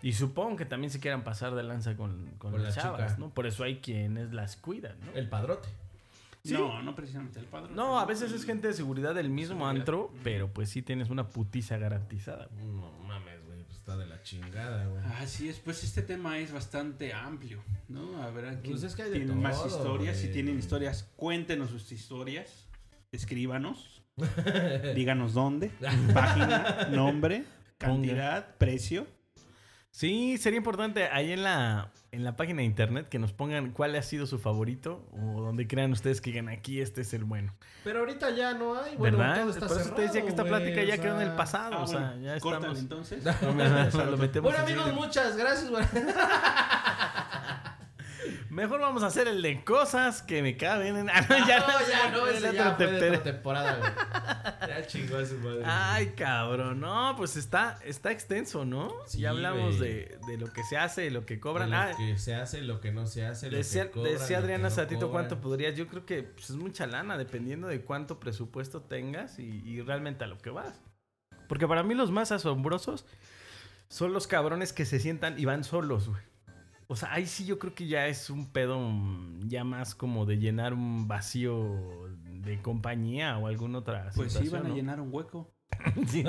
Speaker 1: Y supongo que también se quieran pasar de lanza con, con
Speaker 3: Con
Speaker 1: las
Speaker 3: la
Speaker 1: chavas,
Speaker 3: chica.
Speaker 1: ¿no? Por eso hay quienes las cuidan, ¿no?
Speaker 3: El padrote.
Speaker 1: Sí.
Speaker 2: No, no precisamente el padrón.
Speaker 1: No, a veces es gente de seguridad del mismo
Speaker 3: Seguridad.
Speaker 1: antro, pero pues sí tienes una putiza garantizada. güey.
Speaker 3: No mames, güey, pues está de la chingada, güey.
Speaker 2: Así es, pues este tema es bastante amplio, ¿no? A ver, aquí
Speaker 3: Pues es que hay de
Speaker 2: tienen más
Speaker 3: todo,
Speaker 2: historias. Si
Speaker 3: güey.
Speaker 2: tienen historias, cuéntenos sus historias. Escríbanos. díganos dónde. Página, nombre, cantidad, precio.
Speaker 1: Sí, sería importante ahí en la, en la página de internet que nos pongan cuál ha sido su favorito o donde crean ustedes que digan aquí este es el bueno.
Speaker 3: Pero ahorita ya no hay, güey.
Speaker 1: ¿Verdad?
Speaker 3: Todo está
Speaker 1: Por eso te decía que esta
Speaker 3: cerrado,
Speaker 1: plática
Speaker 3: güey,
Speaker 1: ya
Speaker 3: o
Speaker 1: quedó en el
Speaker 3: sea.
Speaker 1: pasado.
Speaker 2: Ah,
Speaker 1: o sea,
Speaker 2: bueno,
Speaker 1: ya
Speaker 2: córtale,
Speaker 1: estamos.
Speaker 2: entonces.
Speaker 1: No, me- lo metemos
Speaker 3: Bueno,
Speaker 1: así.
Speaker 3: amigos, muchas gracias, güey.
Speaker 1: Mejor vamos a hacer el de cosas que me caben en. Ah, no,
Speaker 3: Ya,
Speaker 1: ya
Speaker 3: no, ya, no,
Speaker 1: el
Speaker 3: ese
Speaker 1: otro
Speaker 3: ya fue de
Speaker 1: tepere.
Speaker 3: otra temporada, güey. Ya chingó a su madre.
Speaker 1: Ay, cabrón. No, pues está, está extenso, ¿no?
Speaker 3: Sí,
Speaker 1: ya hablamos
Speaker 3: güey.
Speaker 1: de, de lo que se hace, de lo que
Speaker 3: De
Speaker 1: cobran.
Speaker 3: lo
Speaker 1: Ah,
Speaker 3: que se hace, lo que no se hace. lo
Speaker 1: decía,
Speaker 3: que cobran,
Speaker 1: decía
Speaker 3: lo que
Speaker 1: Adriana
Speaker 3: no
Speaker 1: Satito
Speaker 3: cobran.
Speaker 1: cuánto podrías. Yo creo que pues, es mucha lana, dependiendo de cuánto presupuesto tengas y, y realmente a lo que vas. Porque para mí los más asombrosos son los cabrones que se sientan y van solos, güey. O sea, ahí sí yo creo que ya es un pedo mm, ya más como de llenar un vacío de compañía o alguna otra
Speaker 2: Pues sí,
Speaker 1: situación,
Speaker 2: van a
Speaker 1: ¿no?
Speaker 2: llenar un hueco.
Speaker 1: Sí.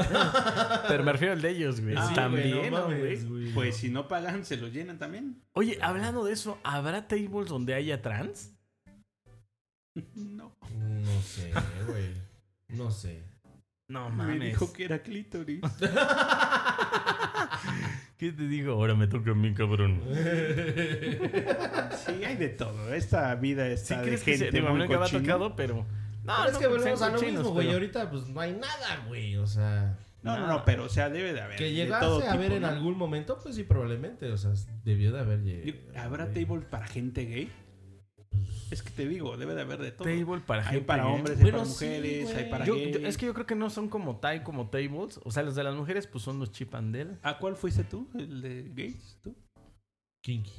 Speaker 1: Pero me refiero al de ellos, güey.
Speaker 2: Ah, sí,
Speaker 1: También,
Speaker 3: no
Speaker 1: ¿no, Eh, güey?
Speaker 3: mames, güey.
Speaker 2: Pues si no pagan, se los llenan también.
Speaker 1: Oye, hablando de eso, ¿habrá tables donde haya trans?
Speaker 2: No.
Speaker 3: No sé, güey. No sé.
Speaker 1: No
Speaker 2: Me dijo que era clítoris.
Speaker 1: ¿Qué te digo? Ahora me toca a mí, cabrón.
Speaker 2: sí, hay de todo. Esta vida
Speaker 1: Sí,
Speaker 2: está de
Speaker 1: crees que
Speaker 2: gente
Speaker 1: se, digo, a mí
Speaker 2: muy
Speaker 1: nunca me ha
Speaker 2: cochina.
Speaker 1: tocado, pero. Ah,
Speaker 3: Pero es que volvemos
Speaker 1: sean
Speaker 3: a lo
Speaker 1: cochinos,
Speaker 3: mismo,
Speaker 1: pues,
Speaker 3: güey.
Speaker 1: pero-
Speaker 3: Ahorita pues no hay nada, güey. O sea,
Speaker 2: No, no,
Speaker 1: Nada.
Speaker 2: no, pero o sea, debe de haber.
Speaker 3: que
Speaker 2: de
Speaker 3: llegase
Speaker 2: todo
Speaker 3: a ver
Speaker 2: tipo,
Speaker 3: en
Speaker 2: ¿no?
Speaker 3: algún momento, pues sí, probablemente. O sea, debió de haber
Speaker 2: Yo-
Speaker 3: llegado.
Speaker 2: ¿Habrá
Speaker 3: güey.
Speaker 2: table para gente gay? Es que te digo, debe de haber de todo.
Speaker 1: Table para
Speaker 2: hay
Speaker 1: gente
Speaker 2: para
Speaker 1: gay.
Speaker 2: hombres, hay
Speaker 3: Bueno,
Speaker 2: para
Speaker 3: sí,
Speaker 2: mujeres,
Speaker 3: güey.
Speaker 2: hay para
Speaker 1: Yo-
Speaker 2: gay.
Speaker 1: yo- es que yo creo que no son como tal, como tables. O sea, los de las mujeres, pues son los chip and Dale.
Speaker 2: ¿A cuál fuiste tú? ¿El de gays? ¿Tú?
Speaker 3: Kinky.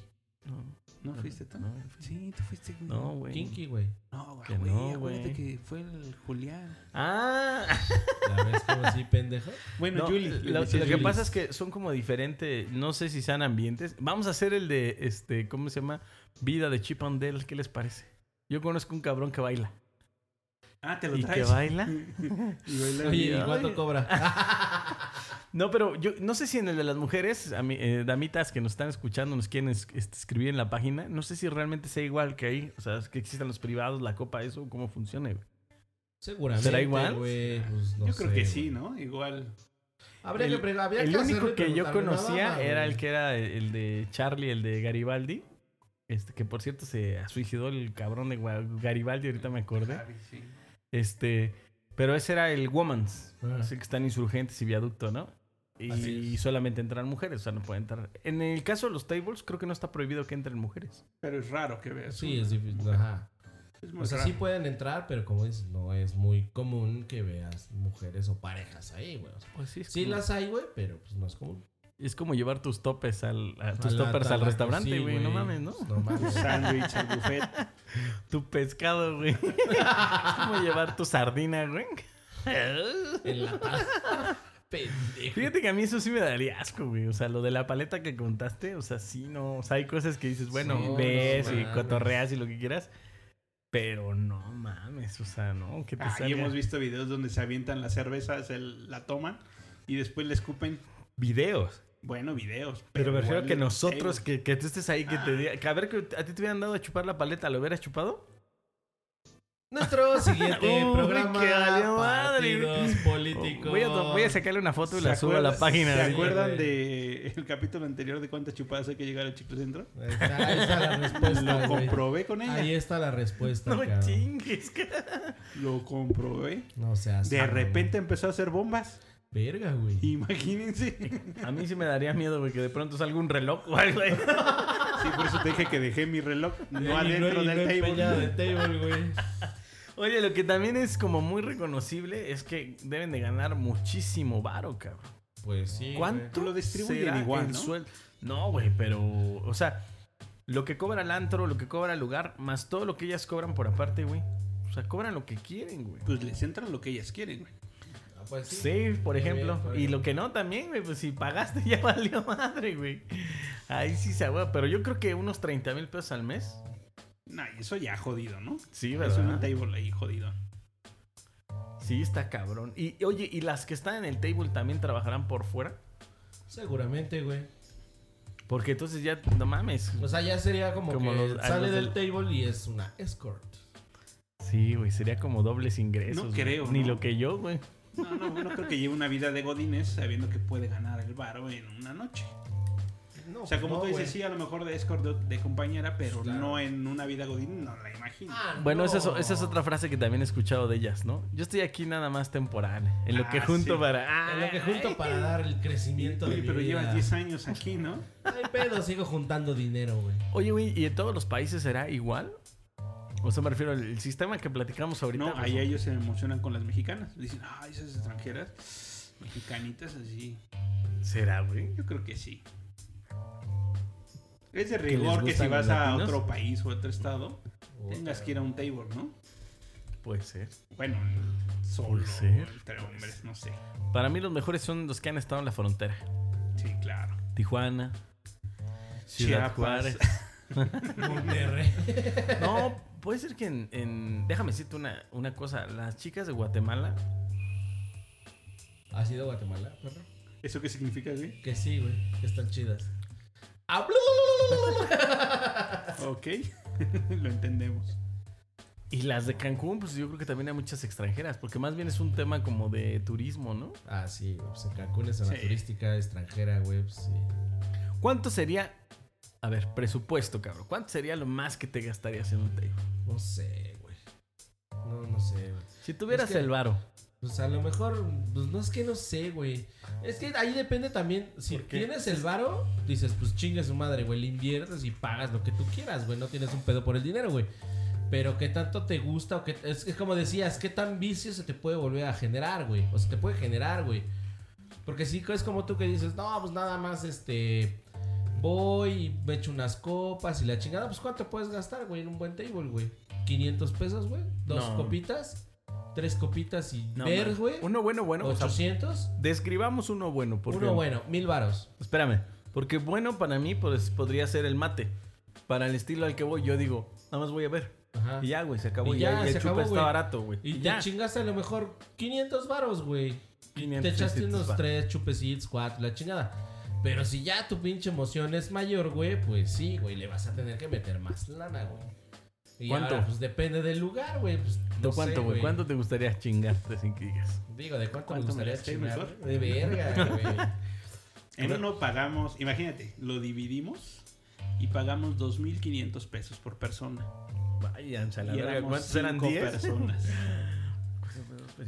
Speaker 1: No,
Speaker 2: ¿No fuiste tú?
Speaker 1: no,
Speaker 2: sí, tú fuiste. güey.
Speaker 1: no, güey.
Speaker 3: Kinky, güey.
Speaker 2: No,
Speaker 1: Que
Speaker 2: güey,
Speaker 1: no,
Speaker 2: acuérdate
Speaker 1: güey.
Speaker 2: que fue el Julián.
Speaker 1: Ah,
Speaker 3: ¿La ves como así, pendejo?
Speaker 2: Bueno,
Speaker 1: No, eh,
Speaker 2: Julie. le
Speaker 1: lo,
Speaker 2: decías
Speaker 1: lo que
Speaker 2: Julie.
Speaker 1: pasa es que son como diferentes, no sé si sean ambientes. Vamos a hacer el de, este, ¿cómo se llama? Vida de Chip and Dale, ¿qué les parece? Yo conozco un cabrón que baila.
Speaker 2: Ah, te lo
Speaker 1: ¿Y que
Speaker 2: traes.
Speaker 1: baila?
Speaker 2: Y baila
Speaker 3: Oye,
Speaker 2: bien.
Speaker 3: ¿y cuánto cobra?
Speaker 1: No, pero yo no sé si en el de las mujeres, a mí, eh, damitas que nos están escuchando, nos quieren es- este, escribir en la página, no sé si realmente sea igual que ahí, o sea, que existan los privados, la copa, eso, cómo funcione. güey.
Speaker 3: Seguramente.
Speaker 1: ¿Será igual?
Speaker 3: güey, pues, no
Speaker 2: Yo creo
Speaker 3: sé,
Speaker 2: que
Speaker 3: güey.
Speaker 2: sí, ¿no? Igual.
Speaker 3: Habría
Speaker 1: El-
Speaker 3: que pre- habría
Speaker 1: el
Speaker 3: que hacerlo
Speaker 1: único
Speaker 3: y
Speaker 1: que yo
Speaker 3: preguntarle, ¿no,
Speaker 1: conocía
Speaker 3: mamá,
Speaker 1: era
Speaker 3: güey?
Speaker 1: el que era el de Charlie, el de Garibaldi. Este, que por cierto se suicidó el cabrón de Gua- Garibaldi, ahorita me acordé.
Speaker 2: Javi, sí.
Speaker 1: Este, pero ese era el Woman's.
Speaker 3: Ah.
Speaker 1: Así que están insurgentes y viaducto, ¿no?
Speaker 2: Así
Speaker 1: Y solamente entran mujeres, o sea, no pueden entrar. En el caso de los tables, creo que no está prohibido que entren mujeres.
Speaker 2: Pero es raro que veas.
Speaker 3: Sí,
Speaker 2: una.
Speaker 3: es difícil. Ajá.
Speaker 2: Es muy
Speaker 3: O sea,
Speaker 2: raro.
Speaker 3: sí pueden entrar, pero como dices, no es muy común que veas mujeres o parejas ahí, güey. O sea,
Speaker 1: Pues sí, es,
Speaker 3: sí
Speaker 1: como,
Speaker 3: las hay, güey, pero pues no es común.
Speaker 1: es como llevar tus topes al, a- tus
Speaker 3: A la-
Speaker 1: toppers
Speaker 3: a
Speaker 1: al
Speaker 3: la-
Speaker 1: restaurante,
Speaker 3: sí,
Speaker 1: güey. no mames, ¿no?
Speaker 3: Pues, No mames.
Speaker 2: Sándwich, el buffet.
Speaker 1: Tu pescado, güey. es como llevar tu sardina, güey.
Speaker 3: en la taza. Pendejo.
Speaker 1: Fíjate que a mí eso sí me daría asco, güey. O sea, lo de la paleta que contaste, o sea, sí, no. O sea, hay cosas que dices, bueno,
Speaker 3: Sí,
Speaker 1: ves
Speaker 3: no
Speaker 1: y
Speaker 3: mames.
Speaker 1: cotorreas y lo que quieras. Pero no mames, o sea, no, que te
Speaker 2: Ahí
Speaker 1: salga.
Speaker 2: hemos visto videos donde se avientan las cervezas, el- la toman y después le escupen.
Speaker 1: videos.
Speaker 2: Bueno, videos.
Speaker 1: Pero me refiero
Speaker 2: igual eh,
Speaker 1: que nosotros,
Speaker 2: table.
Speaker 1: que, que tú estés ahí, que te diga, que a ver, que a ti te hubieran dado a chupar la paleta, ¿lo hubieras chupado?
Speaker 3: Nuestro siguiente
Speaker 1: Uy,
Speaker 3: programa.
Speaker 1: que valió madre.
Speaker 3: Partidos políticos.
Speaker 1: Voy a, voy a sacarle una foto y
Speaker 2: ¿Se
Speaker 1: la subo a
Speaker 2: acuerdan-
Speaker 1: la página.
Speaker 2: ¿Se
Speaker 1: güey.
Speaker 2: acuerdan
Speaker 3: güey.
Speaker 2: de el capítulo anterior de cuántas chupadas hay que llegar al Chico Centro?
Speaker 3: Ahí está, ahí está la respuesta.
Speaker 2: Lo
Speaker 3: güey.
Speaker 2: comprobé con ella.
Speaker 3: Ahí está la respuesta.
Speaker 1: No
Speaker 3: cabrón.
Speaker 1: chingues, que-
Speaker 2: Lo comprobé.
Speaker 3: No seas.
Speaker 2: De
Speaker 3: cabrón.
Speaker 2: repente empezó a hacer bombas.
Speaker 3: Verga, güey.
Speaker 2: Imagínense.
Speaker 1: A mí sí me daría miedo, güey, que de pronto salga un reloj o algo. ahí.
Speaker 2: Sí, por eso te dije que dejé mi reloj
Speaker 3: Y
Speaker 2: no adentro
Speaker 3: y
Speaker 2: del
Speaker 3: empeñado
Speaker 2: table.
Speaker 3: del table, güey.
Speaker 1: Oye, lo que también es como muy reconocible es que deben de ganar muchísimo varo, cabrón.
Speaker 3: Pues sí.
Speaker 1: ¿Cuánto
Speaker 2: Lo distribuyen
Speaker 1: será
Speaker 2: igual,
Speaker 1: el
Speaker 2: ¿no?
Speaker 1: suel- No, güey, pero. O sea, lo que cobra el antro, lo que cobra el lugar, más todo lo que ellas cobran por aparte, güey. O sea, cobran lo que quieren, güey.
Speaker 2: Pues les entran lo que ellas quieren, güey.
Speaker 3: Ah, pues sí.
Speaker 1: Sí, por
Speaker 3: Está
Speaker 1: ejemplo.
Speaker 3: bien, está
Speaker 1: Y
Speaker 3: bien.
Speaker 1: lo que no también, güey, pues si pagaste ya valió madre, güey. Ahí sí se agua. Pero yo creo que unos 30 mil pesos al mes.
Speaker 2: Nah, y eso ya jodido, ¿no?
Speaker 1: Sí,
Speaker 2: Es un
Speaker 1: ¿verdad?
Speaker 2: table ahí jodido.
Speaker 1: Sí, está cabrón. Y oye, ¿y las que están en el table también trabajarán por fuera?
Speaker 3: Seguramente, güey.
Speaker 1: Porque entonces ya, no mames.
Speaker 3: O sea, ya sería como,
Speaker 1: Como
Speaker 3: que
Speaker 1: los- a
Speaker 3: sale
Speaker 1: los
Speaker 3: del
Speaker 1: del-
Speaker 3: table y es una escort.
Speaker 1: Sí, güey, sería como dobles ingresos.
Speaker 2: No
Speaker 1: güey.
Speaker 2: creo,
Speaker 1: Ni
Speaker 2: ¿no?
Speaker 1: lo que yo, güey.
Speaker 2: No, no, no creo que lleve una vida de godines sabiendo que puede ganar el varo en una noche.
Speaker 3: no,
Speaker 2: O sea,
Speaker 3: pues
Speaker 2: como
Speaker 3: no,
Speaker 2: tú dices,
Speaker 3: güey.
Speaker 2: sí, a lo mejor de escort de, de compañera, pero
Speaker 3: Claro.
Speaker 2: no en una vida godín, no la imagino.
Speaker 3: Ah,
Speaker 1: Bueno,
Speaker 3: no.
Speaker 1: esa, es, esa es otra frase que también he escuchado de ellas, ¿no? Yo estoy aquí nada más temporal, en lo que
Speaker 2: Ah,
Speaker 1: junto
Speaker 2: sí.
Speaker 1: para... ah,
Speaker 3: En lo que junto para dar el crecimiento de
Speaker 2: Oye,
Speaker 3: mi
Speaker 2: pero
Speaker 3: vida.
Speaker 2: llevas 10 años aquí, ¿no?
Speaker 3: No hay pedo, sigo juntando dinero, güey.
Speaker 1: Oye, güey, ¿y en todos los países será igual? O sea, me refiero al el sistema que platicamos ahorita.
Speaker 2: No,
Speaker 1: pues,
Speaker 2: ahí ellos se emocionan con las mexicanas. Dicen, ah, esas extranjeras, mexicanitas así.
Speaker 1: ¿Será, güey?
Speaker 2: Yo creo que sí. Es de
Speaker 1: les
Speaker 2: rigor que
Speaker 1: gustan
Speaker 2: si vas
Speaker 1: los
Speaker 2: a
Speaker 1: latinos?
Speaker 2: otro país o otro estado,
Speaker 3: Oh,
Speaker 2: tengas que ir a un table, ¿no?
Speaker 1: Puede ser.
Speaker 2: Bueno, solo,
Speaker 1: Puede ser.
Speaker 2: entre hombres, no sé.
Speaker 1: Para mí los mejores son los que han estado en la frontera.
Speaker 2: Sí, claro.
Speaker 1: Tijuana, Ciudad
Speaker 2: Chiapas.
Speaker 1: Juárez.
Speaker 3: Monterrey.
Speaker 1: No, puede ser que en... en- Déjame decirte una, una cosa. Las chicas de Guatemala...
Speaker 3: ¿Has ido a Guatemala, perro?
Speaker 2: ¿Eso qué significa, güey?
Speaker 3: Que sí, güey. Que están chidas. ¡Hablo!
Speaker 2: Ok, lo entendemos.
Speaker 1: Y las de Cancún, pues yo creo que también hay muchas extranjeras, porque más bien es un tema como de turismo, ¿no?
Speaker 3: Ah, sí, güey. Pues en Cancún es zona
Speaker 2: Sí.
Speaker 3: turística extranjera, güey. pues sí.
Speaker 1: ¿Cuánto sería, a ver, presupuesto, cabrón? ¿Cuánto sería lo más que te gastarías en un table?
Speaker 3: No sé, güey. No, no sé, güey.
Speaker 1: Si tuvieras
Speaker 3: Es que-
Speaker 1: el varo.
Speaker 3: Pues a lo mejor, pues no es que no sé, güey. Es que ahí depende también. Si
Speaker 1: ¿Por qué?
Speaker 3: tienes el varo, dices, pues chingue su madre, güey. Le inviertes y pagas lo que tú quieras, güey. No tienes un pedo por el dinero, güey. Pero qué tanto te gusta o qué. Es, es como decías, qué tan vicio se te puede volver a generar, güey. O se te puede generar, güey. Porque si es como tú que dices, no, pues nada más este. Voy, y me echo unas copas y la chingada. Pues cuánto puedes gastar, güey, en un buen table, güey. 500 pesos, güey. Dos
Speaker 1: No.
Speaker 3: copitas. Tres copitas y
Speaker 1: No,
Speaker 3: ver,
Speaker 1: man.
Speaker 3: güey.
Speaker 1: Uno bueno, bueno. o sea,
Speaker 3: 800.
Speaker 1: describamos uno bueno, porque.
Speaker 3: Uno bueno, mil varos.
Speaker 1: Espérame. Porque bueno para mí pues, podría ser el mate. Para el estilo al que voy, yo digo, nada más voy a ver.
Speaker 3: Ajá.
Speaker 1: Y ya, güey, se acabó.
Speaker 3: Ah. Y
Speaker 1: Y
Speaker 3: ya,
Speaker 1: ya, y el
Speaker 3: se
Speaker 1: chupe
Speaker 3: acabó,
Speaker 1: está
Speaker 3: güey.
Speaker 1: barato, güey.
Speaker 3: Y
Speaker 1: ya.
Speaker 3: te chingaste a lo mejor 500 varos, güey. Y
Speaker 1: 500,
Speaker 3: Te echaste
Speaker 1: 600
Speaker 3: unos
Speaker 1: varos.
Speaker 3: tres chupecitos, cuatro, la chingada. Pero si ya tu pinche emoción es mayor, güey, pues sí, güey, le vas a tener que meter más lana, güey. Y
Speaker 1: ¿Cuánto?
Speaker 3: ahora, pues depende del lugar, güey. Pues, no
Speaker 1: ¿De
Speaker 3: sé,
Speaker 1: cuánto, güey? ¿Cuánto te gustaría chingarte sin que digas?
Speaker 3: Digo, ¿de cuánto,
Speaker 2: ¿Cuánto
Speaker 3: me
Speaker 2: me
Speaker 3: gustaría
Speaker 2: gasté
Speaker 3: chingar?
Speaker 2: mejor?
Speaker 3: De verga, güey.
Speaker 2: En uno pagamos, imagínate, lo dividimos y pagamos 2.500 pesos por persona.
Speaker 1: Vaya,
Speaker 2: y éramos
Speaker 1: ¿Cuántos eran
Speaker 2: cinco
Speaker 1: 10?
Speaker 2: personas.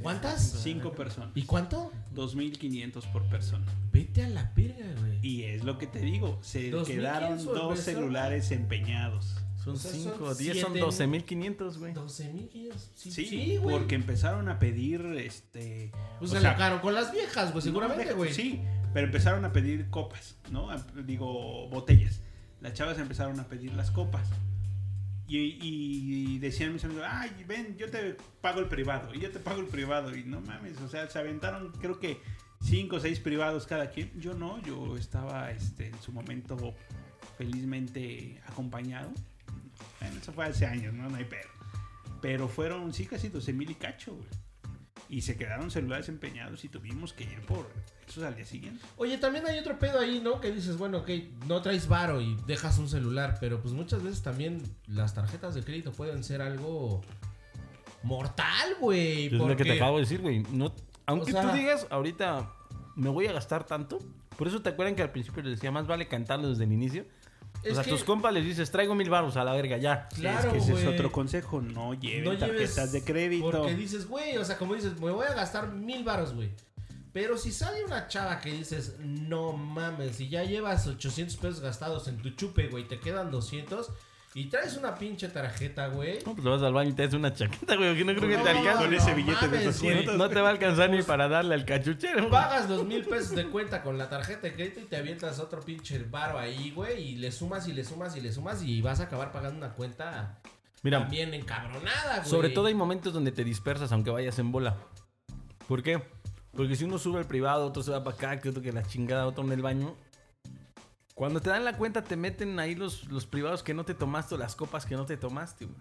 Speaker 3: ¿Cuántas?
Speaker 2: Cinco personas.
Speaker 3: ¿Y cuánto?
Speaker 2: 2.500 por persona.
Speaker 3: Vete a la verga, güey.
Speaker 2: Y es lo que te digo, se
Speaker 3: 2,500
Speaker 2: quedaron
Speaker 3: por
Speaker 2: dos
Speaker 3: persona.
Speaker 2: celulares empeñados.
Speaker 1: Son
Speaker 3: O sea, Pues son
Speaker 1: 5, 10 son
Speaker 3: siete-
Speaker 1: 12.500, güey.
Speaker 3: 12 mil Sí,
Speaker 2: Sí,
Speaker 3: sí, güey.
Speaker 2: porque empezaron a pedir este
Speaker 3: Pues
Speaker 2: o
Speaker 3: se
Speaker 2: sea,
Speaker 3: alocaron con las viejas, güey, pues, seguramente, güey.
Speaker 2: Sí, pero empezaron a pedir copas, ¿no? A- Digo, botellas. Las chavas empezaron a pedir las copas. Y, y decían mis amigos, ay, ven, yo te pago el privado, y yo te pago el privado, y no mames, o sea, se aventaron creo que cinco o seis privados cada quien. Yo no, yo estaba este, en su momento felizmente acompañado. Bueno, eso fue hace años, ¿no? No hay pedo. Pero fueron, sí, casi 12 mil y cacho, güey. Y se quedaron celulares empeñados y tuvimos que ir por esos al día siguiente.
Speaker 3: Oye, también hay otro pedo ahí, ¿no? Que dices, bueno, ok, no traes varo y dejas un celular, pero pues muchas veces también las tarjetas de crédito pueden ser algo mortal, güey.
Speaker 1: Es lo que
Speaker 3: porque-
Speaker 1: te acabo de decir, güey. No, aunque
Speaker 3: O sea-
Speaker 1: tú digas, ahorita me voy a gastar tanto. Por eso te acuerdan que al principio les decía, más vale cantarlo desde el inicio.
Speaker 3: Es
Speaker 1: o sea,
Speaker 3: que-
Speaker 1: tus compas les dices, traigo mil baros a la verga ya.
Speaker 3: Claro,
Speaker 2: es que ese es
Speaker 3: güey.
Speaker 2: otro consejo, no lleven
Speaker 3: no lleves
Speaker 2: tarjetas de crédito.
Speaker 3: Porque dices, güey, o sea, como dices, me voy a gastar mil varos, güey. Pero si sale una chava que dices, no mames, si ya llevas 800 pesos gastados en tu chupe, güey, te quedan 200 y traes una pinche tarjeta, güey.
Speaker 1: No, pues te vas al baño y te haces una chaqueta, güey. Que no creo que te alcance.
Speaker 2: Con ese billete de
Speaker 3: mames,
Speaker 2: 200.
Speaker 3: güey.
Speaker 1: No, te va a alcanzar ni para darle al cachuchero.
Speaker 3: Pagas los mil pesos de cuenta con la tarjeta de crédito y te avientas otro pinche varo ahí, güey. Y le sumas y le sumas y le sumas y vas a acabar pagando una cuenta
Speaker 1: Mira,
Speaker 3: también encabronada, güey.
Speaker 1: sobre todo hay momentos donde te dispersas aunque vayas en bola. ¿Por qué? Porque si uno sube al privado, otro se va para acá, que otro que la chingada, otro en el baño. Cuando te dan la cuenta, te meten ahí los, los privados que no te tomaste o las copas que no te tomaste, güey.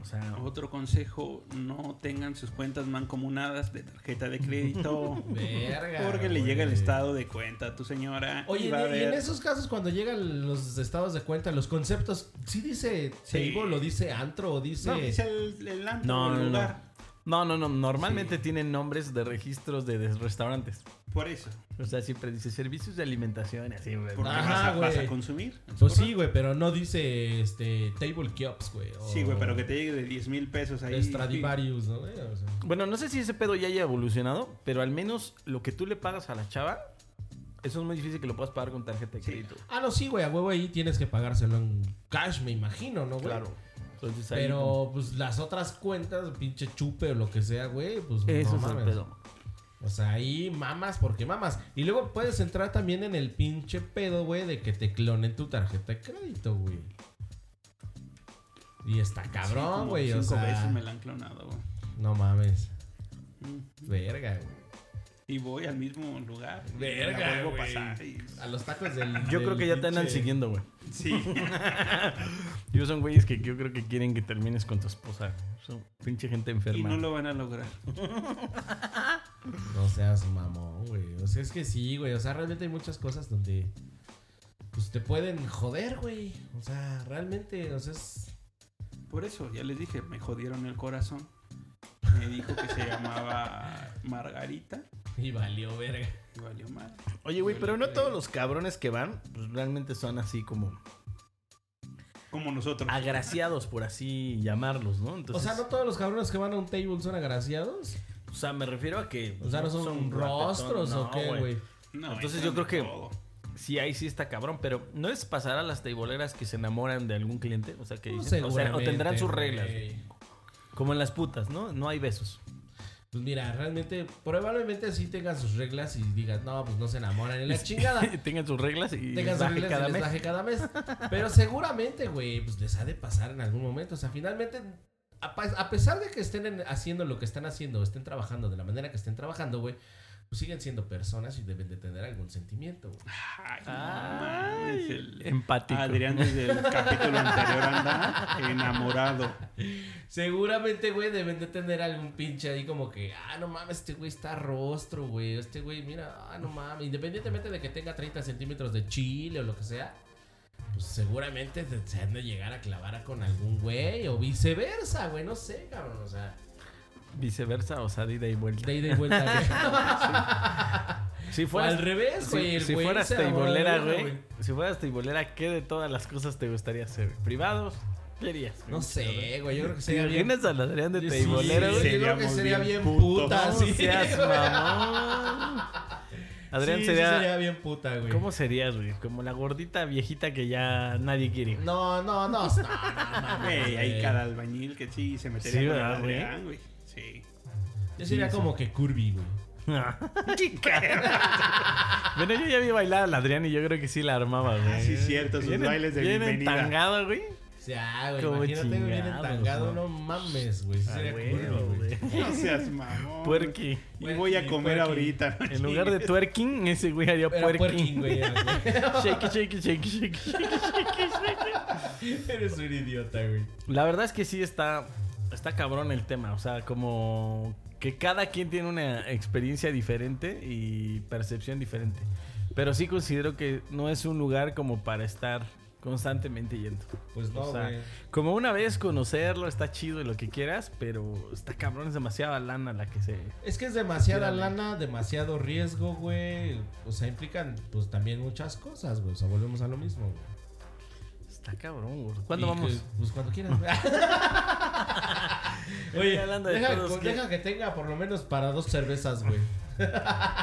Speaker 1: O sea,
Speaker 2: Otro consejo, no tengan sus cuentas mancomunadas de tarjeta de crédito.
Speaker 3: Verga,
Speaker 2: porque le
Speaker 3: güey.
Speaker 2: llega el estado de cuenta a tu señora.
Speaker 3: Oye,
Speaker 2: y va a
Speaker 3: y- y en
Speaker 2: haber-
Speaker 3: esos casos cuando llegan los estados de cuenta, los conceptos, ¿sí dice
Speaker 2: Sí.
Speaker 3: table o dice antro o dice...?
Speaker 2: No, es el, el antro,
Speaker 1: No, no,
Speaker 2: el
Speaker 1: no.
Speaker 2: lugar.
Speaker 1: No, no, no. Normalmente tienen nombres de registros de, de restaurantes.
Speaker 2: Por eso.
Speaker 1: O sea, siempre dice servicios de alimentación. Así, güey.
Speaker 2: Porque
Speaker 3: Ajá,
Speaker 2: vas, a, vas a
Speaker 3: güey.
Speaker 2: consumir. ¿es
Speaker 3: Pues sí,
Speaker 2: correcto?
Speaker 3: güey, pero no dice este Table Kiops, güey. o
Speaker 2: Sí, güey, pero que te llegue de 10 mil pesos ahí.
Speaker 3: Stradivarius, ¿no? güey? O sea,
Speaker 1: Bueno, no sé si ese pedo ya haya evolucionado, pero al menos lo que tú le pagas a la chava, eso es muy difícil que lo puedas pagar con tarjeta de
Speaker 2: Sí.
Speaker 1: crédito.
Speaker 3: Ah, no, sí, güey, a huevo ahí tienes que pagárselo en cash, me imagino, ¿no, güey?
Speaker 1: Claro. Entonces ahí como-
Speaker 3: Pero pues las otras cuentas, pinche chupe o lo que sea, güey, pues
Speaker 1: Eso
Speaker 3: no
Speaker 1: es el
Speaker 3: mames.
Speaker 1: pedo.
Speaker 3: O sea, ahí mamas porque mamas. Y luego puedes entrar también en el pinche pedo, güey, de que te clonen tu tarjeta de crédito, güey. Y está
Speaker 2: Sí,
Speaker 3: cabrón,
Speaker 2: como
Speaker 3: güey. o
Speaker 2: cinco
Speaker 3: sea,
Speaker 2: veces me la han clonado, güey.
Speaker 3: no mames.
Speaker 2: Mm.
Speaker 3: Verga, güey.
Speaker 2: Y voy al mismo lugar. y
Speaker 3: Verga,
Speaker 2: la vuelvo a
Speaker 3: güey.
Speaker 2: pasar. y-
Speaker 3: A los tacos del.
Speaker 1: Yo
Speaker 3: del
Speaker 1: creo que ya te andan
Speaker 3: pinche-
Speaker 1: siguiendo, güey.
Speaker 2: Sí.
Speaker 1: Yo son güeyes que yo creo que quieren que termines con tu esposa. Son pinche gente
Speaker 2: y
Speaker 1: enferma.
Speaker 2: no lo van a lograr.
Speaker 3: No seas mamón, güey. O sea, es que sí, güey. O sea, realmente hay muchas cosas donde. Pues te pueden joder, güey. O sea, realmente, o sea, es.
Speaker 2: Por eso, ya les dije, me jodieron el corazón. Me dijo que se llamaba Margarita.
Speaker 3: Y valió verga.
Speaker 2: Y valió mal.
Speaker 1: Oye, güey, pero no todos los cabrones que van pues, realmente son así como
Speaker 2: Como nosotros.
Speaker 1: Ah, agraciados, por así llamarlos, ¿no?
Speaker 3: o
Speaker 1: Entonces,
Speaker 3: sea, no todos los cabrones que van a un table son agraciados.
Speaker 1: o sea, me refiero a que...
Speaker 3: O sea, no son, rostros
Speaker 1: guapetón,
Speaker 3: o
Speaker 1: no,
Speaker 3: qué, güey.
Speaker 2: No,
Speaker 1: Entonces
Speaker 2: entran
Speaker 1: yo creo
Speaker 2: de
Speaker 1: que-
Speaker 2: todo.
Speaker 1: Sí, ahí sí está cabrón, pero ¿no les pasará a las teiboleras que se enamoran de algún cliente? O sea, que
Speaker 3: Pues
Speaker 1: dicen, o, sea, o
Speaker 3: seguramente,
Speaker 1: tendrán sus
Speaker 3: güey.
Speaker 1: reglas. Como en las putas, ¿no? No hay besos.
Speaker 3: Pues mira, realmente, probablemente sí tengan sus reglas y digas, no, pues no se enamoran en la chingada.
Speaker 1: Tengan sus reglas y
Speaker 3: tengan sus
Speaker 1: baje
Speaker 3: reglas
Speaker 1: cada
Speaker 3: y les
Speaker 1: mes.
Speaker 3: baje cada mes. Pero seguramente, güey, pues les ha de pasar en algún momento. O sea, finalmente, a, pa- a pesar de que estén en- haciendo lo que están haciendo, estén trabajando de la manera que estén trabajando, güey, pues siguen siendo personas y deben de tener algún sentimiento, güey.
Speaker 2: Ay, no
Speaker 1: Ay,
Speaker 2: mames, el-
Speaker 1: Ah, Empático.
Speaker 2: Adrián desde el capítulo anterior anda enamorado.
Speaker 3: Seguramente, güey, deben de tener algún pinche ahí como que, ah, no mames, este güey está rostro, güey. Este güey, mira, ah, no mames. Independientemente de que tenga 30 centímetros de chile o lo que sea, pues seguramente te- se han de llegar a clavar con algún güey o viceversa, güey. No sé, cabrón, o sea,
Speaker 1: Viceversa, o sea, de ida y vuelta.
Speaker 3: de ida y vuelta. güey.
Speaker 1: Si
Speaker 3: o
Speaker 1: fueras,
Speaker 3: al revés,
Speaker 1: si-
Speaker 3: güey. el
Speaker 1: si
Speaker 3: güey
Speaker 1: fueras
Speaker 3: se enamoró de
Speaker 1: teibolera,
Speaker 3: una,
Speaker 1: güey. Si fueras teibolera, ¿qué de todas las cosas te gustaría hacer? ¿Privados? ¿Qué harías? güey?
Speaker 3: No sé, güey, yo creo que
Speaker 1: ¿Te
Speaker 3: sería bien...
Speaker 1: imaginas al Adrián de
Speaker 3: Sí,
Speaker 1: teibolera,
Speaker 3: yo
Speaker 1: güey?
Speaker 3: creo que
Speaker 2: Seríamos
Speaker 3: sería bien
Speaker 2: bien
Speaker 3: puta,
Speaker 1: No
Speaker 3: Ah, sí.
Speaker 1: seas mamón. Adrián
Speaker 3: Sí, sí
Speaker 1: sería...
Speaker 3: sería bien puta, güey.
Speaker 1: ¿Cómo serías, güey? Como la gordita viejita que ya nadie quiere. güey.
Speaker 3: No, no, no, no, no, no, no,
Speaker 2: Güey, hay
Speaker 3: güey.
Speaker 2: cada albañil que sí se metería
Speaker 1: Sí,
Speaker 2: con el
Speaker 1: ¿verdad, güey?
Speaker 2: Adrián, güey. Sí.
Speaker 3: Yo sería como que curvy, güey.
Speaker 1: Qué cabrón. bueno, yo ya vi bailar al Adrián y yo creo que sí la armaba, güey.
Speaker 2: sí, cierto, sus bailes de
Speaker 1: bien
Speaker 2: bienvenida.
Speaker 1: entangado, güey.
Speaker 3: O sea, ah, güey,
Speaker 1: Como
Speaker 3: imagínate que viene
Speaker 1: chingados,
Speaker 3: tangado,
Speaker 1: ¿no?
Speaker 3: no mames, güey. Sí
Speaker 1: Ah,
Speaker 3: sería
Speaker 1: güey,
Speaker 3: curvy,
Speaker 1: güey.
Speaker 3: güey.
Speaker 2: No seas mamón.
Speaker 1: Puerqui.
Speaker 2: Y voy a
Speaker 3: Puerqui,
Speaker 2: comer
Speaker 3: puerqui.
Speaker 2: ahorita.
Speaker 1: En lugar de twerking, ese güey haría
Speaker 3: Era puerquín,
Speaker 1: puerking.
Speaker 3: güey. era, güey.
Speaker 1: Shake, shake, shake, shake, shake.
Speaker 3: Eres un idiota, güey.
Speaker 1: La verdad es que sí está, está cabrón el tema. O sea, como que cada quien tiene una experiencia diferente y percepción diferente. Pero sí considero que no es un lugar como para estar constantemente yendo.
Speaker 3: Pues no,
Speaker 1: O sea,
Speaker 3: güey.
Speaker 1: como una vez conocerlo, está chido y lo que quieras, pero está cabrón, es demasiada lana la que se...
Speaker 3: Es que es demasiada
Speaker 1: Tírale.
Speaker 3: lana, demasiado riesgo, güey. O sea, implican, pues, también muchas cosas, güey. O sea, volvemos a lo mismo, güey.
Speaker 1: Está cabrón, güey. ¿Cuándo
Speaker 3: Y
Speaker 1: vamos?
Speaker 3: que, pues cuando quieras, güey. Oye,
Speaker 1: Estoy hablando de
Speaker 3: deja,
Speaker 1: todos
Speaker 3: con-
Speaker 1: que-
Speaker 3: deja que tenga por lo menos para dos cervezas, güey.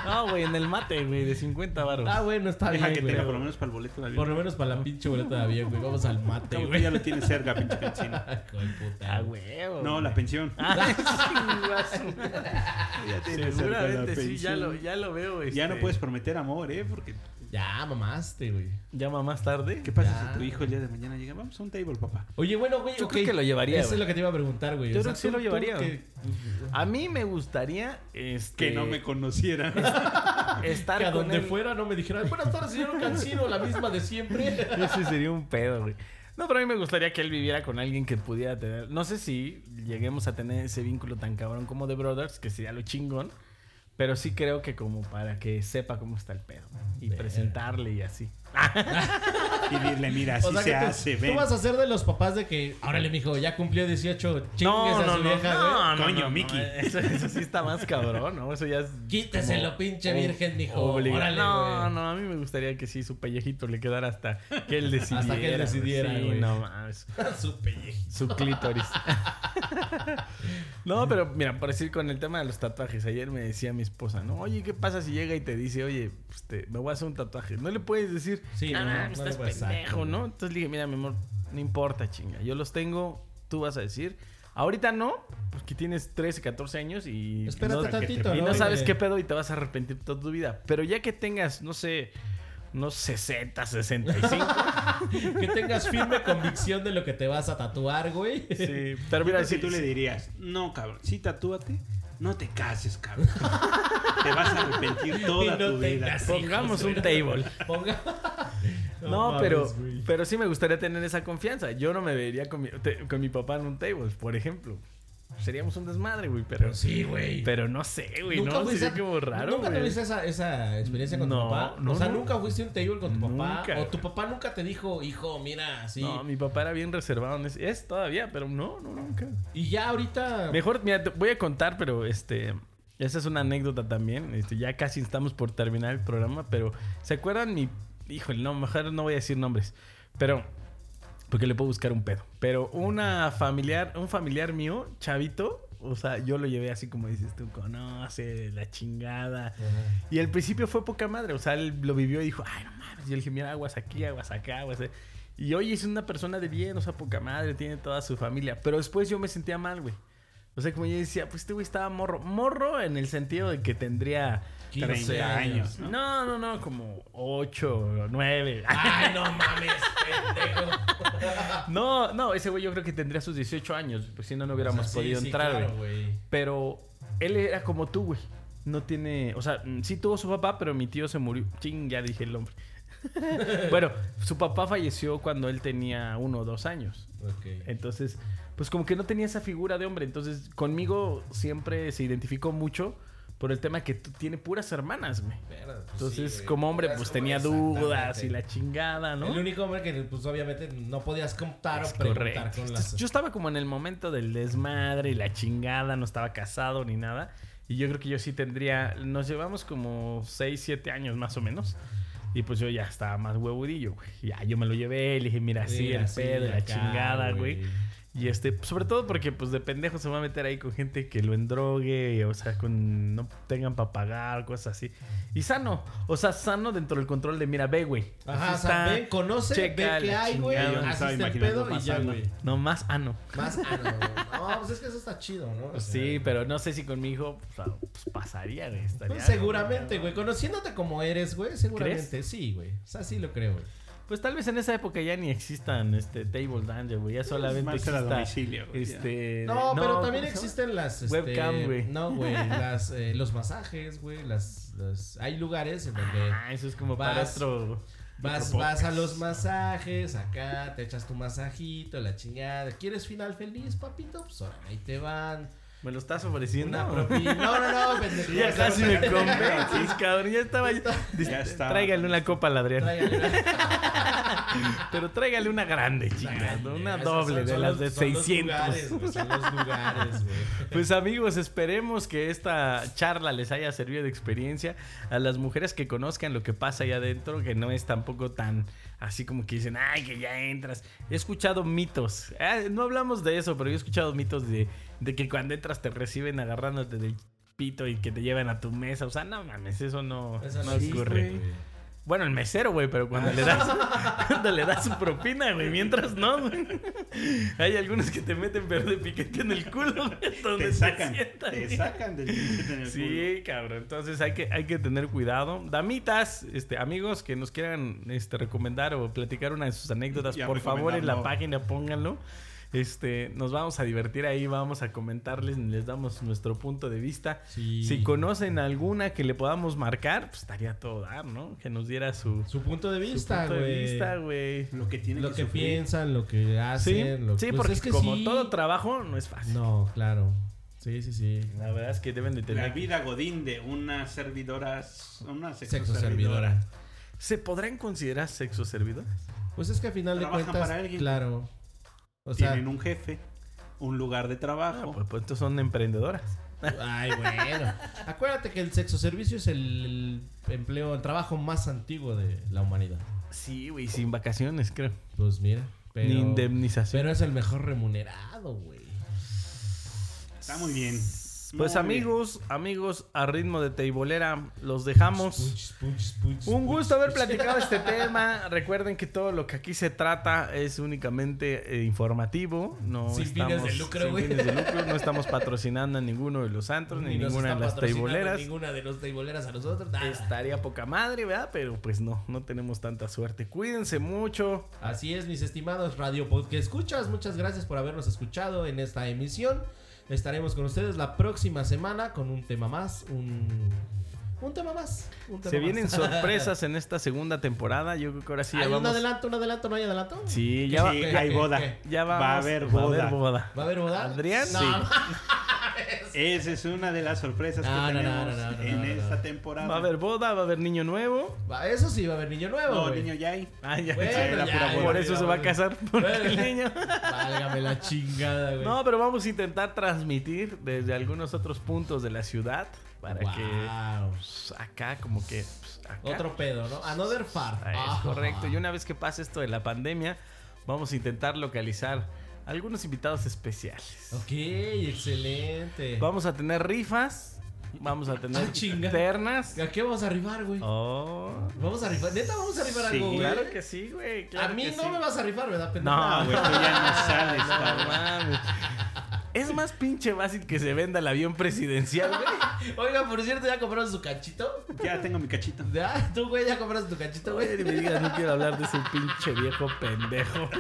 Speaker 1: No, güey, en el mate, güey, de 50 baros.
Speaker 3: Ah, bueno, está
Speaker 2: Deja
Speaker 3: bien,
Speaker 2: que
Speaker 3: güey.
Speaker 2: tenga por lo menos para el boleto de avión.
Speaker 3: Por lo menos para la pinche boleta de avión, güey. Vamos al mate,
Speaker 2: Cabo, tú
Speaker 3: güey.
Speaker 2: ya lo tienes cerca, pinche cansino.
Speaker 3: Hijo de puta,
Speaker 1: Ah,
Speaker 3: güey.
Speaker 1: huevo,
Speaker 2: No,
Speaker 1: güey.
Speaker 2: la pensión.
Speaker 1: Ah, chingazo.
Speaker 2: Ya tienes cerca la
Speaker 1: Seguramente sí, ya
Speaker 2: pensión.
Speaker 1: lo, ya lo veo.
Speaker 2: Ya
Speaker 1: este,
Speaker 2: no puedes prometer amor, ¿eh? Porque, ¿eh?
Speaker 3: Ya mamaste, güey.
Speaker 1: Llama más tarde.
Speaker 2: ¿qué pasa
Speaker 3: Ya.
Speaker 2: si tu hijo el día de mañana llega? Vamos a un table, papá.
Speaker 3: Oye, bueno, güey,
Speaker 1: Yo
Speaker 3: ok.
Speaker 1: creo que lo llevaría,
Speaker 3: Eso
Speaker 1: güey.
Speaker 3: es lo que te iba a preguntar, güey.
Speaker 1: Yo creo
Speaker 3: O sea,
Speaker 1: que sí
Speaker 3: tú-
Speaker 1: lo
Speaker 3: tú
Speaker 1: llevaría.
Speaker 3: que-
Speaker 1: A mí me gustaría este,
Speaker 2: Que no me conociera.
Speaker 1: estar
Speaker 3: Que a
Speaker 1: con
Speaker 3: donde
Speaker 1: él.
Speaker 3: fuera no me dijeran, buenas tardes, señor Cancino, la misma de siempre.
Speaker 1: Ese sería un pedo, güey. No, pero a mí me gustaría que él viviera con alguien que pudiera tener. No sé si lleguemos a tener ese vínculo tan cabrón como de Brothers, que sería lo chingón. Pero sí creo que como para que sepa cómo está el pedo. Y
Speaker 3: Verga.
Speaker 1: presentarle y así.
Speaker 2: Y dile, mira, así
Speaker 3: O sea
Speaker 2: se
Speaker 3: que tú,
Speaker 2: hace,
Speaker 3: tú
Speaker 2: ven.
Speaker 3: vas a ser de los papás de que, órale, mijo, ya cumplió 18, chingues a su vieja, güey.
Speaker 2: Coño, Mickey.
Speaker 1: eh, Eso, eso sí está más cabrón, ¿no? Eso ya es.
Speaker 3: Quíteselo,
Speaker 1: como
Speaker 3: pinche
Speaker 1: ob-
Speaker 3: virgen, mijo.
Speaker 1: obliga-
Speaker 3: Órale,
Speaker 1: no,
Speaker 3: güey.
Speaker 1: no, a mí me gustaría que sí, su pellejito le quedara hasta que él decidiera.
Speaker 3: Hasta que él
Speaker 1: güey.
Speaker 3: decidiera,
Speaker 1: Sí,
Speaker 3: güey.
Speaker 1: no mames.
Speaker 3: su pellejo.
Speaker 1: Su clítoris. no, pero mira, por decir con el tema de los tatuajes, ayer me decía mi esposa, ¿no? Oye, ¿qué pasa si llega y te dice, oye, pues, te- me voy a hacer un tatuaje? No le puedes decir,
Speaker 3: Sí,
Speaker 1: "Ah,
Speaker 3: no, no le
Speaker 1: estás
Speaker 3: puedes-
Speaker 1: pendejo, ¿no? Entonces le dije, mira, mi amor, no importa, chinga. Yo los tengo, tú vas a decir. Ahorita no, porque tienes 13, 14 años y.
Speaker 3: Espérate
Speaker 1: no-
Speaker 3: tantito,
Speaker 1: y
Speaker 3: ¿no?
Speaker 1: no sabes
Speaker 3: Oye.
Speaker 1: qué pedo y te vas a arrepentir toda tu vida. Pero ya que tengas, no sé, unos 60, 65.
Speaker 3: Que tengas firme convicción de lo que te vas a tatuar, güey.
Speaker 1: sí, pero mira,
Speaker 2: Yo creo que
Speaker 1: sí,
Speaker 2: tú le dirías, no, cabrón, sí, tatúate, no te cases, cabrón. te vas a arrepentir toda
Speaker 3: Y no
Speaker 2: tu vida.
Speaker 3: tengas hijos,
Speaker 1: Pongamos
Speaker 3: güey.
Speaker 1: un table.
Speaker 3: Ponga-
Speaker 1: No,
Speaker 3: mames,
Speaker 1: pero,
Speaker 3: güey.
Speaker 1: pero sí me gustaría tener esa confianza. Yo no me vería con mi, te- con mi papá en un table, por ejemplo. Seríamos un desmadre, güey, pero...
Speaker 3: Pero sí, güey.
Speaker 1: Pero no sé, güey, ¿no?
Speaker 3: fuiste
Speaker 1: Sería
Speaker 3: a-
Speaker 1: como raro,
Speaker 3: ¿Nunca
Speaker 1: güey.
Speaker 3: tuviste esa, esa experiencia con tu
Speaker 1: No,
Speaker 3: papá?
Speaker 1: no,
Speaker 3: o sea,
Speaker 1: no.
Speaker 3: ¿nunca fuiste a un table con tu papá?
Speaker 1: Nunca.
Speaker 3: ¿O tu papá nunca te dijo, hijo, mira, así?
Speaker 1: No, mi papá era bien reservado. en ese- Es todavía, pero no, no, nunca.
Speaker 3: Y ya ahorita...
Speaker 1: Mejor, mira, te voy a contar, pero este... Esa es una anécdota también. Este, ya casi estamos por terminar el programa, pero... ¿Se acuerdan mi... Híjole, no, mejor no voy a decir nombres. Pero... Porque le puedo buscar un pedo. Pero una familiar, un familiar mío, chavito, o sea, yo lo llevé así como dices tú, conoce la chingada.
Speaker 3: Ajá.
Speaker 1: Y al principio fue poca madre, o sea, él lo vivió y dijo, ay, no mames. Yo le dije, mira, aguas aquí, aguas acá, aguas. allá". Y hoy es una persona de bien, o sea, poca madre, tiene toda su familia. Pero después yo me sentía mal, güey. O sea, como yo decía, pues este güey estaba morro. Morro en el sentido de que tendría.
Speaker 3: 15
Speaker 2: 30 años, ¿no?
Speaker 1: No, no, no, como 8 o 9.
Speaker 3: Ay, no mames, pendejo.
Speaker 1: No, no, ese güey yo creo que tendría sus 18 años, pues si no, no hubiéramos
Speaker 3: O sea, sí,
Speaker 1: podido
Speaker 3: sí,
Speaker 1: entrar, güey.
Speaker 3: claro, güey.
Speaker 1: Pero él era como tú, güey. No tiene, o sea, mm, sí tuvo su papá, pero mi tío se murió. Ching, ya dije el hombre. bueno, su papá falleció cuando él tenía uno o dos años.
Speaker 3: Ok.
Speaker 1: Entonces, pues como que no tenía esa figura de hombre. Entonces, conmigo siempre se identificó mucho por el tema que tú- tiene puras hermanas, güey.
Speaker 3: Verga, pues
Speaker 1: Entonces,
Speaker 3: sí, güey.
Speaker 1: como hombre,
Speaker 3: Eras
Speaker 1: pues
Speaker 3: como-
Speaker 1: tenía dudas y la
Speaker 3: Exactamente.
Speaker 1: chingada, ¿no?
Speaker 3: El único hombre que, pues obviamente, no podías contar
Speaker 1: Es
Speaker 3: o preguntar
Speaker 1: correcto.
Speaker 3: con las.
Speaker 1: Yo estaba como en el momento del desmadre y la chingada, no estaba casado ni nada. Y yo creo que yo sí tendría, nos llevamos como 6, 7 años más o menos. Y pues yo ya estaba más huevudillo, güey. Ya yo me lo llevé, le dije, mira, así
Speaker 3: Mira,
Speaker 1: el
Speaker 3: sí,
Speaker 1: pedo, la
Speaker 3: acá,
Speaker 1: chingada, güey.
Speaker 3: güey.
Speaker 1: Y este, sobre todo porque pues de pendejo se va a meter ahí con gente que lo endrogue, o sea, con no tengan para pagar, cosas así. Y sano, o sea, sano dentro del control de, mira, ve, güey.
Speaker 3: Ajá, o
Speaker 1: así
Speaker 3: sea,
Speaker 1: está,
Speaker 3: ven, conoce,
Speaker 1: checa
Speaker 3: ve qué
Speaker 1: la
Speaker 3: hay, güey.
Speaker 1: chingada.
Speaker 2: yo me estaba
Speaker 3: Así está el
Speaker 2: imaginando
Speaker 3: pedo y ya,
Speaker 2: pasando.
Speaker 3: güey.
Speaker 1: No, más ah, no.
Speaker 3: Más ah, no, güey. No, pues es que eso está chido, ¿no? O
Speaker 1: Pues
Speaker 3: sea,
Speaker 1: sí, pero no sé si con mi hijo pues, ah, pues, pasaría, güey. estaría-
Speaker 3: pues, seguramente, güey. Conociéndote como eres, güey, seguramente
Speaker 1: ¿Crees?
Speaker 3: sí, güey. O sea, sí lo creo, güey.
Speaker 1: Pues tal vez en esa época ya ni existan este table dance, güey. Ya solamente
Speaker 2: más a la
Speaker 1: exista,
Speaker 2: domicilio, güey, ya.
Speaker 1: este,
Speaker 3: No, pero
Speaker 1: ¿cómo
Speaker 3: también
Speaker 1: se llama?
Speaker 3: existen las. este,
Speaker 1: Webcam, güey.
Speaker 3: No, güey. las, eh, los masajes, güey. Las, las- Hay lugares en donde.
Speaker 1: Ah, eso es como para
Speaker 3: Vas-
Speaker 1: otro.
Speaker 3: Vas,
Speaker 1: Otro
Speaker 3: vas a los masajes, acá te echas tu masajito, la chingada. ¿Quieres final feliz, papito? Pues órale, ahí te van.
Speaker 1: ¿Me lo estás ofreciendo?
Speaker 3: Una propina. No, no, no, pendejo.
Speaker 1: Ya
Speaker 3: no,
Speaker 1: casi
Speaker 3: no,
Speaker 1: me
Speaker 3: no,
Speaker 1: convences, cabrón. Ya estaba yo.
Speaker 2: Ya estaba.
Speaker 1: Tráigale una copa al Adrián.
Speaker 3: tráigale una-
Speaker 1: Pero tráigale una grande, chingada.
Speaker 3: tráigale,
Speaker 1: Una
Speaker 3: esos
Speaker 1: doble
Speaker 3: son-
Speaker 1: de
Speaker 3: son
Speaker 1: las
Speaker 3: los-
Speaker 1: de
Speaker 3: son los
Speaker 1: 600.
Speaker 3: lugares, güey, Son los lugares, güey.
Speaker 1: Pues amigos, esperemos que esta charla les haya servido de experiencia a las mujeres que conozcan lo que pasa allá adentro, que no es tampoco tan así como que dicen, ay, que ya entras. He escuchado mitos, Ah, no hablamos de eso, pero yo he escuchado mitos de, de que cuando entras te reciben agarrándote del pito y que te llevan a tu mesa. O sea, no mames, eso no,
Speaker 3: Eso
Speaker 1: no
Speaker 3: no existe,
Speaker 1: ocurre. Bueno, el mesero, güey, pero cuando le das cuando le das su propina, güey, mientras no, güey. Hay algunos que te meten pero de piquete en el culo, güey, donde
Speaker 2: Te sacan,
Speaker 1: sientan,
Speaker 2: te
Speaker 1: güey.
Speaker 2: sacan del billete en el culo.
Speaker 1: Sí, cabrón. Entonces hay que, hay que tener cuidado. Damitas, este, amigos que nos quieran este, recomendar o platicar una de sus anécdotas,
Speaker 2: Ya
Speaker 1: por favor en la
Speaker 2: recomendar,
Speaker 1: página pónganlo. Este, nos vamos a divertir ahí, vamos a comentarles, les damos nuestro punto de vista.
Speaker 3: Sí.
Speaker 1: Si conocen alguna que le podamos marcar, pues estaría a todo dar, ¿no? Que nos diera su,
Speaker 3: Su punto de
Speaker 1: su
Speaker 3: vista,
Speaker 1: punto de
Speaker 3: güey.
Speaker 1: vista, güey.
Speaker 2: Lo que tiene
Speaker 3: Lo
Speaker 2: que,
Speaker 3: que
Speaker 2: sufrir.
Speaker 3: piensan, lo que
Speaker 1: Sí,
Speaker 3: hacen. lo-
Speaker 1: sí,
Speaker 3: pues,
Speaker 1: porque
Speaker 3: es que
Speaker 1: como
Speaker 3: sí.
Speaker 1: todo trabajo no es fácil.
Speaker 3: No, claro. Sí, sí, sí.
Speaker 1: La verdad es que deben de
Speaker 2: La
Speaker 1: tener
Speaker 2: vida godín de una servidora, una sexo
Speaker 3: Sexo servidora.
Speaker 1: ¿Se podrán considerar sexo servidores?
Speaker 3: Pues es que a final de
Speaker 2: Trabajan
Speaker 3: cuentas,
Speaker 2: para alguien.
Speaker 3: claro. O sea,
Speaker 2: Tienen un jefe, un lugar de trabajo.
Speaker 1: Pues, pues, estos son emprendedoras.
Speaker 3: ay, bueno. Acuérdate que el sexo servicio es el empleo, el trabajo más antiguo de la humanidad.
Speaker 1: Sí, güey, sin vacaciones, creo.
Speaker 3: Pues mira, pero
Speaker 1: Ni indemnización.
Speaker 3: pero es el mejor remunerado, güey.
Speaker 2: Está muy bien.
Speaker 1: pues
Speaker 2: Muy
Speaker 1: amigos, amigos, a ritmo de teibolera, los dejamos.
Speaker 3: Punch, punch, punch,
Speaker 1: Un
Speaker 3: punch,
Speaker 1: gusto haber
Speaker 3: punch.
Speaker 1: platicado este tema. Recuerden que todo lo que aquí se trata es únicamente eh, informativo. No
Speaker 3: Sin fines
Speaker 1: estamos,
Speaker 3: de lucro,
Speaker 1: sin
Speaker 3: güey.
Speaker 1: fines de lucro. No estamos patrocinando a ninguno de los antros, ni,
Speaker 3: Ni nos
Speaker 1: ninguna de
Speaker 3: está
Speaker 1: las
Speaker 3: patrocinando
Speaker 1: teiboleras.
Speaker 3: Ninguna de los teiboleras a nosotros. nada.
Speaker 1: Estaría poca madre, ¿verdad? Pero pues no, no tenemos tanta suerte. Cuídense mucho.
Speaker 3: Así es, mis estimados Radio Pod que escuchas. Muchas gracias por habernos escuchado en esta emisión. Estaremos con ustedes la próxima semana con un tema más. Un, un tema más. un tema
Speaker 1: Se
Speaker 3: más.
Speaker 1: vienen sorpresas en esta segunda temporada. Yo creo que ahora sí ya
Speaker 3: ¿Hay un
Speaker 1: vamos.
Speaker 3: adelanto, un adelanto, no hay adelanto?
Speaker 1: Sí,
Speaker 2: Sí,
Speaker 1: ya, va-
Speaker 2: hay
Speaker 3: ok,
Speaker 2: boda.
Speaker 3: ok.
Speaker 1: ya
Speaker 2: va,
Speaker 1: vamos.
Speaker 2: a haber
Speaker 1: Va a
Speaker 2: boda.
Speaker 1: haber boda.
Speaker 3: ¿Va a haber boda?
Speaker 1: Adrián,
Speaker 3: No,
Speaker 1: sí.
Speaker 2: Esa es una de las sorpresas
Speaker 3: No,
Speaker 2: que
Speaker 3: no, no,
Speaker 2: tenemos
Speaker 3: no, no, no,
Speaker 2: en
Speaker 3: no, no.
Speaker 2: esta temporada.
Speaker 1: Va a haber boda, va a haber niño nuevo.
Speaker 3: va- eso sí, va a haber niño nuevo.
Speaker 2: No,
Speaker 3: güey.
Speaker 2: niño ya hay.
Speaker 1: Ah, ya.
Speaker 3: Bueno,
Speaker 2: Sí, la
Speaker 3: ya,
Speaker 2: pura
Speaker 3: ya,
Speaker 2: boda.
Speaker 1: Por
Speaker 3: ya,
Speaker 1: eso
Speaker 3: ya,
Speaker 1: se va a
Speaker 3: güey.
Speaker 1: casar porque el niño.
Speaker 3: Válgame la chingada, güey.
Speaker 1: No, pero vamos a intentar transmitir desde algunos otros puntos de la ciudad para
Speaker 3: Wow.
Speaker 1: que pues, acá como que pues, acá.
Speaker 3: Otro pedo, ¿no? Another far.
Speaker 1: Ah, Es correcto. Y una vez que pase esto de la pandemia, vamos a intentar localizar algunos invitados especiales.
Speaker 3: Ok, excelente.
Speaker 1: Vamos a tener rifas, vamos a tener
Speaker 3: Ah, chinga.
Speaker 1: ternas.
Speaker 3: ¿A qué vamos a rifar, güey?
Speaker 1: Oh,
Speaker 3: Vamos a rifar. Neta, vamos a rifar
Speaker 2: Sí,
Speaker 3: algo, güey.
Speaker 1: claro que sí, güey. claro
Speaker 3: a mí
Speaker 1: que
Speaker 3: no
Speaker 1: sí.
Speaker 3: me vas a rifar, ¿verdad, pendejo?
Speaker 1: No,
Speaker 2: No, güey, tú ya no sales,
Speaker 1: No
Speaker 2: cabrón.
Speaker 1: mames. Es más pinche fácil que se venda el avión presidencial, güey.
Speaker 3: Oiga, por cierto, ¿ya compraron su cachito?
Speaker 2: Ya tengo mi cachito.
Speaker 3: ¿Ya? ¿Tú, güey, ya compraste tu cachito, güey?
Speaker 1: Oye, ni me digas, no quiero hablar de ese pinche viejo pendejo.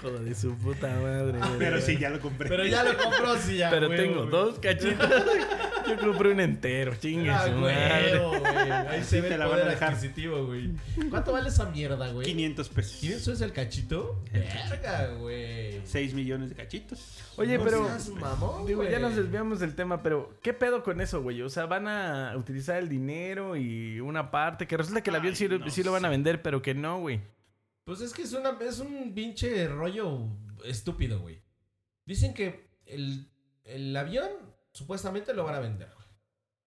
Speaker 1: Hijo de su puta madre. güey.
Speaker 2: Pero sí, ya lo compré.
Speaker 3: Pero ya lo compró, sí, ya.
Speaker 1: Pero
Speaker 3: güey,
Speaker 1: tengo
Speaker 3: güey.
Speaker 1: dos cachitos. Yo compré un entero, chingue
Speaker 3: Ah,
Speaker 1: su
Speaker 3: güey,
Speaker 1: madre.
Speaker 3: güey. Ahí
Speaker 2: Así
Speaker 3: se ve
Speaker 2: te
Speaker 3: el
Speaker 2: la van a
Speaker 3: poder
Speaker 2: dejar.
Speaker 3: adquisitivo, güey. ¿Cuánto vale esa mierda, güey?
Speaker 2: 500
Speaker 3: ¿500
Speaker 2: pesos.
Speaker 3: es el cachito? Verga, güey.
Speaker 2: 6 millones de cachitos.
Speaker 1: Oye,
Speaker 3: No
Speaker 1: pero.
Speaker 3: seas mamón,
Speaker 1: Digo, ya
Speaker 3: güey.
Speaker 1: nos desviamos del tema, pero ¿qué pedo con eso, güey? O sea, van a utilizar el dinero y una parte. Que resulta que el avión sí, lo-
Speaker 2: no
Speaker 1: sí lo van a
Speaker 2: sé.
Speaker 1: vender, pero que no, güey.
Speaker 3: Pues es que es, una, es un pinche rollo estúpido, güey. Dicen que el, el avión supuestamente lo van a vender.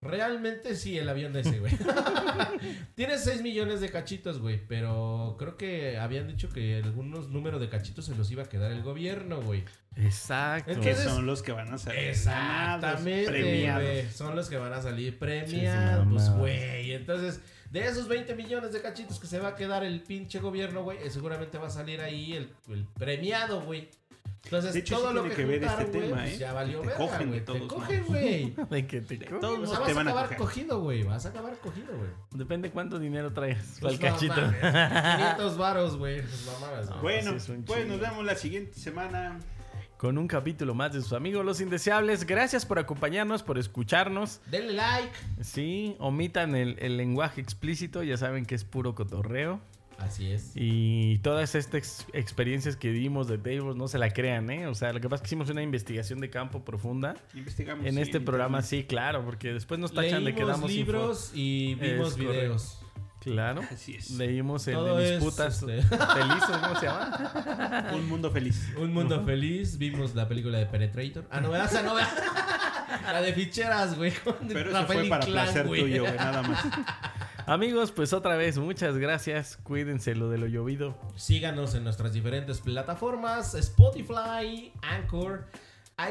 Speaker 3: Realmente sí, el avión de ese, güey. Tiene 6 millones de cachitos, güey. Pero creo que habían dicho que algunos números de cachitos se los iba a quedar el gobierno, güey.
Speaker 1: Exacto.
Speaker 2: Que
Speaker 3: Entonces-
Speaker 2: son los que van a ser ganados,
Speaker 3: Exactamente,
Speaker 2: premiados.
Speaker 3: güey. Son los que van a salir
Speaker 1: Sí,
Speaker 3: premiados,
Speaker 1: sí,
Speaker 3: pues,
Speaker 1: mamá.
Speaker 3: güey. Entonces, de esos 20 millones de cachitos que se va a quedar el pinche gobierno, güey, eh, seguramente va a salir ahí el, el premiado, güey. Entonces,
Speaker 2: De hecho,
Speaker 3: todo
Speaker 2: sí
Speaker 3: lo
Speaker 2: tiene
Speaker 3: que
Speaker 2: que ver
Speaker 3: juntaron,
Speaker 2: este
Speaker 3: güey,
Speaker 2: tema,
Speaker 3: pues,
Speaker 2: ¿eh?
Speaker 3: ya valió
Speaker 2: Te
Speaker 3: verga,
Speaker 2: cogen de
Speaker 3: güey. Te
Speaker 2: todos
Speaker 3: cogen,
Speaker 2: modos.
Speaker 3: güey.
Speaker 1: De que te co-
Speaker 2: Todos
Speaker 3: O sea,
Speaker 2: te
Speaker 3: vas a
Speaker 2: van a
Speaker 3: acabar
Speaker 2: coger.
Speaker 3: cogido, güey. Vas a acabar cogido, güey.
Speaker 1: Depende cuánto dinero traes.
Speaker 3: Pues,
Speaker 1: Al
Speaker 3: no
Speaker 1: cachito.
Speaker 3: mames, 500 varos, güey. Pues mamadas, güey.
Speaker 2: Bueno,
Speaker 1: sí, es un
Speaker 2: pues
Speaker 1: chingo.
Speaker 2: nos vemos la siguiente semana.
Speaker 1: con un capítulo más de sus amigos Los Indeseables. Gracias por acompañarnos, por escucharnos.
Speaker 3: Denle like.
Speaker 1: Sí, omitan el, el lenguaje explícito, ya saben que es puro cotorreo.
Speaker 3: Así es.
Speaker 1: Y todas estas ex- experiencias que dimos de Tables no se la crean, ¿eh? O sea, lo que pasa es que hicimos una investigación de campo profunda.
Speaker 2: Investigamos.
Speaker 1: En
Speaker 2: sí,
Speaker 1: este programa
Speaker 2: internet.
Speaker 1: sí, claro, porque después nos tachan de que
Speaker 3: Leímos
Speaker 1: damos info-
Speaker 3: libros y vimos
Speaker 1: Es
Speaker 3: videos.
Speaker 1: Claro.
Speaker 2: Así es.
Speaker 1: Leímos el
Speaker 3: Todo
Speaker 1: de
Speaker 3: es,
Speaker 1: disputas
Speaker 3: este,
Speaker 1: felices, ¿cómo se llama?
Speaker 2: Un mundo feliz.
Speaker 3: Un mundo feliz, vimos la película de Penetrator. Ah, no, esa no, ¿verdad? la de ficheras, güey. con
Speaker 2: Pero eso
Speaker 3: Rafael
Speaker 2: fue para
Speaker 3: Inclán,
Speaker 2: placer
Speaker 3: güey.
Speaker 2: tuyo, güey, nada más.
Speaker 1: Amigos, pues otra vez, muchas gracias. Cuídense lo de lo llovido.
Speaker 3: Síganos en nuestras diferentes plataformas: Spotify, Anchor,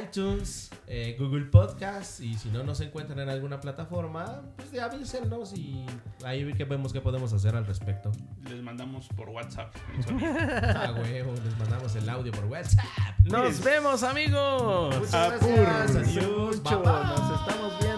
Speaker 3: iTunes, eh, Google Podcast. Y si no nos encuentran en alguna plataforma, pues ya avísenos y ahí ve que vemos qué podemos hacer al respecto.
Speaker 2: Les mandamos por WhatsApp.
Speaker 3: Ah, güey, les mandamos el audio por WhatsApp.
Speaker 1: Nos vemos, amigos.
Speaker 3: Muchas gracias.
Speaker 1: Mucho.
Speaker 3: Adiós. Bye, bye.
Speaker 1: Nos estamos viendo.